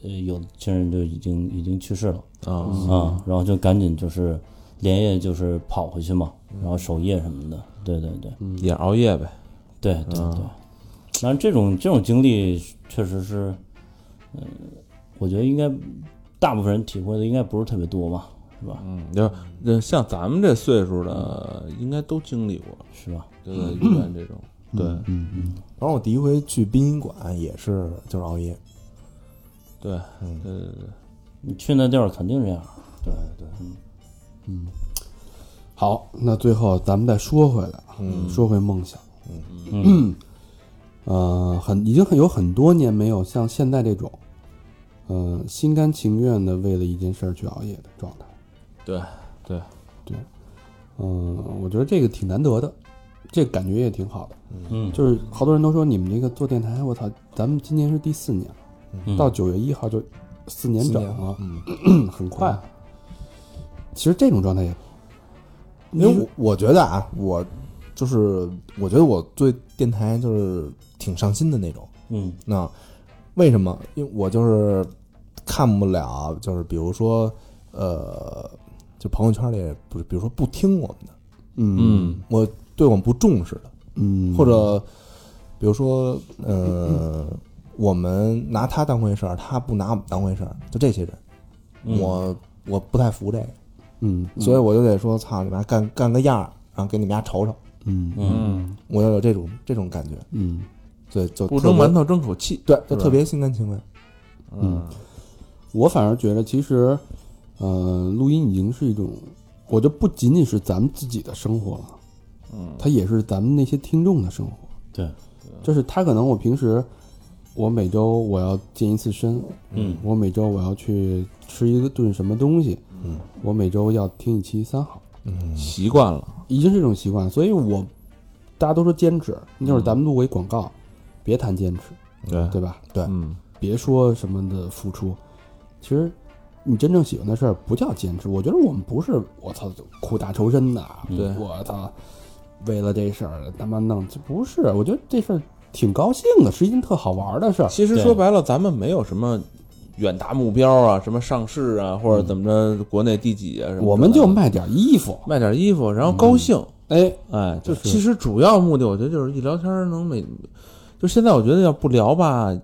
Speaker 5: 呃，有亲人就已经已经去世了。
Speaker 2: 啊，
Speaker 5: 啊，然后就赶紧就是连夜就是跑回去嘛，然后守夜什么的，对对对
Speaker 2: 也熬夜呗，
Speaker 5: 对对对。但是这种这种经历确实是，嗯，我觉得应该大部分人体会的应该不是特别多吧，是吧？
Speaker 2: 嗯，就就像咱们这岁数的，应该都经历过，
Speaker 5: 是吧？
Speaker 2: 对对，医院这种，对
Speaker 4: 反正我第一回去殡仪馆也是就是熬夜，
Speaker 2: 对，对对对，
Speaker 5: 你去那地儿肯定这样，
Speaker 4: 对对，
Speaker 3: 好，那最后咱们再说回来，嗯，说回梦想，嗯呃，很已经很有很多年没有像现在这种，呃，心甘情愿的为了一件事儿去熬夜的状态。
Speaker 2: 对对，
Speaker 3: 嗯，我觉得这个挺难得的，这感觉也挺好的。
Speaker 5: 嗯
Speaker 3: 就是好多人都说你们这个做电台，我操，咱们今年是第四年，
Speaker 5: 嗯
Speaker 3: 到九月一号就四年整了，很快啊。其实这种状态也，
Speaker 4: 因为我我觉得啊，我就是我觉得我对电台就是挺上心的那种。
Speaker 5: 嗯
Speaker 4: 那为什么？因为我就是看不了，就是比如说，呃，就朋友圈里不是，比如说不听我们的，
Speaker 3: 嗯
Speaker 2: 嗯
Speaker 4: 我对我们不重视的，
Speaker 3: 嗯，
Speaker 4: 或者比如说，呃，我们拿他当回事儿，他不拿我们当回事儿，就这些人，
Speaker 5: 嗯
Speaker 4: 我我不太服这个，
Speaker 3: 嗯
Speaker 4: 所以我就得说，操你妈，干干个样儿，然后给你们家瞅瞅，
Speaker 3: 嗯
Speaker 2: 嗯，
Speaker 4: 我要有这种这种感觉，
Speaker 3: 嗯
Speaker 4: 对，就
Speaker 2: 不
Speaker 4: 特
Speaker 2: 蒸
Speaker 4: 别
Speaker 2: 馒头争口气，
Speaker 4: 对，就是特
Speaker 2: 吧
Speaker 4: 别心甘情愿。
Speaker 2: 嗯
Speaker 3: 我反而觉得，其实，呃，录音已经是一种，我就不仅仅是咱们自己的生活了，嗯，它也是咱们那些听众的生活。
Speaker 5: 对，
Speaker 3: 就是他可能我平时，我每周我要健一次身，
Speaker 5: 嗯
Speaker 3: 我每周我要去吃一顿什么东西，
Speaker 4: 嗯，
Speaker 3: 我每周要听一期三好，
Speaker 4: 嗯，
Speaker 2: 习惯了，
Speaker 3: 已经是一种习惯。所以我，大家都说坚持，那
Speaker 5: 嗯
Speaker 3: 会儿咱们录过一广告，别谈坚持，
Speaker 2: 对
Speaker 3: 对吧？
Speaker 4: 对，
Speaker 2: 嗯
Speaker 3: 别说什么的付出，其实你真正喜欢的事儿不叫坚持。我觉得我们不是我操苦大仇深的啊，
Speaker 2: 对
Speaker 3: 我操，为了这事儿他妈弄，这不是。我觉得这事儿挺高兴的，是一件特好玩的事儿。
Speaker 2: 其实
Speaker 5: 对
Speaker 2: 说白了，咱们没有什么远大目标啊，什么上市啊，或者怎么着，国内第几啊什么之类的，
Speaker 3: 我们就卖点衣服，
Speaker 2: 卖点衣服，然后高兴，
Speaker 3: 哎，
Speaker 2: 哎，嗯就
Speaker 3: 就是
Speaker 2: 其实主要目的，我觉得就是一聊天能每，就现在我觉得要不聊吧，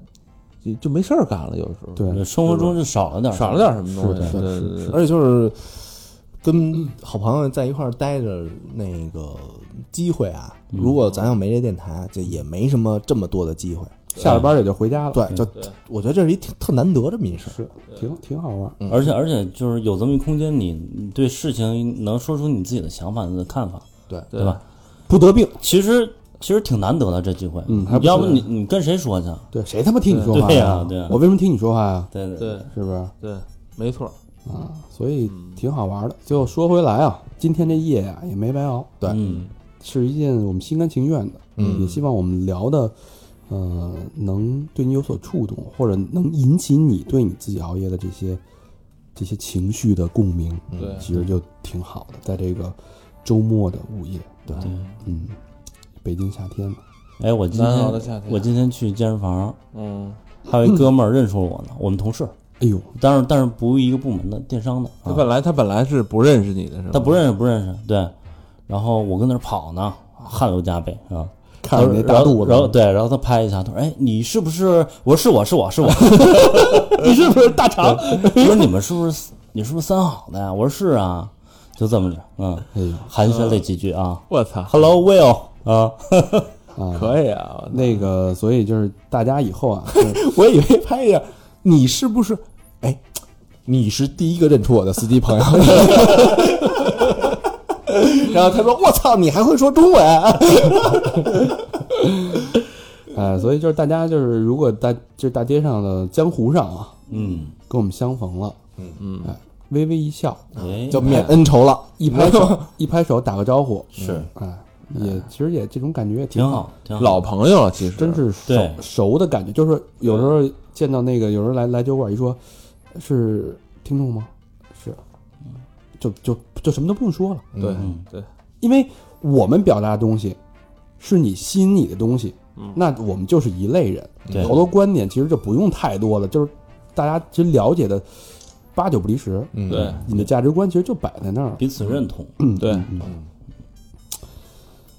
Speaker 2: 就就没事儿干了，有时候
Speaker 3: 对，
Speaker 5: 呃生活中就少了点儿，
Speaker 2: 少了点什么东西，
Speaker 3: 是的
Speaker 2: 对
Speaker 3: 是
Speaker 2: 对对对，
Speaker 4: 而且就是跟好朋友在一块儿待着，
Speaker 2: 嗯
Speaker 4: 那个机会啊，如果咱要没这电台，就也没什么这么多的机会。
Speaker 3: 下了班也就回家了，
Speaker 4: 对，就我觉得这是一挺特难得这么一 事儿。
Speaker 3: 是挺挺好玩。
Speaker 4: 嗯
Speaker 5: 而且而且就是有这么一空间，你你对事情能说出你自己的想法、你的看法，
Speaker 4: 对
Speaker 5: 对吧？
Speaker 3: 不得病，
Speaker 5: 其实其实挺难得的这机会，
Speaker 3: 嗯还不
Speaker 5: 要
Speaker 3: 是
Speaker 5: 不你你跟谁说去？
Speaker 3: 对，谁他妈听你说话
Speaker 5: 对呀对呀
Speaker 3: 我为什么听你说话呀？
Speaker 5: 对对
Speaker 2: 对
Speaker 3: 是不是？
Speaker 2: 对，没错儿，
Speaker 3: 啊，所以挺好玩的。最后说回来啊，今天这夜呀、也没白熬，
Speaker 4: 对
Speaker 5: 嗯，
Speaker 3: 是一件我们心甘情愿的，
Speaker 4: 嗯
Speaker 3: 也希望我们聊的，呃，能对你有所触动，或者能引起你对你自己熬夜的这些这些情绪的共鸣，
Speaker 2: 对
Speaker 3: 其实就挺好的，在这个周末的午夜，对，嗯，北京夏天嘛，
Speaker 5: 哎，我今
Speaker 2: 难熬的
Speaker 5: 天
Speaker 2: 夏天，
Speaker 5: 我今天去健身房，
Speaker 2: 嗯，
Speaker 5: 还有一哥们儿认识我呢，我们同事，
Speaker 3: 哎呦，
Speaker 5: 但是但是不一个部门的，电商的，
Speaker 2: 他
Speaker 5: 啊
Speaker 2: 本来他本来是不认识你的是吧？
Speaker 5: 他不认识不认识，对。然后我跟那儿跑呢，汗流浃背啊。
Speaker 3: 看着你那大肚子，
Speaker 5: 然后然后对，然后他拍一下，他说：“哎，你是不是？”我说：“是我是我是 我。
Speaker 3: 你是不是大肠？”
Speaker 5: 我说：“你们是不是你是不是三好的呀？”我说：“是啊。”就这么着，嗯，
Speaker 3: 哎呦
Speaker 5: 寒暄了几句啊。
Speaker 2: 我操，
Speaker 5: Hello Will 啊，
Speaker 3: 啊，
Speaker 2: 可以啊，
Speaker 3: 那个，所以就是大家以后啊， 就是
Speaker 4: 我以为拍一下，你是不是？哎，你是第一个认出我的司机朋友。 然后他说：“我操，你还会说中文
Speaker 3: 呃，所以就是大家就是如果大就是大街上的江湖上啊，
Speaker 5: 嗯，
Speaker 3: 跟我们相逢了，嗯嗯，哎，微微一笑，
Speaker 5: 哎？”，
Speaker 4: 就免恩仇了。
Speaker 3: 一拍 手，一拍手，打个招呼，
Speaker 4: 是
Speaker 3: 哎，也其实也这种感觉也
Speaker 5: 挺
Speaker 3: 好，
Speaker 5: 好，挺好，
Speaker 2: 老朋友了，其实
Speaker 3: 真是熟
Speaker 5: 对
Speaker 3: 熟的感觉。就是有时候见到那个有人来来酒馆一说，是听众吗？是，就就就什么都不用说了，
Speaker 2: 对
Speaker 5: 嗯
Speaker 2: 对，
Speaker 3: 因为我们表达的东西是你吸引你的东西，那我们就是一类人。
Speaker 5: 对
Speaker 3: 好多观点其实就不用太多了，就是大家其实了解的八九不离十。
Speaker 4: 嗯，
Speaker 2: 对
Speaker 3: 你的价值观其实就摆在那儿了。
Speaker 5: 彼此认同，
Speaker 2: 对，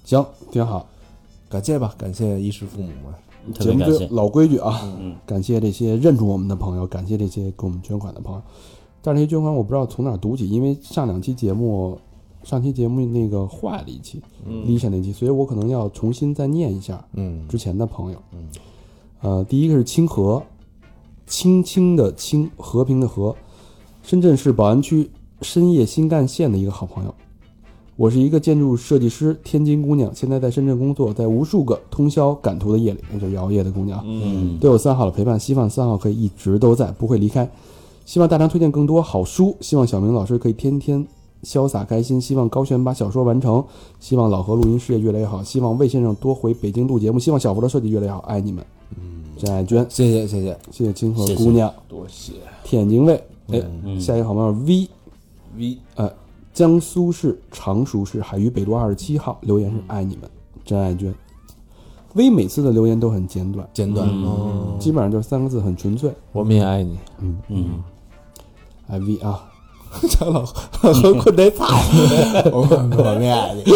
Speaker 3: 行，挺好。
Speaker 4: 感谢吧，感谢衣食父母嘛。
Speaker 5: 特
Speaker 3: 节
Speaker 5: 别
Speaker 3: 目
Speaker 5: 感
Speaker 3: 最
Speaker 5: 谢。
Speaker 3: 老规矩啊，
Speaker 5: 嗯
Speaker 3: 感谢这些认出我们的朋友，感谢这些给我们捐款的朋友。但是这些捐款我不知道从哪儿读起，因为上两期节目，上期节目那个坏了一期，Lisa
Speaker 5: 嗯
Speaker 3: 那期，所以我可能要重新再念一下。
Speaker 4: 嗯
Speaker 3: 之前的朋友，
Speaker 4: 嗯，
Speaker 3: 呃，第一个是清河，清清的清，和平的和，深圳市宝安区深夜新干线的一个好朋友。我是一个建筑设计师，天津姑娘，现在在深圳工作，在无数个通宵赶图的夜里，那就是熬夜的姑娘啊。
Speaker 5: 嗯，
Speaker 3: 对我三号的陪伴，希望三号可以一直都在，不会离开。希望大张推荐更多好书，希望小明老师可以天天潇洒开心，希望高璇把小说完成，希望老何录音事业越来越好，希望魏先生多回北京录节目，希望小佛的设计越来越好，爱你们。嗯，真爱娟，
Speaker 4: 谢谢谢谢，
Speaker 3: 谢谢清河
Speaker 5: 谢谢
Speaker 3: 姑娘，
Speaker 2: 多谢
Speaker 3: 铁眼睛卫，哎，
Speaker 5: 嗯
Speaker 3: 下一个好朋友 V，
Speaker 2: V，
Speaker 3: 呃，江苏市常熟市海虞北路二十七号留言
Speaker 5: 嗯
Speaker 3: 是爱你们，真爱娟。V 每次的留言都很简短，
Speaker 4: 简短。
Speaker 5: 嗯
Speaker 4: 哦
Speaker 3: 基本上就是三个字，很纯粹。
Speaker 2: 我们也爱你，
Speaker 5: 嗯，
Speaker 3: 哎 V 啊，
Speaker 4: 张老和困得操，
Speaker 3: 哎
Speaker 4: 我我们爱你。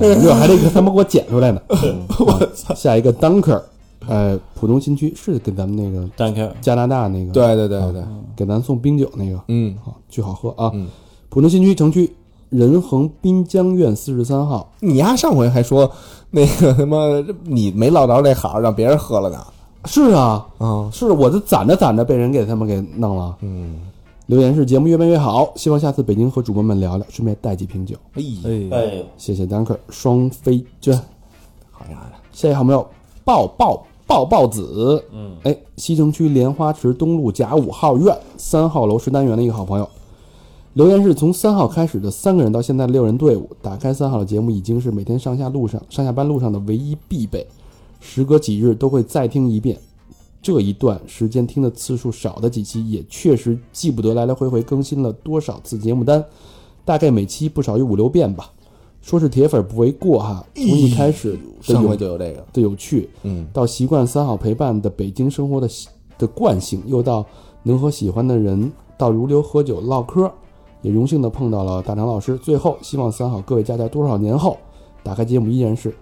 Speaker 3: 这还得给他们给我剪出来呢。嗯 我操！下一个 Dunker，呃，浦东新区是给咱们那个
Speaker 5: 但 care，
Speaker 3: 加拿大那个，，
Speaker 4: 对对对对对，
Speaker 3: 给咱送冰酒那个，
Speaker 4: 嗯，
Speaker 3: 好，巨好喝啊
Speaker 4: 嗯！
Speaker 3: 浦东新区城区仁恒滨江苑四十三号，
Speaker 4: 你丫上回还说那个什么，你没落着这好，让别人喝了呢。
Speaker 3: 是啊，
Speaker 4: 啊，
Speaker 3: 是我这攒着攒着被人给他们给弄了。
Speaker 4: 嗯，
Speaker 3: 留言是节目越办越好，希望下次北京和主播们聊聊，顺便带几瓶酒。
Speaker 4: 哎，
Speaker 2: 哎，
Speaker 5: 哎，
Speaker 3: 谢谢 Dunker 双飞娟。
Speaker 4: 好家伙！
Speaker 3: 下一个好朋友抱抱抱抱子，嗯，哎，西城区莲花池东路甲五号院三号楼十单元的一个好朋友，留言是从三号开始的三个人到现在的六人队伍，打开三号的节目已经是每天上下路上上下班路上的唯一必备，时隔几日都会再听一遍。这一段时间听的次数少的几期，也确实记不得来来回回更新了多少次节目单，大概每期不少于五六遍吧。说是铁粉不为过哈，从一开始的
Speaker 4: 上
Speaker 3: 有
Speaker 4: 回就有这个，
Speaker 3: 的有趣，
Speaker 4: 嗯，
Speaker 3: 到习惯三好陪伴的北京生活的习的惯性，又到能和喜欢的人到如流喝酒唠嗑，也荣幸的碰到了大长老师。最后，希望三好各位家家多少年后打开节目依然是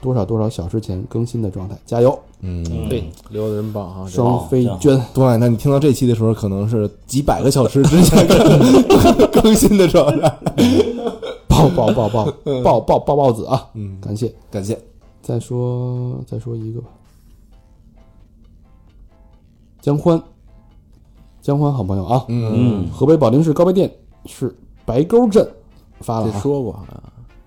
Speaker 3: 多少多少小时前更新的状态，加油！
Speaker 4: 嗯，
Speaker 2: 对，留的人棒哈，
Speaker 4: 哦
Speaker 2: 这
Speaker 3: 双飞
Speaker 5: 好
Speaker 3: 娟，
Speaker 4: 多晚那你听到这期的时候，可能是几百个小时之前更 更新的状态。
Speaker 3: 抱抱抱抱抱抱抱抱子啊！嗯，感谢。
Speaker 4: 感谢，
Speaker 3: 再说再说一个吧，姜欢，姜欢好朋友啊，
Speaker 4: 嗯
Speaker 5: 嗯
Speaker 3: 河北保定市高碑店市白沟镇发了
Speaker 2: 这
Speaker 3: 啊，
Speaker 2: 说过好像，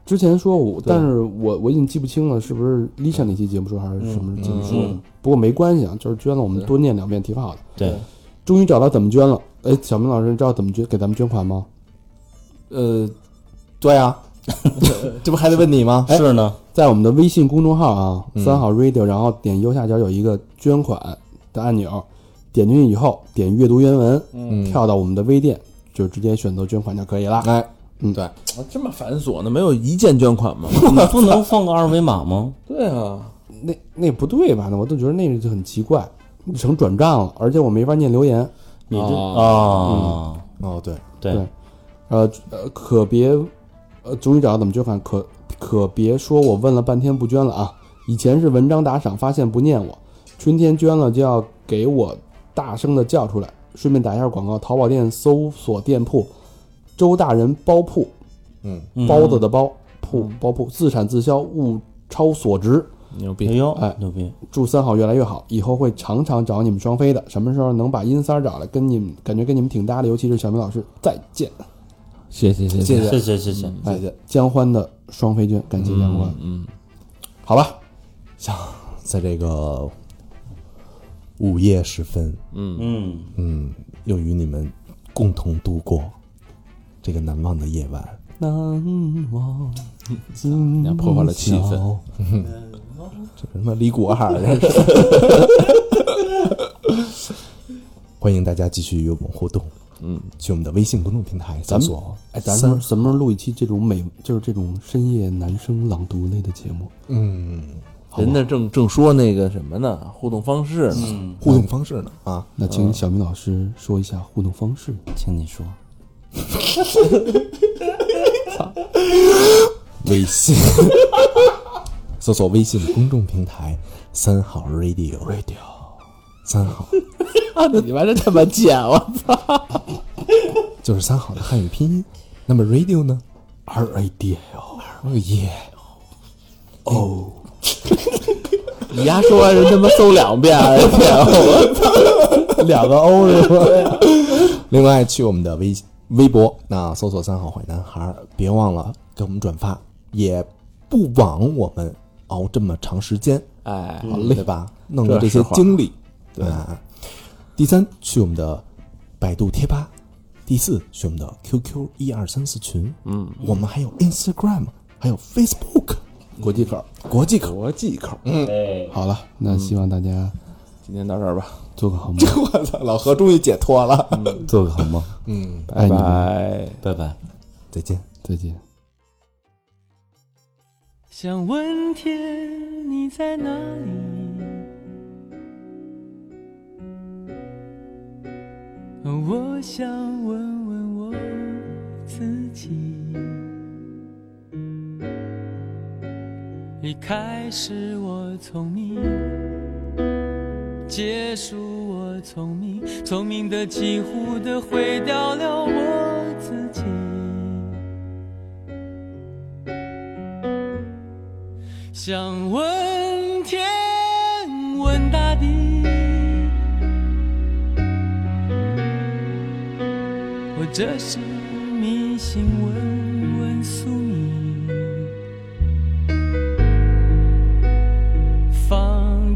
Speaker 3: 之前说过，
Speaker 2: 对
Speaker 3: 但是我我已经记不清了，是不是 Lisa 那期节目说还是什么节目说的？
Speaker 5: 嗯
Speaker 3: 不过没关系啊，就是捐了，我们多念两遍挺好的。
Speaker 5: 对，
Speaker 3: 终于找到怎么捐了，哎，小明老师，你知道怎么捐给咱们捐款吗？
Speaker 4: 呃，对啊，这不还得问你吗？
Speaker 5: 是呢，
Speaker 3: 在我们的微信公众号啊，
Speaker 4: 嗯
Speaker 3: 三好 radio，然后点右下角有一个捐款的按钮，点进去以后点阅读原文，
Speaker 4: 嗯
Speaker 3: 跳到我们的微店，就直接选择捐款就可以了。
Speaker 4: 哎，
Speaker 3: 嗯
Speaker 4: 对，
Speaker 2: 啊这么繁琐呢？没有一键捐款吗？
Speaker 5: 你不能放个二维码吗？
Speaker 2: 对啊，
Speaker 3: 那那不对吧？那我都觉得那个就很奇怪，成转账了，而且我没法念留言。
Speaker 5: 你这啊，
Speaker 4: 哦对，
Speaker 5: 对
Speaker 3: 对呃呃，可别，呃，终于找到怎么捐款，可可别说我问了半天不捐了啊！以前是文章打赏，发现不念我，春天捐了就要给我大声的叫出来。顺便打一下广告，淘宝店搜索店铺“周大人包铺”，
Speaker 4: 嗯，
Speaker 3: 包子的包铺包铺，自产自销，物超所值。
Speaker 2: 牛
Speaker 5: 哎
Speaker 2: 逼！
Speaker 5: 呦
Speaker 3: 哎，
Speaker 5: 牛逼！
Speaker 3: 祝三好越来越好，以后会常常找你们双飞的。什么时候能把阴三儿找来，跟你们感觉跟你们挺搭的，尤其是小明老师，再见。
Speaker 2: 谢谢谢
Speaker 4: 谢
Speaker 5: 谢嗯
Speaker 4: 谢，
Speaker 5: 谢谢谢，
Speaker 3: 哎，江欢的双飞娟，感谢江欢。
Speaker 2: 嗯，
Speaker 3: 好吧，
Speaker 4: 在这个午夜时分，
Speaker 5: 嗯，
Speaker 4: 嗯，又与你们共同度过这个难忘的夜晚。
Speaker 3: 难忘
Speaker 2: 你看破坏了气氛。
Speaker 4: 这他妈离古海儿真是。欢迎大家继续与我们互动，嗯，去我们的微信公众平台搜索
Speaker 3: 哎，咱们什么时候录一期这种美，就是这种深夜男声朗读类的节目？
Speaker 2: 人家正正说那个什么呢，互动方式呢。
Speaker 4: 互动方式呢啊，
Speaker 3: 那
Speaker 5: 嗯
Speaker 3: 请小明老师说一下互动方式。
Speaker 5: 请你说，
Speaker 4: 微信 搜索微信公众平台三好 radio radio 三好
Speaker 2: 你妈真他妈贱！我
Speaker 4: 就是三好的汉语拼音，那么 radio 呢？R A D L，哦耶，
Speaker 2: Oh
Speaker 4: 哎
Speaker 2: 你丫说完人他妈搜两遍，哎而且
Speaker 4: 两个 O 是吧？另外去我们的微微博，那搜索“三好坏男孩”，别忘了给我们转发，也不枉我们熬这么长时间，
Speaker 2: 哎，
Speaker 4: 好累对吧？弄
Speaker 2: 这
Speaker 4: 的这
Speaker 2: 是
Speaker 4: 些
Speaker 2: 话
Speaker 4: 精力，对、第三，去我们的百度贴吧；第四，去我们的 QQ 一二三四群，嗯，我们还有 Instagram，还有 Facebook
Speaker 3: 国际口。
Speaker 4: 国际口。嗯
Speaker 2: 我忌口。
Speaker 3: 好了，
Speaker 5: 嗯
Speaker 3: 那希望大家
Speaker 2: 今天到这儿吧，
Speaker 3: 做个好梦。
Speaker 4: 我操，老何终于解脱了，嗯
Speaker 5: 做个好梦，
Speaker 3: 爱
Speaker 2: 拜
Speaker 3: 你们
Speaker 2: 拜。
Speaker 5: 拜拜。
Speaker 4: 再见。
Speaker 3: 再见。
Speaker 6: 想问天，你在哪里？哦我想问问我自己，一开始我聪明，结束我聪明，聪明的几乎的毁掉了我自己。想问天，问大地，我这是迷信，问问宿命，放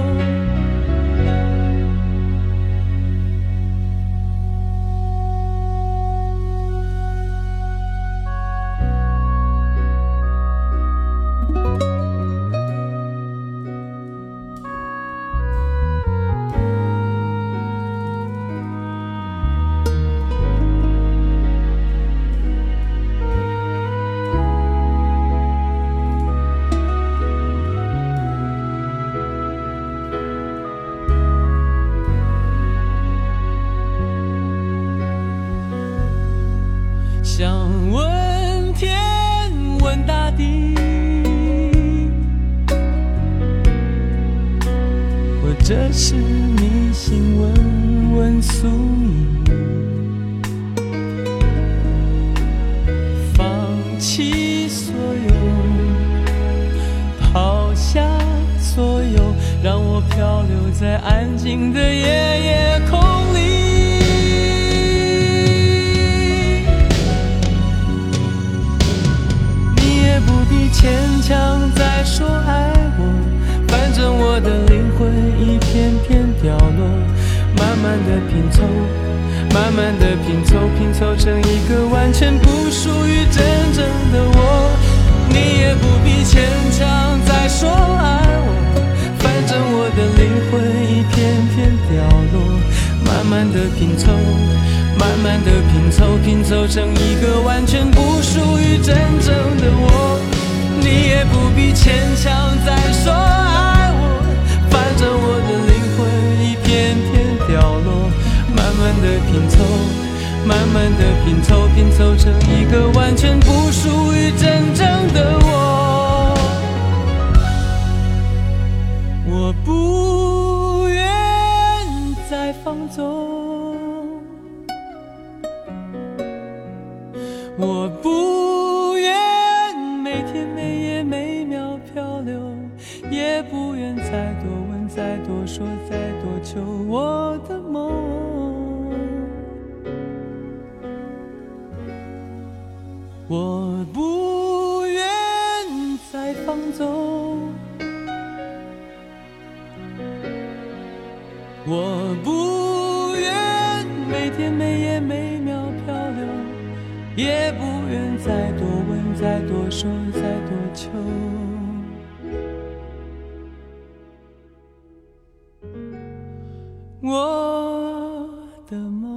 Speaker 6: 是迷信，问问宿命。放弃所有，抛下所有，让我漂流在安静的夜夜空里。你也不必牵强再说爱我，反正我的灵魂一片片掉落，慢慢的拼凑，慢慢的拼凑，拼凑成一个完全不属于真正的我。你也不必牵强再说爱我，反正我的灵魂一片片掉落，慢慢的拼凑，慢慢的拼凑，拼凑成一个完全不属于真正的我。你也不必牵强再说爱我，反正我的灵魂一片片掉落，慢慢的拼凑。慢慢的拼凑，拼凑成一个完全不属于真正的我。我不愿再放纵，我不愿每天每夜每秒漂流，也不愿再多问、再多说、再多求我的梦。我不愿再放纵。我不愿每天每夜每秒漂流，也不愿再多问、再多说、再多求。我的梦。